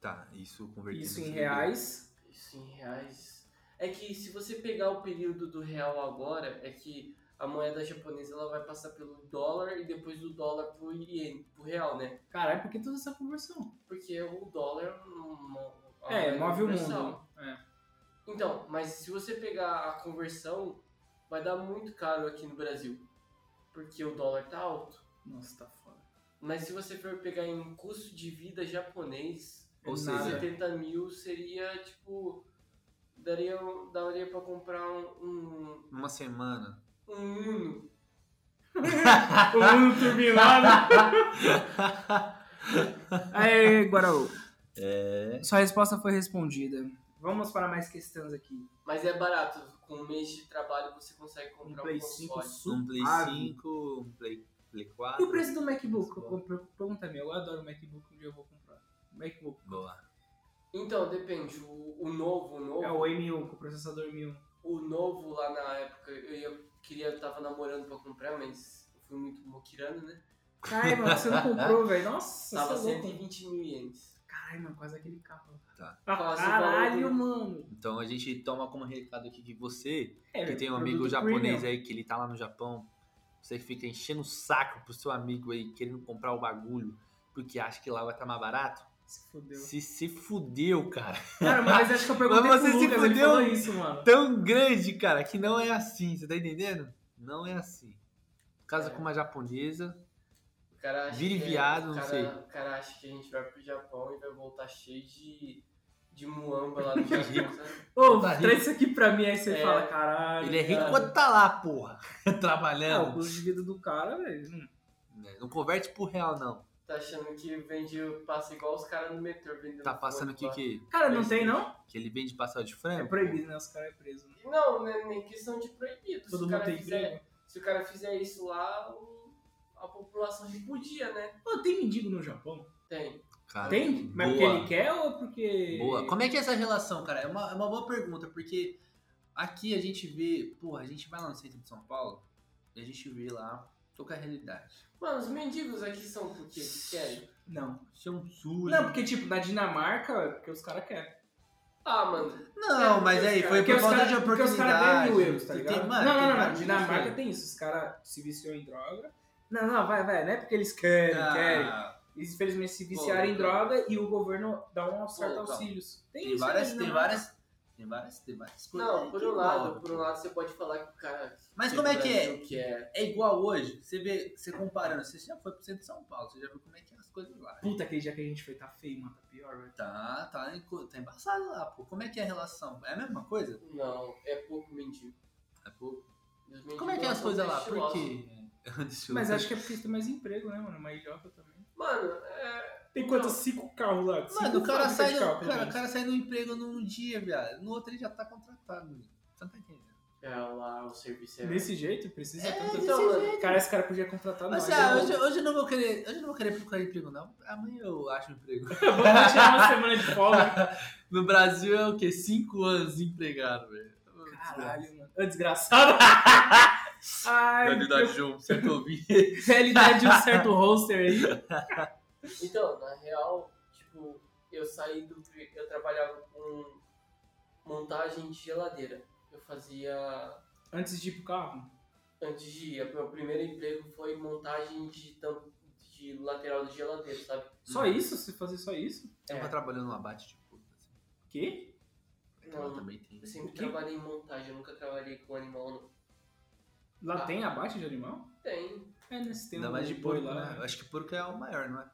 S6: Tá, isso convertido
S4: Isso em reais.
S3: Isso em reais. É que se você pegar o período do real agora, é que a moeda japonesa ela vai passar pelo dólar e depois do dólar pro iene, pro real, né?
S4: Caralho, por que toda essa conversão?
S3: Porque o dólar é uma- uma
S4: é,
S3: moeda
S4: move o
S3: universal.
S4: mundo. É.
S3: Então, mas se você pegar a conversão, vai dar muito caro aqui no Brasil, porque o dólar tá alto.
S4: Nossa, tá foda.
S3: Mas se você for pegar em custo de vida japonês,
S4: Ou
S3: os
S4: seja-
S3: 70 mil seria tipo. Daria, daria pra comprar um, um,
S6: Uma semana.
S3: um Uno.
S4: (laughs) O mundo (laughs) turbinado.
S7: Aê, Guaraú.
S6: É.
S7: Sua resposta foi respondida.
S4: Vamos para mais questões aqui.
S3: Mas é barato, com um mês de trabalho você consegue
S4: Um
S3: comprar um,
S4: Play 5
S3: console.
S6: Um Play
S4: suave.
S6: 5, um Play, Play 4.
S4: E o preço do MacBook? Eu compro- Pergunta minha, eu adoro MacBook, um dia eu vou comprar. MacBook.
S6: Boa.
S3: Então, depende. O, o novo, o novo.
S4: É o M1, com o processador M1.
S3: o novo lá na época, eu ia- queria, eu tava namorando pra comprar, mas eu fui muito moquirano, né?
S4: Ai, mano, você não comprou, velho. Nossa,
S3: Tava
S4: você é louco.
S3: 120 mil ienes.
S4: Caralho, mano, quase aquele carro.
S6: Tá.
S4: Ah,
S3: Quase o
S4: caralho,
S3: valor do-
S4: mano.
S6: Então a gente toma como recado aqui que você,
S4: É,
S6: que
S4: velho,
S6: tem um
S4: produto
S6: amigo japonês
S4: premium.
S6: aí que ele tá lá no Japão, você que fica enchendo o saco pro seu amigo aí querendo comprar o bagulho porque acha que lá vai estar mais barato,
S4: Se fudeu.
S6: se se fudeu, cara. (laughs)
S4: Cara, mas acho que eu perguntei
S6: Mas você
S4: pro
S6: se
S4: Lucas, ele
S6: fudeu?
S4: falou isso, mano.
S6: Tão grande, cara, que não é assim, você tá entendendo? Não é assim.
S4: É.
S6: Casa com uma japonesa,
S3: O cara acha
S6: Vira e
S3: que é-
S6: viado,
S3: o
S6: não
S3: cara,
S6: sei.
S3: O cara acha que a gente vai pro Japão e vai voltar cheio de, de muamba
S6: (laughs)
S3: lá no Japão. sabe?
S4: Ô,
S6: Tá rico.
S4: traz isso aqui pra mim, aí você
S3: É.
S4: fala, caralho.
S6: ele é rico
S4: cara.
S6: quando tá lá, porra, (laughs)
S4: É, o
S6: trabalhando. Né,
S4: custo de vida do cara, velho. hum.
S6: Não converte pro real, não.
S3: tá achando que vende, passa igual os caras no metrô vendendo.
S6: Tá passando aqui
S3: fogo lá.
S6: que,
S4: Cara, não tem, não?
S6: que ele vende pastel de
S4: É
S6: frango.
S4: proibido, né? Os caras é preso. né?
S3: E Não, né, nem questão de proibido. se,
S4: Todo
S3: o
S4: mundo
S3: cara
S4: tem
S3: fizer,
S4: emprego.
S3: se o cara fizer isso lá, o- a população repudia, né?
S4: Pô, tem mendigo no Japão?
S3: Tem.
S9: Cara,
S4: Tem? Mas porque
S9: boa.
S4: ele quer ou porque.
S9: Boa.
S6: Como é que é essa relação, cara? É uma, é uma boa pergunta, porque aqui a gente vê, porra, a gente vai lá no centro de São Paulo e a gente vê lá toda a realidade.
S3: Mano, os mendigos aqui são por quê? Que querem?
S4: Não.
S6: São sujos.
S4: Não, porque, tipo, na Dinamarca, é porque os caras querem.
S3: Ah, mano.
S6: Não,
S3: É,
S6: mas
S3: porque
S6: aí
S3: os
S6: foi
S4: Porque
S6: por
S4: os
S6: falta de
S4: caras porque os caras
S6: oportunidade.
S4: ganham euros, tá
S6: Tem-
S4: ligado?
S6: mano,
S4: não,
S6: tem
S4: não, não,
S6: cara
S4: não.
S6: de
S4: Dinamarca
S6: dinheiro.
S4: tem isso. Os caras se viciam em droga. Não, não, vai, vai. Não é porque eles querem, querem.
S6: Ah,
S4: Eles, infelizmente, se viciaram em
S6: Pô, tá.
S4: droga e o governo dá um certo
S6: Pô, calma.
S4: auxílios. Tem,
S6: Tem
S4: isso. né, na
S6: várias, tem
S4: Dinamarca.
S6: várias, tem várias, tem várias coisas.
S3: Não,
S6: aí
S3: por
S6: que
S3: um lado,
S6: envolvem.
S3: por um lado você pode falar que o cara.
S6: Mas como é que é?
S3: O que é?
S6: É igual hoje, você vê, você comparando, você já foi pro centro de São Paulo, você já viu como é que é as coisas lá.
S4: Puta, aquele dia que a gente foi, tá feio, mano. Tá pior, velho.
S6: Tá, tá, enco- tá embaçado lá, pô. Como é que é a relação? É a mesma coisa?
S3: Não, é pouco mendigo.
S6: É pouco.
S3: Os mendigos
S6: Como é que é as
S3: são
S6: coisas lá? Por
S3: estilosos.
S6: quê?
S4: Mas acho que é porque eles têm mais emprego, né, mano? Mais idiota também.
S3: Mano, é.
S4: Tem quantos? Cinco carros lá?
S6: Mano,
S4: Cinco
S6: o cara
S4: fábricas
S6: sai,
S4: de
S6: do,
S4: carro, pelo
S6: cara, o
S4: menos.
S6: cara sai do emprego num dia, viado. No outro ele já tá contratado. mano. Você não tá entendendo?
S3: É lá o serviço é.
S4: Desse jeito, precisa
S6: É,
S4: tanto.
S6: desse
S4: Então, mano,
S6: jeito.
S4: Cara, esse cara podia contratar nós.
S6: Mas,
S4: né?
S6: ah,
S4: eu
S6: hoje, hoje eu não vou querer. Hoje eu não vou querer procurar emprego, não. Amanhã eu acho um emprego.
S4: vou, vou tirar uma semana de (laughs) folga.
S6: (laughs) No Brasil é o quê? Cinco anos desempregado, velho.
S4: Caralho, mano. Ô, desgraçado. (laughs) Ai,
S6: Realidade de um certo ouvinte.
S4: eu- realidade de um certo roster aí.
S3: Então, na real, tipo, eu saí do. pri- Eu trabalhava com montagem de geladeira. Eu fazia.
S4: Antes de ir pro carro.
S3: Antes de ir, meu primeiro emprego foi montagem de, tam- de lateral de geladeira, sabe?
S4: Só
S6: Uhum.
S4: isso? Você fazer só isso?
S6: Eu
S3: É.
S6: tava trabalhando no abate de puta. Assim.
S4: Quê?
S6: Então ela
S3: Não,
S6: também tem.
S3: eu sempre
S4: O quê?
S3: trabalhei em montagem, eu nunca trabalhei com animal, não.
S4: Lá
S3: Ah.
S4: tem abate de animal?
S3: Tem,
S4: É, né? Você tem
S6: Ainda
S4: um
S6: mais de
S4: boi
S6: porco,
S4: lá.
S6: né? Eu acho que porco é o maior, não é?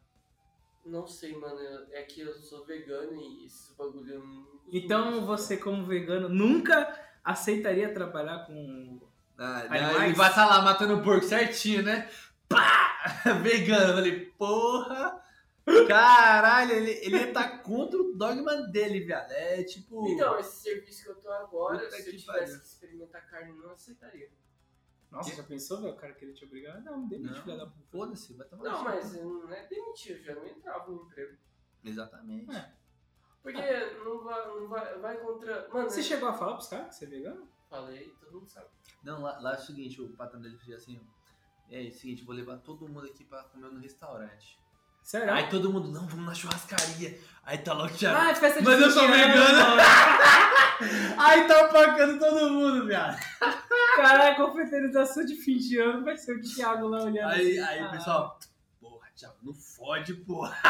S3: não sei, mano, eu- é que eu sou vegano e esses bagulho eu não costumo
S4: Então
S3: fazer.
S4: você, como vegano, nunca aceitaria trabalhar com.
S6: Ah,
S4: Animais?
S6: daí ele vai estar lá matando o porco certinho, né? Pá! (laughs) Vegano. Eu falei, porra! Caralho, ele, ele ia tá contra o dogma dele, viado. É tipo.
S3: Então, esse serviço que eu tô agora,
S6: Puta
S3: se eu
S6: que
S3: tivesse
S6: pariu.
S3: que experimentar carne, eu não aceitaria.
S4: Nossa,
S6: Quê?
S4: já pensou, velho? O cara queria te obrigar? Não, demite,
S6: Não.
S4: filha da puta.
S6: Foda-se, vai tomar
S3: Não,
S6: no
S3: mas
S6: cu.
S3: não é demitir, eu já não entrava no emprego.
S6: Exatamente.
S4: É.
S3: Porque
S6: Ah.
S3: não vai, não vai, vai contra... Mano,
S4: Você chegou a falar pros caras que você é vegano?
S3: falei, todo mundo sabe.
S6: Não, lá, lá é o seguinte, o patrão dele dizia assim. É, é o seguinte, vou levar todo mundo aqui pra comer no restaurante.
S4: Sério?
S6: Aí todo mundo, não, vamos na churrascaria. Aí tá logo já.
S4: ah, é festa de
S6: Mas eu sou
S4: 20 anos,
S6: vegano.
S4: (laughs) mano.
S6: Aí tá apacando todo mundo, viado.
S4: Caralho, confraternização tá de fim de ano. Vai ser o Thiago lá olhando. assim,
S6: Aí, aí o
S4: caralho.
S6: pessoal, porra, Thiago, não fode, porra.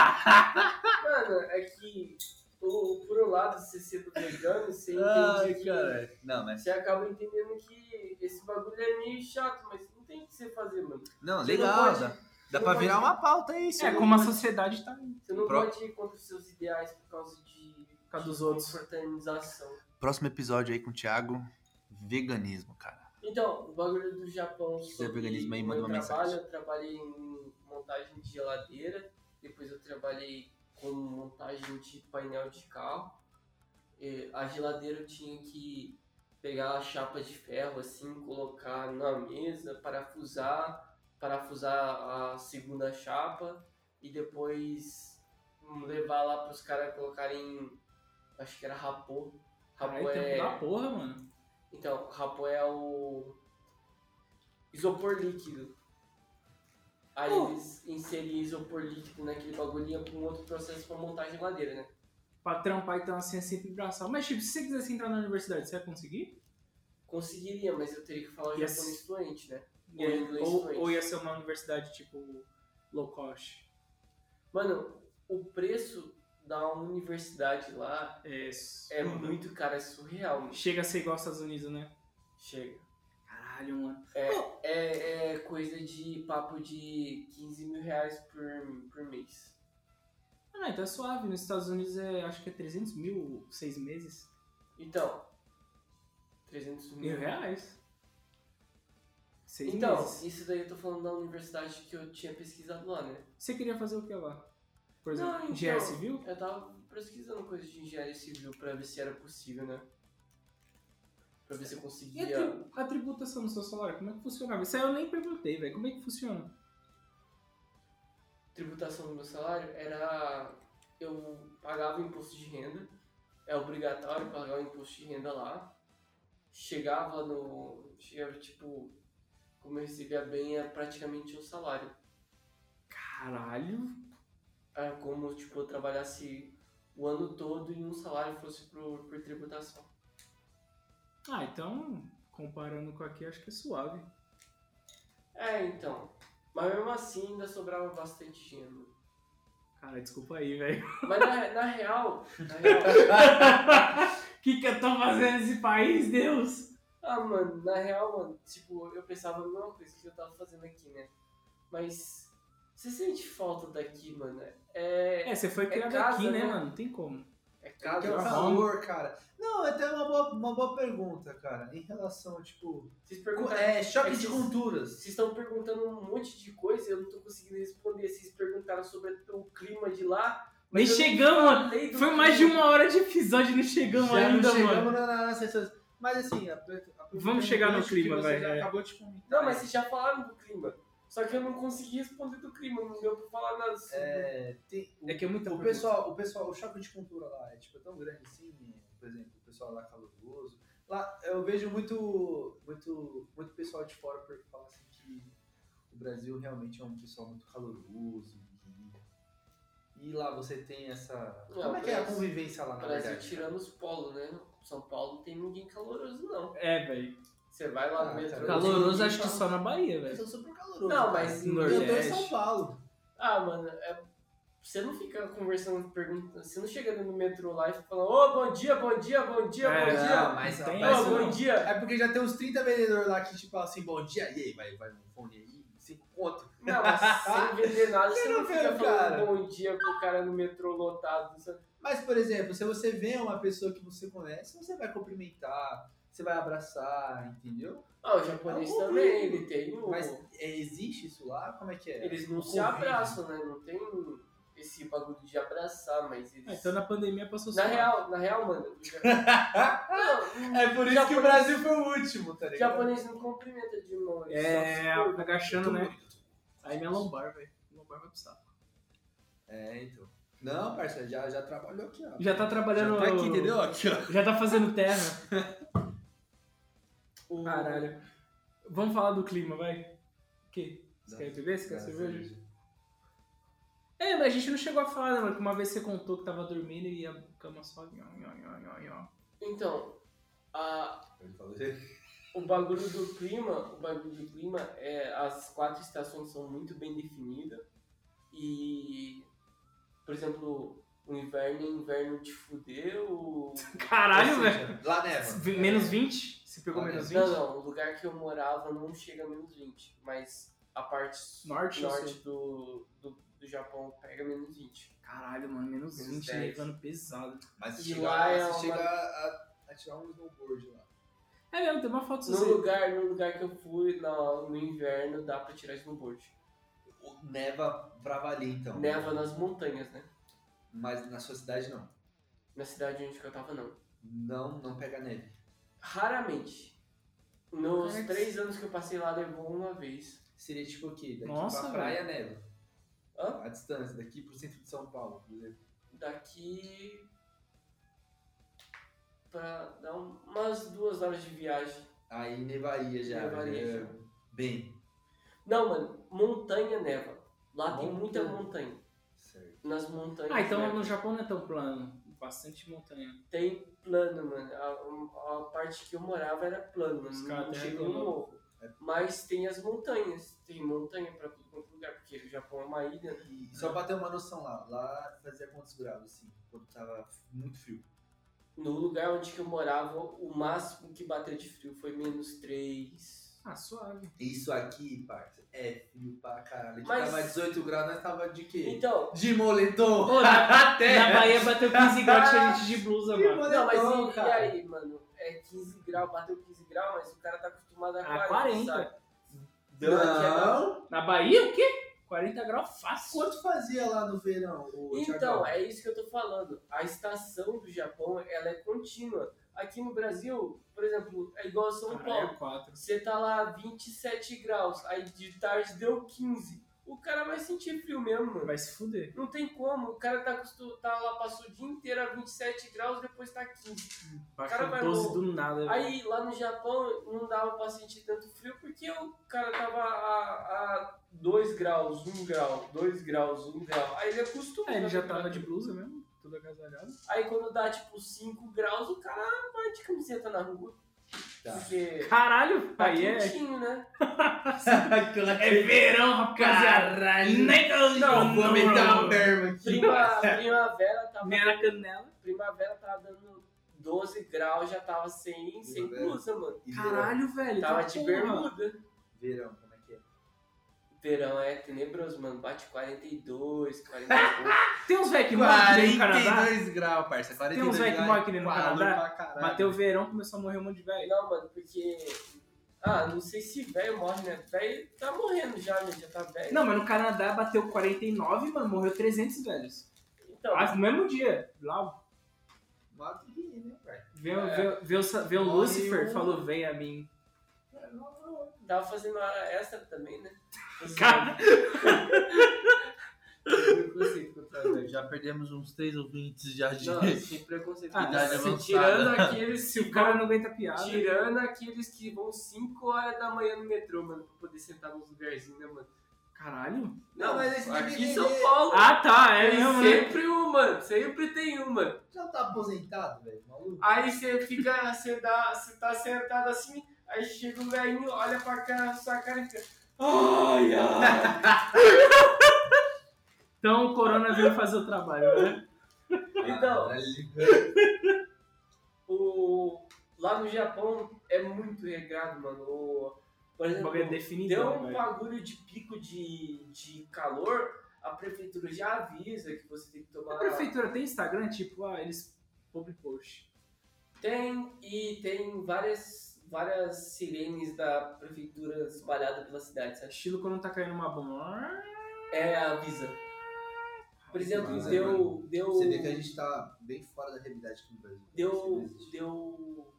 S3: Mano, é que, o, por um lado, você sendo vegano, você
S6: Ai,
S3: entende que...
S6: cara. Não, mas.
S3: Você acaba entendendo que esse bagulho é meio chato, mas não tem o que você fazer, mano.
S6: Não,
S3: Você
S6: legal.
S3: não pode-
S6: dá dá
S3: não
S6: pra
S3: pode-
S6: virar uma pauta aí, isso.
S4: É, como a sociedade tá.
S3: Você não
S6: Pro-
S3: pode ir contra os seus ideais por causa de. Por
S4: causa dos outros.
S3: Fraternização.
S9: Próximo episódio aí com o Thiago. Veganismo, cara.
S3: Então, o bagulho do Japão.
S6: quiser
S3: sobre
S6: veganismo aí,
S3: o
S6: manda
S3: meu
S6: uma
S3: trabalho,
S6: mensagem.
S3: Eu trabalhei em montagem de geladeira, depois eu trabalhei com montagem de painel de carro. Eh, A geladeira eu tinha que pegar a chapa de ferro, assim, colocar na mesa, parafusar, parafusar a segunda chapa e depois hum, levar lá pros caras colocarem, acho que era rapô.
S4: Caralho,
S3: Rapô
S4: tempo
S3: é...
S4: da porra, mano.
S3: Então, rapó é o isopor líquido. Aí
S4: Oh.
S3: eles inseriam isopor líquido naquele bagulhinho com um outro processo pra montar a geladeira, né?
S4: Pra trampar, então, assim, é sempre braçal. Mas, tipo, se você quisesse entrar na universidade, você ia conseguir?
S3: Conseguiria, mas eu teria que falar
S4: Yes.
S3: japonês fluente, né? Ou
S4: Ou,
S3: inglês
S4: ou-
S3: fluente.
S4: ou ia ser uma universidade, tipo, low cost?
S3: Mano, o preço da universidade lá
S4: É,
S3: é
S4: surdo.
S3: muito caro, é surreal, mano.
S4: Chega a ser igual aos Estados Unidos, né?
S3: Chega.
S4: Caralho, mano.
S3: É, é coisa de papo de 15 mil reais por, por mês.
S4: Ah, não, então é suave. Nos Estados Unidos, é, acho que é 300 mil, seis meses.
S3: Então, 300
S4: Mil
S3: mil
S4: reais. Seis
S3: Uhum. Então,
S4: meses.
S3: isso daí eu tô falando da universidade que eu tinha pesquisado lá, né?
S4: Você queria fazer o que lá? Por exemplo,
S3: Não, então.
S4: engenharia civil?
S3: Eu tava pesquisando coisa de engenharia civil pra ver se era possível, né? Pra ver se eu
S4: E a,
S3: conseguia.
S4: tri- a tributação no seu salário, como é que funcionava? Isso aí eu nem perguntei, velho. Como é que funciona?
S3: Tributação do meu salário era eu pagava o imposto de renda, é obrigatório pagar o imposto de renda lá. Chegava no. Chegava, tipo, como eu recebia bem, é praticamente um salário.
S4: Caralho.
S3: É como tipo, eu trabalhasse o ano todo e um salário fosse pro, por tributação.
S4: Ah, então, comparando com aqui, acho que é suave.
S3: É, então. Mas mesmo assim ainda sobrava bastante dinheiro.
S4: Cara, desculpa aí, velho. (laughs)
S3: Mas na, na real. Na real
S4: O que, que eu tô fazendo nesse país, Deus?
S3: ah, mano, na real, mano, tipo, eu pensava a mesma coisa que eu tava fazendo aqui, né? Mas. Você sente falta daqui, mano? É.
S4: É, você foi criado
S3: casa,
S4: aqui, né,
S3: né?
S4: mano? Não tem como.
S3: É
S6: Cara,
S3: casa.
S6: que é o
S4: Aham.
S6: calor, cara. Não, é até uma boa, uma boa pergunta, cara. Em relação a, tipo.
S3: Vocês perguntaram.
S6: É, choque
S3: é que
S6: de
S3: vocês-
S6: culturas.
S3: Vocês estão perguntando um monte de coisa e eu não tô conseguindo responder. Vocês perguntaram sobre o clima de lá.
S4: Nem
S3: eu não
S4: chegamos, mano.
S3: falei do
S4: Foi mais de
S3: clima.
S4: uma hora de episódio e não chegamos
S6: Já
S4: ainda,
S6: não chegamos
S4: mano.
S6: na- na- nas sessões. Mas assim, apre- aproveitando
S4: Vamos chegar no
S6: o gancho
S4: clima,
S6: que
S4: vai,
S6: Você já
S4: é.
S6: acabou de comentar.
S3: Não, mas vocês já falaram do clima. Só que eu não consegui responder do clima, não deu pra falar nada. assim. sobre-
S6: É, tem- o,
S4: É que é muita
S6: o
S4: pergunta.
S6: pessoal, o pessoal, o choque de cultura lá é tipo tão grande assim, é, por exemplo, o pessoal lá caloroso. Lá eu vejo muito, muito, muito pessoal de fora porque fala assim que o Brasil realmente é um pessoal muito caloroso. E, e lá você tem essa.
S3: Não,
S6: como é que é a
S3: Brasil-
S6: convivência lá na
S3: Brasil
S6: verdade?
S3: tirando os polos, né? São Paulo não tem ninguém caloroso, não.
S4: É, velho.
S3: Você vai lá
S6: Ah,
S3: no metrô.
S6: cara.
S4: Caloroso
S3: ninguém
S4: acho que
S3: fala-
S4: só na Bahia,
S6: Eles
S4: velho.
S6: são super calorosos.
S3: Não,
S6: cara.
S3: mas
S6: eu tô em
S4: Nordeste.
S6: São Paulo.
S3: Ah, mano, é- você não fica conversando, perguntando. Você não chega no metrô lá e fica falando, ô, bom dia, bom dia, bom dia,
S4: É,
S3: bom dia.
S6: não, mas
S4: tem
S3: Ô,
S6: rapaz,
S4: isso,
S6: eu-
S3: bom
S4: não.
S3: dia.
S6: É porque já tem uns 30 vendedores lá que, tipo, assim, bom dia, e aí, vai, vai um fone aí, cinco conto.
S3: Não, mas sem vender nada, você
S6: Eu
S3: não
S6: não
S3: fica
S6: quero,
S3: falando
S6: cara.
S3: bom dia pro cara no metrô lotado. sabe?
S6: Mas, por exemplo, se você vê uma pessoa que você conhece, você vai cumprimentar, você vai abraçar, entendeu?
S3: Ah, o japonês
S6: convívio.
S3: também, ele tem o.
S6: É um Mas é, existe isso lá? Como é que é?
S3: Eles não
S6: O
S3: se
S6: convívio.
S3: abraçam, né? Não tem esse bagulho de abraçar, mas eles.
S4: Ah, então na pandemia passou
S3: na
S4: suave.
S3: real, na real, mano. o
S6: (laughs)
S3: ja- Não,
S6: É por isso que
S3: Japonês-
S6: o Brasil foi o último, tá
S3: o
S6: ligado?
S3: japonês não cumprimenta de mão. ele
S4: É,
S3: só se curva.
S4: agachando, né? Aí minha lombar, velho. Minha Lombar vai pro saco.
S6: É, então. Não, parceiro, já, já trabalhou aqui, ó.
S4: Já tá trabalhando.
S6: Já tá aqui, entendeu? Aqui, ó.
S4: Já tá fazendo terra.
S3: O-
S4: Caralho. Vamos falar do clima, vai. O quê? Você
S6: Dá-
S4: quer beber? Você quer
S6: dá
S4: cerveja? É, mas a gente não chegou a falar, né, mano? Que uma vez você contou que tava dormindo e a cama só. Nhó, nhó, nhó, nhó, nhó.
S3: Então, a-
S6: Ele falou isso.
S3: o bagulho do clima, o bagulho do clima é as quatro estações são muito bem definidas e, por exemplo, o inverno é inverno de fuder, o
S4: Caralho,
S6: Ou
S4: velho.
S6: seja, Lá né, É. neva.
S4: V- Menos 20? Você pegou
S6: Ah,
S4: menos 20?
S3: Não, não, o lugar que eu morava não chega a menos 20, mas a parte su-
S4: Norte ou
S3: norte do, do, do Japão pega menos 20.
S4: Caralho, mano, menos
S3: Menos
S4: 20,
S3: 10.
S4: levando pesado.
S6: Mas você
S3: E
S6: chega,
S3: lá é
S6: você
S3: uma-
S6: chega a, a tirar um snowboard lá.
S4: É mesmo, tem uma foto
S3: No
S4: sua.
S3: lugar, no lugar que eu fui no, no inverno, dá pra tirar snowboard.
S6: O- Neva pra valer, então.
S3: Neva nas montanhas, né?
S6: Mas na sua cidade, não.
S3: Na cidade onde que eu tava, não.
S6: Não, não pega neve.
S3: Raramente. Nos
S4: Cara, que-
S3: três anos que eu passei lá, levou uma vez.
S6: Seria tipo o quê? Daqui
S4: Nossa,
S6: pra praia, neva.
S3: Hã?
S6: A distância, daqui pro centro de São Paulo, por exemplo.
S3: Daqui. pra dar um- umas duas horas de viagem.
S6: Aí nevaria já.
S3: Nevaria
S6: né? Bem.
S3: Não, mano, montanha neva. Lá tem muita
S6: Montanha.
S3: montanha.
S6: Certo.
S3: nas montanhas.
S4: Ah, então
S3: né?
S4: no Japão não é tão plano. Bastante montanha.
S3: tem plano, mano. A, a parte que eu morava era plano,
S4: Os
S3: mano.
S4: caras
S3: Não
S4: têm
S3: chegou
S4: reclamado.
S3: no ovo.
S6: É.
S3: Mas tem as montanhas. Tem montanha pra tudo quanto é lugar, porque o Japão é uma ilha, né?
S6: E só pra ter uma noção lá, lá fazia quantos graus, assim, quando tava muito frio.
S3: No lugar onde que eu morava, o máximo que bateu de frio foi menos 3.
S4: Ah,
S3: (laughs)
S4: suave.
S6: Isso aqui, parça, é frio pra caralho. Aqui
S3: Mas-
S6: tava 18 graus, nós tava de quê?
S3: Então,
S6: De moletom!
S4: Ô, na,
S6: Até!
S4: na Bahia bateu 15 graus, tinha gente de blusa,
S6: Que
S4: mano.
S6: moletom,
S3: não, mas e, e
S6: é cara.
S3: aí, mano? É 15 graus, bateu 15 graus, mas o cara tá acostumado a
S4: Ah,
S3: 40,
S4: 40.
S3: sabe?
S8: é
S6: Não.
S4: Na Bahia, o quê? 40 graus fácil.
S6: Quanto fazia lá no verão? ô, Thiagão?
S3: Então, é isso que eu tô falando. A estação do Japão, ela é contínua. Aqui no Brasil, por exemplo, é igual a São Paulo.
S4: Caralho, 4.
S3: Você tá lá 27 graus, aí de tarde deu 15. o cara vai sentir frio mesmo, mano.
S4: Vai se fuder.
S3: Não tem como, o cara tá, acostu- tá lá, passou o dia inteiro a 27 graus, depois tá 15.
S4: Baixa
S3: cara vai
S4: 12
S3: no-
S4: do nada. velho.
S3: Aí lá no Japão não dava pra sentir tanto frio porque o cara tava a, a 2 graus, 1 grau, 2 graus, 1 grau. Aí ele acostuma.
S4: É, ele
S3: com a
S4: já tava de
S3: temperatura.
S4: blusa mesmo, tudo agasalhado.
S3: Aí quando dá tipo 5 graus, o cara vai de camiseta na rua.
S8: Tá.
S3: Porque
S4: Caralho,
S3: tá
S4: aí é.
S3: quentinho,
S4: (laughs)
S3: né?
S4: É verão, rapaziada. Caralho. Não,
S8: Vou meter uma berma aqui.
S3: Prima, primavera tava.
S4: Minha canela.
S3: Primavera tava dando 12 graus, já tava sem, sem
S8: Primavera.
S3: blusa, mano.
S8: E
S4: Caralho, velho.
S3: Tava
S4: que
S3: de
S4: porra.
S3: bermuda.
S8: Verão, verão, como é que é?
S3: Verão é tenebroso, mano. Bate 42, 48.
S4: Tem uns velho que moram aqui no Canadá.
S8: 42 graus, parça. 42
S4: Tem uns velho que
S8: graus,
S4: moram aqui no
S8: calor
S4: Canadá.
S8: pra caralho.
S4: Bateu o verão, começou a morrer um monte de velho.
S3: não, mano, porque. Ah, não sei se velho morre, né? Velho tá morrendo já, né? Já tá velho.
S4: Não, mas no Canadá bateu 49, mano, morreu 300 velhos.
S3: Então,
S4: Ah, no mesmo dia. Lá,
S8: Mata e ri, né, parça?
S4: vê,
S8: É.
S4: vê, vê o, sa- vê o
S8: Morre
S4: Lucifer,
S8: um.
S4: falou, vem a mim.
S3: tava fazendo hora extra também, né? Você-
S4: Cara,
S8: Preconceito contra Tá, velho. Já perdemos uns três ouvintes já de...
S3: Não, sem preconceito.
S4: Ah,
S8: idade
S3: Se-
S8: avançada.
S3: tirando aqueles
S4: se
S3: que
S4: o cara
S3: vão.
S4: não aguenta piada.
S3: Tirando aqueles que vão 5 horas da manhã no metrô, mano, pra poder sentar nos lugarzinhos, né, mano?
S4: Caralho.
S8: Não, mas esse
S3: aqui
S8: DVD
S3: em São Paulo.
S4: Ah, tá, é
S3: tem
S4: mesmo, né?
S3: sempre um, mano. Sempre tem um, mano.
S8: Já tá aposentado, velho, maluco?
S3: Aí você fica, você dá, você tá sentado assim, aí chega um velhinho, olha pra cara, sua cara e fica. Ai, ai.
S4: Então o Corona veio fazer o trabalho, né?
S8: (laughs)
S3: Então,
S8: Caralho.
S3: o, lá no Japão é muito regrado, mano. O, por
S4: O bagulho é
S3: exemplo,
S4: definido.
S3: deu
S4: né,
S3: um
S4: velho?
S3: bagulho de pico de, de calor, a prefeitura já avisa que você tem que tomar.
S4: A prefeitura tem Instagram, tipo, ah, eles public post.
S3: Tem, e tem várias, várias sirenes da prefeitura espalhada pela cidade, sabe?
S4: Estilo quando tá caindo uma bomba.
S3: É, avisa. Por exemplo,
S4: é
S8: Mas,
S3: deu. deu
S8: Você vê que a gente tá bem fora da realidade aqui no Brasil. Isso não
S3: Deu.
S8: existe.
S3: Deu.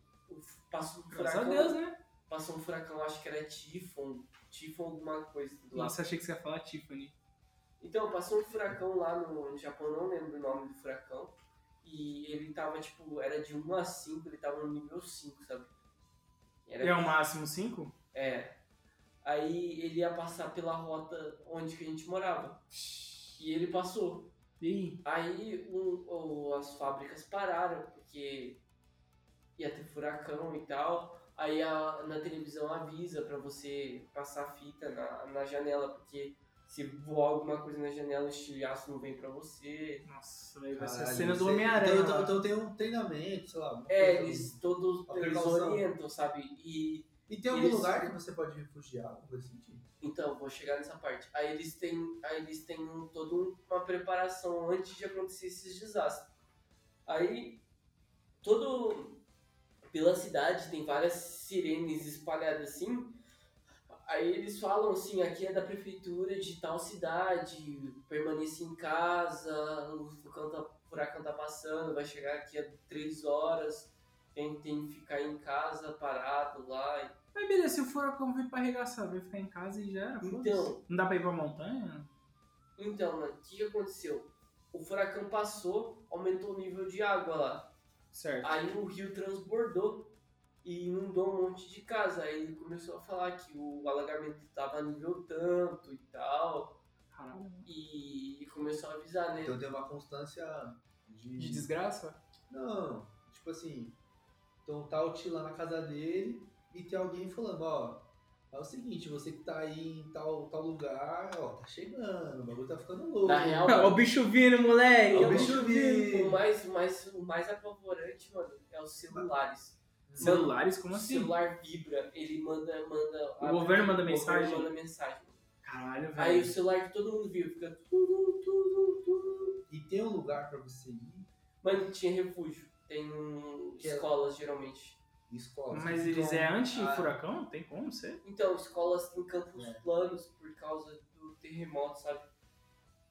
S3: Passou um
S4: Graças a
S3: furacão.
S4: Deus, né?
S3: Passou um furacão, acho que era Tifon. Tifon alguma coisa do lado.
S4: Nossa, achei que você ia falar Tiffany.
S3: Então, passou um furacão lá no, no Japão, não lembro o nome do furacão. E ele tava, tipo, era de 1 a 5, ele tava no nível 5, sabe? Era-
S4: É o máximo 5?
S3: É. Aí ele ia passar pela rota onde que a gente morava. E ele passou.
S4: Ih,
S3: Aí um- o- as fábricas pararam, porque ia ter furacão e tal. Aí a- na televisão avisa pra você passar fita na, na janela, porque se voar alguma coisa na janela, o estilhaço não vem pra você.
S4: nossa, velho, vai ser a
S8: Caralho,
S4: cena do
S8: isso aí.
S4: Homem-Aranha.
S8: Então,
S4: mano.
S8: então tem um treinamento, sei lá. uma
S3: É,
S8: coisa- assim.
S3: eles todos
S8: A
S3: eles
S8: precaução.
S3: orientam, sabe? E
S8: E tem algum
S3: eles-
S8: lugar que você pode refugiar, alguma coisa assim? tipo?
S3: então, vou chegar nessa parte. Aí eles têm, aí eles têm um, toda um- uma preparação antes de acontecer esses desastres. Aí, todo. Pela cidade tem várias sirenes espalhadas assim. Aí eles falam assim: aqui é da prefeitura de tal cidade, permaneça em casa, o furacão tá, furacão tá passando, vai chegar aqui a três horas, tem, tem que ficar em casa parado lá e
S4: Mas beleza, se o furacão vir pra arregaçar, vai ficar em casa e já era. foda-se.
S3: Então.
S4: Não dá pra ir pra montanha?
S3: Então, mano, o que que aconteceu? O furacão passou, aumentou o nível de água lá.
S4: Certo.
S3: Aí o rio transbordou e inundou um monte de casa. Aí ele começou a falar que o alagamento tava nível tanto e tal.
S4: Caralho.
S3: E começou a avisar, né?
S8: Então tem uma constância de.
S4: De desgraça?
S8: Não, tipo assim. Então tá o tio lá na casa dele e tem alguém falando, ó. É o seguinte, você que tá aí em tal, tal lugar, ó, tá chegando, o bagulho tá ficando louco.
S3: Na
S4: (laughs)
S3: real,
S4: (laughs) Ó, o bicho vindo, moleque!
S8: Ó,
S4: Ó,
S8: o bicho
S3: o
S8: vindo.
S3: mais, o mais, o mais apavorante, mano, é os celulares.
S4: Celulares? Como
S3: o
S4: assim?
S3: celular vibra, ele manda. manda
S4: O governo manda
S3: o
S4: mensagem?
S3: Governo manda mensagem.
S4: Caralho,
S3: Aí o
S4: velho.
S3: celular que todo mundo viu fica. tudo, tudo, tudo.
S8: E tem um lugar pra você ir,
S3: Mano, tinha refúgio. Tem um-
S8: Que é-
S3: escolas, geralmente.
S8: escola.
S4: Mas
S8: você
S4: eles
S8: fica-
S4: é anti-furacão? Tem como ser?
S3: Então, escolas têm campos
S8: É.
S3: planos por causa do terremoto, sabe?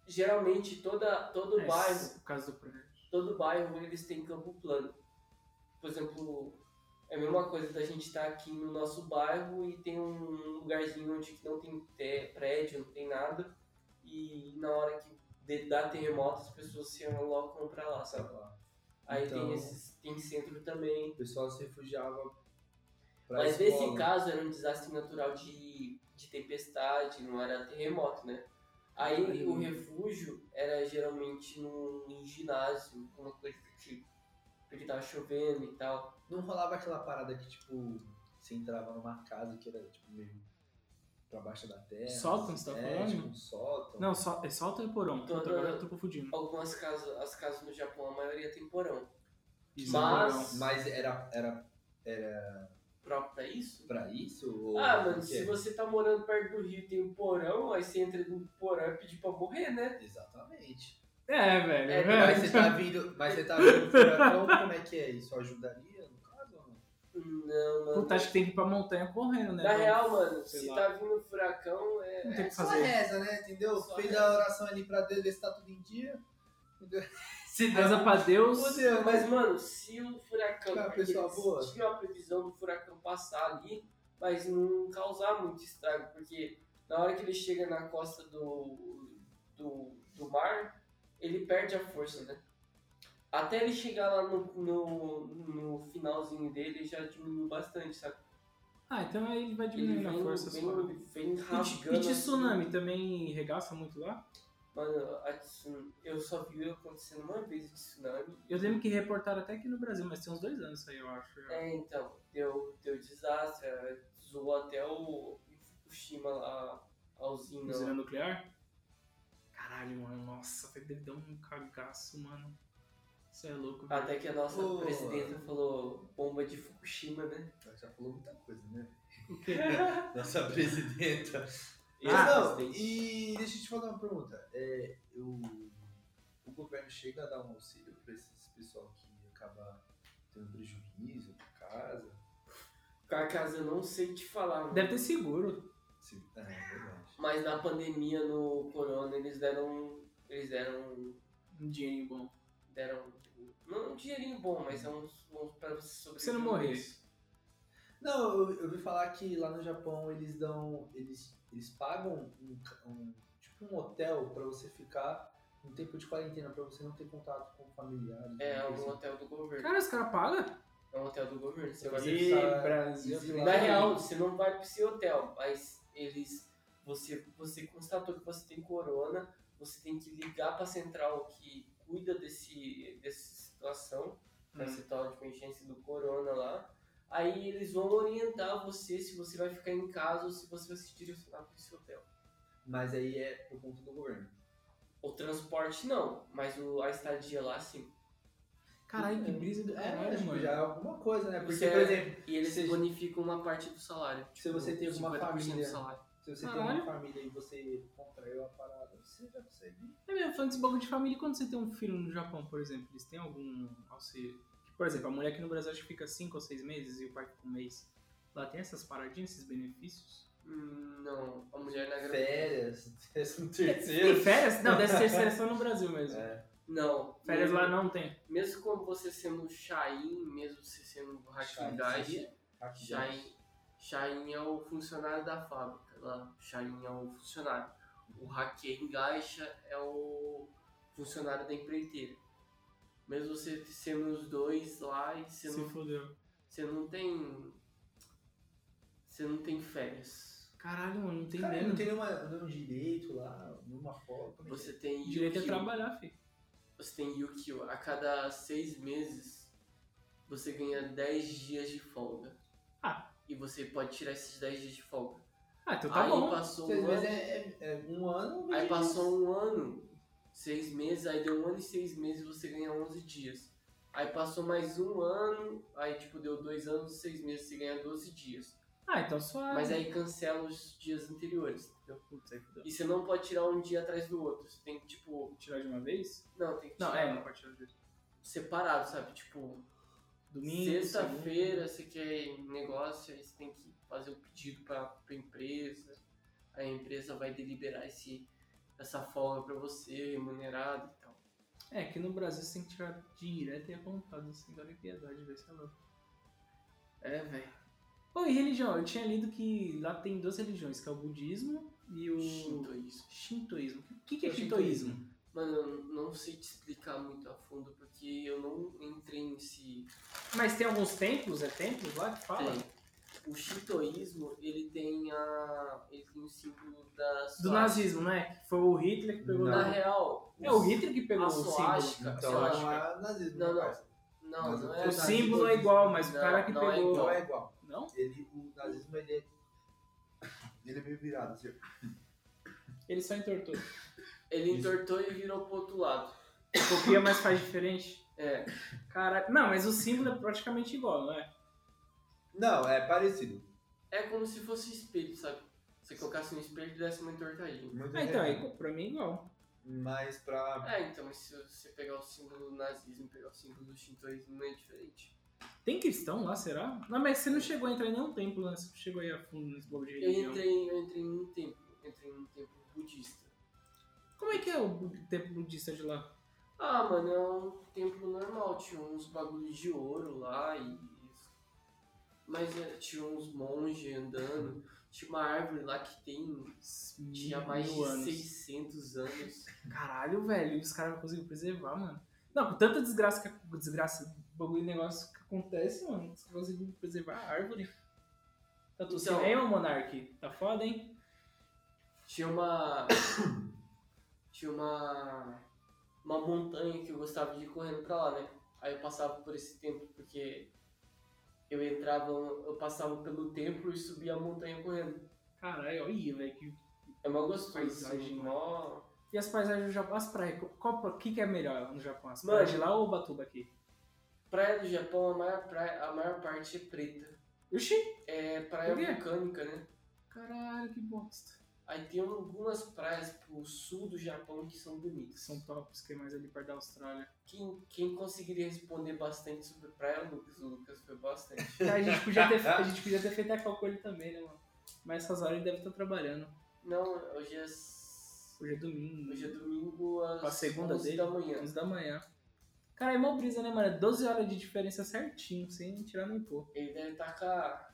S3: Geralmente, toda, todo
S4: É,
S3: bairro,
S4: O caso do projeto.
S3: todo bairro, eles têm campo plano. Por exemplo, é a mesma coisa da gente estar aqui no nosso bairro e tem um lugarzinho onde que não tem té- prédio, não tem nada. e na hora que de- dá terremoto as pessoas se alocam pra lá, sabe? Aí
S8: Então-
S3: tem esses, tem centro também.
S8: O pessoal se refugiava pra
S3: Mas
S8: escola.
S3: nesse caso era um desastre natural de, de tempestade, não era terremoto, né? Aí o refúgio era geralmente num, num ginásio, uma coisa do tipo. Porque tava chovendo e tal.
S8: Não rolava aquela parada que, tipo, você entrava numa casa que era, tipo, meio pra baixo da terra.
S4: Sótão, você tá
S8: é,
S4: falando?
S8: Tipo, um sótão.
S4: Não, só, é solta e porão.
S3: Então,
S4: Outra agora
S3: não,
S4: eu tô confundindo.
S3: Algumas casas, as casas no Japão, a maioria tem porão.
S4: Isso,
S3: Mas-
S8: Mas era, era
S3: Próprio pra isso?
S8: pra isso? Ou
S3: Ah,
S8: o
S3: mano,
S8: quê?
S3: se você tá morando perto do rio e tem um porão, aí você entra no porão e pedir pra morrer, né?
S8: Exatamente.
S4: É, velho.
S3: É,
S4: velho.
S8: Mas você tá vindo, mas você tá vindo furacão, como é que é isso? Ajudaria, no caso, ou não?
S3: Não, mano.
S4: Puta, acho que tem que ir pra montanha correndo, né?
S3: Na
S8: é
S4: Então,
S3: real, mano,
S4: sei
S3: se
S4: lá.
S3: tá vindo furacão, é.
S4: Não tem o que
S8: Só
S4: fazer.
S8: reza, né? Entendeu?
S3: Só
S8: Fez
S3: reza.
S8: a oração ali pra Deus ver se tá tudo em dia. Entendeu? Se não,
S4: Reza pra Deus.
S8: fudeu, mas
S3: Mas, mano, se o furacão.
S8: Cara,
S3: porque
S8: pessoal,
S3: eles
S8: boa.
S3: Tinha a previsão do furacão passar ali, mas não causar muito estrago, porque na hora que ele chega na costa do, do, do mar, ele perde a força, né? Até ele chegar lá no, no, no finalzinho dele, já diminuiu bastante, sabe?
S4: Ah, então aí ele vai
S3: Ele
S4: diminuindo a
S3: vem,
S4: força só.
S3: vem, vem
S4: E ti-
S3: rasgando.
S4: E tsunami
S3: assim.
S4: também regaça muito lá?
S3: Mano, a tsun- eu só vi acontecendo uma vez o tsunami.
S4: Eu lembro que reportaram até aqui no Brasil, mas tem uns dois anos isso aí, eu acho. já.
S3: É, então, deu, deu desastre, eh, zoou até o em Fukushima, a, a usina.
S4: Usina nuclear? Caralho, mano. Nossa, foi- deve dar um cagaço, mano. Isso é louco, velho.
S3: Até que a nossa
S8: Pô.
S3: presidenta falou bomba de Fukushima, né?
S8: Ela já falou muita coisa,
S3: (laughs)
S8: né? (laughs)
S4: O quê?
S8: Nossa presidenta.
S3: E
S8: Ah,
S3: a
S8: não,
S3: presidente-
S8: e deixa eu te fazer uma pergunta. É, eu, o governo chega a dar um auxílio pra esse pessoal que acaba tendo prejuízo por casa?
S3: Carcasa, eu não sei te falar, mano.
S4: Deve ter seguro.
S8: Se, é, é verdade.
S3: mas na pandemia, no corona, eles deram. Eles deram.
S4: Um dinheirinho bom.
S3: deram não um dinheirinho bom, mas é um, um pra você sobreviver.
S4: Pra você não morrer.
S8: Não, eu, eu ouvi falar que lá no Japão eles dão. Eles, eles pagam um, ca- um- tipo um hotel pra você ficar um tempo de quarentena, pra você não ter contato com familiares.
S3: É, é
S8: alguma
S3: um
S8: coisa assim.
S3: hotel do governo.
S4: Cara, os caras pagam?
S3: É um hotel do governo. Você vai
S8: Mas
S4: Ih,
S8: precisa
S4: Brasil.
S8: exilar.
S3: Na real, você não vai pro seu hotel, mas eles. Você, você constatou que você tem corona, você tem que ligar pra central que cuida desse, dessa situação,
S8: Hum.
S3: da central de emergência do corona lá. Aí eles vão orientar você se você vai ficar em casa ou se você vai se direcionar pro seu hotel.
S8: Mas aí é por conta do governo.
S3: O transporte não, mas o, a estadia lá sim.
S4: Caralho, que brisa do caralho,
S3: né,
S8: tipo,
S4: mano.
S8: já é alguma coisa, né? Porque,
S3: Você-
S8: por exemplo,
S3: E eles
S8: Seja-
S3: bonificam uma parte do salário. Tipo,
S8: Se você tem alguma
S3: 50% do
S8: família.
S3: salário.
S8: se você tem
S4: Caralho.
S8: uma família e você contraiu a parada, você já consegue.
S4: É mesmo, falando desse bagulho de família, quando você tem um filho no Japão, por exemplo, eles têm algum auxílio? Por exemplo, a mulher aqui no Brasil acho que fica 5 ou 6 meses e o pai fica um mês. Lá tem essas paradinhas, esses benefícios?
S3: Hum, Não, a mulher na gravidez.
S8: Férias, (laughs) décimo
S4: Tem
S8: terceiro.
S4: férias? Não, deve ser seleção no Brasil mesmo.
S8: É.
S3: Não.
S4: Férias lá
S3: não.
S4: não tem.
S3: Mesmo com você sendo um Shain, mesmo você sendo Hakidashi, Shain, Shain é o funcionário da fábrica lá. Shain é o funcionário. O Hakken Gaisha é o funcionário da empreiteira. Mesmo você sendo os dois lá e você,
S4: Se
S3: não,
S4: fodeu.
S3: você não tem. Você não tem férias.
S4: Caralho, mano, não tem
S8: Cara,
S4: mesmo.
S8: não tem nenhuma, nenhum um direito lá, nenhuma folga. como é que
S3: Você tem
S4: Direito é
S3: Yukio.
S4: trabalhar, filho.
S3: Você tem Yukio. A cada seis meses, você ganha 10 dias de folga.
S4: Ah.
S3: E você pode tirar esses 10 dias de folga.
S4: Ah, então tá
S3: aí
S4: bom.
S3: passou
S8: Seis
S3: um
S8: meses
S3: ano.
S8: é, é- é um ano.
S3: Aí
S8: mas-
S3: passou um ano, seis meses, aí deu um ano e seis meses você ganha 11 dias. Aí passou mais um ano, aí tipo deu dois anos e seis meses você ganha 12 dias.
S4: Ah, então só.
S3: Mas aí cancela os dias anteriores, entendeu?
S4: Putz, aí fodeu.
S3: E você não pode tirar um dia atrás do outro. Você tem que, tipo.
S4: Tirar de uma vez?
S3: Não, tem que
S4: Não,
S3: tirar
S4: é, não pode tirar de vez.
S3: separado, sabe? Tipo,
S4: Domingo.
S3: Sexta-feira você quer negócio, aí você tem que fazer o pedido para a empresa. A empresa vai deliberar esse, essa folga para você, remunerado e tal.
S4: segunda. É, aqui no Brasil você tem que tirar direto e é contado, assim, agora é piedade, velho, sei lá.
S3: É, velho.
S4: Bom, e religião? Eu tinha lido que lá tem duas religiões, que é o budismo e o
S3: Shintoísmo.
S4: shintoísmo. O que, que é
S3: O
S4: shintoísmo?
S3: shintoísmo. Mano, eu não sei te explicar muito a fundo, porque eu não entrei nesse
S4: Mas tem alguns templos, é templos lá que fala?
S3: Tem. O shintoísmo, ele tem a. ele tem o símbolo da
S4: Do
S3: swastika.
S4: nazismo, né? Que foi o Hitler que pegou.
S3: Na
S4: Na real,
S3: real,
S4: É o Hitler que pegou
S3: a
S4: o símbolo.
S3: suástica.
S8: Então,
S3: a
S8: eu acho
S3: suástica-
S8: que é nazismo.
S3: Não, não.
S8: parça.
S3: Não,
S8: Mas
S3: não
S8: o
S3: é
S4: O
S3: nazismo.
S4: símbolo é igual, mas o
S3: Não,
S4: cara que
S3: não é
S4: pegou.
S8: Não é igual.
S4: Não?
S8: Ele, o nazismo, ele é... Ele é meio virado, assim.
S4: Ele só entortou.
S3: Ele entortou e virou pro outro lado.
S4: Copia, mas faz diferente.
S3: É.
S4: Cara, não, mas o símbolo é praticamente igual, não é?
S8: Não, é parecido.
S3: É como se fosse um espelho, sabe? Se você colocasse um espelho e desse uma entortadinha.
S8: Muito
S4: Ah, então,
S8: real.
S4: é, pra mim é igual.
S8: Mas pra...
S3: É, então, mas se você pegar o símbolo do nazismo e pegar o símbolo do shintoísmo, é diferente.
S4: Tem cristão lá, será? Não, mas você não chegou a entrar em nenhum templo, né? Você não chegou aí a fundo nesse bagulho de
S3: Eu
S4: religião.
S3: entrei, eu entrei num templo, entrei num templo budista.
S4: Como é que é o templo budista de lá?
S3: Ah, mano, é um templo normal, tinha uns bagulhos de ouro lá e. Mas é, tinha uns monges andando, tinha uma árvore lá que tem. Tinha mais de
S4: Mil anos.
S3: 600 anos.
S4: Caralho, velho, os caras não conseguiram preservar, mano. Não, com tanta desgraça, que- desgraça, bagulho e negócio que acontece, mano, os caras conseguiram preservar a árvore. Tá Tanto o
S3: Então-
S4: cinema, Monark, tá foda, hein?
S3: Tinha uma. (coughs) tinha uma. Uma montanha que eu gostava de ir correndo pra lá, né? Aí eu passava por esse templo, porque eu entrava, eu passava pelo templo e subia a montanha correndo.
S4: Caralho, olha, velho. que-
S3: É mó gostoso, assim,
S4: Paisagem, né?
S3: mó.
S4: E as paisagens do Japão, as praias, qual, o que, que é melhor no Japão? As
S3: Mano.
S4: praias de lá ou Batuba aqui?
S3: Praia do Japão, a maior, praia- a maior parte é preta.
S4: Oxi,
S3: É praia
S4: Por quê?
S3: vulcânica, né?
S4: caralho, que bosta.
S3: Aí tem algumas praias pro sul do Japão que são bonitas.
S4: São tops, que é mais ali perto da Austrália.
S3: Quem, quem conseguiria responder bastante sobre praia é o Lucas. O Lucas foi bastante.
S4: A gente podia ter, a gente podia ter feito a Copa com ele também, né, mano? Mas essas horas ele deve estar trabalhando.
S3: Não, hoje é. s-
S4: Hoje é domingo.
S3: Hoje é domingo às
S4: Pra segunda
S3: 11
S4: dele?
S3: da manhã.
S4: 11 da manhã. Cara, é mó brisa, né, mano? É 12 horas de diferença certinho, sem tirar nem pôr. (laughs)
S3: Ele deve estar com a.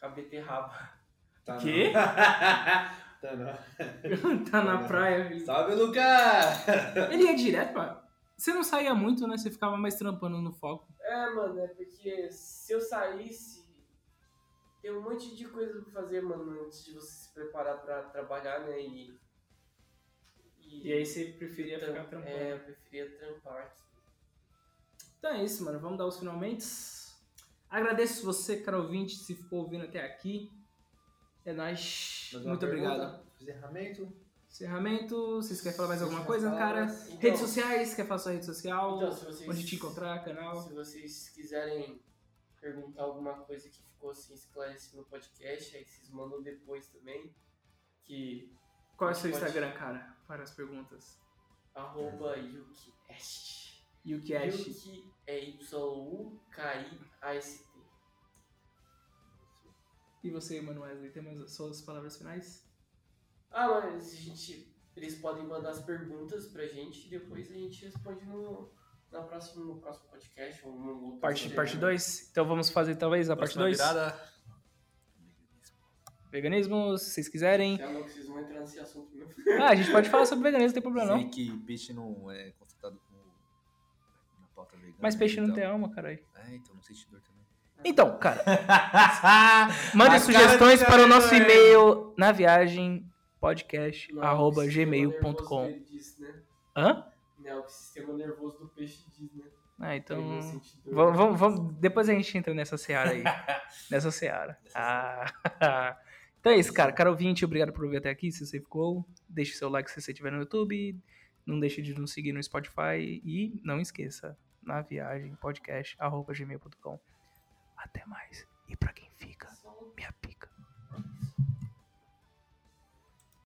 S3: Com a beterraba.
S8: Tá
S4: Quê?
S8: não. (laughs) tá não.
S4: tá na praia, filho.
S8: Salve, Lucas!
S4: Ele ia direto, pá. Você não saía muito, né? Você ficava mais trampando no foco.
S3: É, mano, é porque se eu saísse. Tem um monte de coisa pra fazer, mano, antes de você se preparar pra trabalhar, né? E. E,
S4: E aí você preferia
S3: tram-
S4: ficar trampando.
S3: É, eu preferia trampar aqui.
S4: Então é isso, mano. Vamos dar os finalmente. Agradeço você, cara ouvinte, se ficou ouvindo até aqui. É nóis.
S8: Mais uma
S4: Muito
S8: pergunta?
S4: obrigado.
S8: Encerramento.
S4: Encerramento. Vocês querem falar mais alguma
S8: Vocês
S4: coisa,
S8: já
S4: cara?
S8: falaram.
S3: Então,
S4: Redes sociais, quer falar sua rede social?
S3: Então, se vocês.
S4: onde te encontrar, canal?
S3: Se vocês quiserem perguntar alguma coisa que ficou assim esclarecida no podcast, aí vocês mandam depois também. Que
S4: Qual é o seu
S3: Pode.
S4: Instagram, cara? Para as perguntas.
S3: arroba YukiAst.
S4: E o que é? Chi?
S3: Yuki é Y-U-K-I-A-S-T.
S4: E você, Mano Wesley, tem mais suas palavras finais?
S3: Ah, mas a gente. Eles podem mandar as perguntas pra gente e depois a gente responde no, na próxima, no próximo podcast ou no outro.
S4: Parte
S3: né?
S4: 2? então vamos fazer talvez a
S6: Próxima virada.
S4: Veganismo, se vocês quiserem.
S3: Já não, que vocês vão entrar nesse assunto mesmo.
S4: Ah, a gente pode falar sobre veganismo, não tem problema
S6: Sei que peixe não é consultado como na pauta vegana. então.
S4: alma, caralho.
S6: É, então não sente dor também.
S4: Então, cara,
S6: A
S4: mandem
S6: cara é-
S4: sugestões
S6: do
S4: para o nosso
S6: Wesley.
S4: e-mail na
S3: Não, o sistema nervoso dele diz, né?
S4: Hã?
S3: Não, o sistema nervoso do peixe diz, né?
S4: Ah, então.
S3: Ele não sente dor.
S4: Vamos, vamos- vamos- depois a gente entra nessa seara aí. nessa seara. Ah. (laughs) Então é isso, cara. Caro ouvinte, obrigado por ouvir até aqui. Se você ficou, deixe seu like se você estiver no YouTube. Não deixe de nos seguir no Spotify. E não esqueça, na viagem, podcast, arroba gmail.com. Até mais. E pra quem fica, minha pica.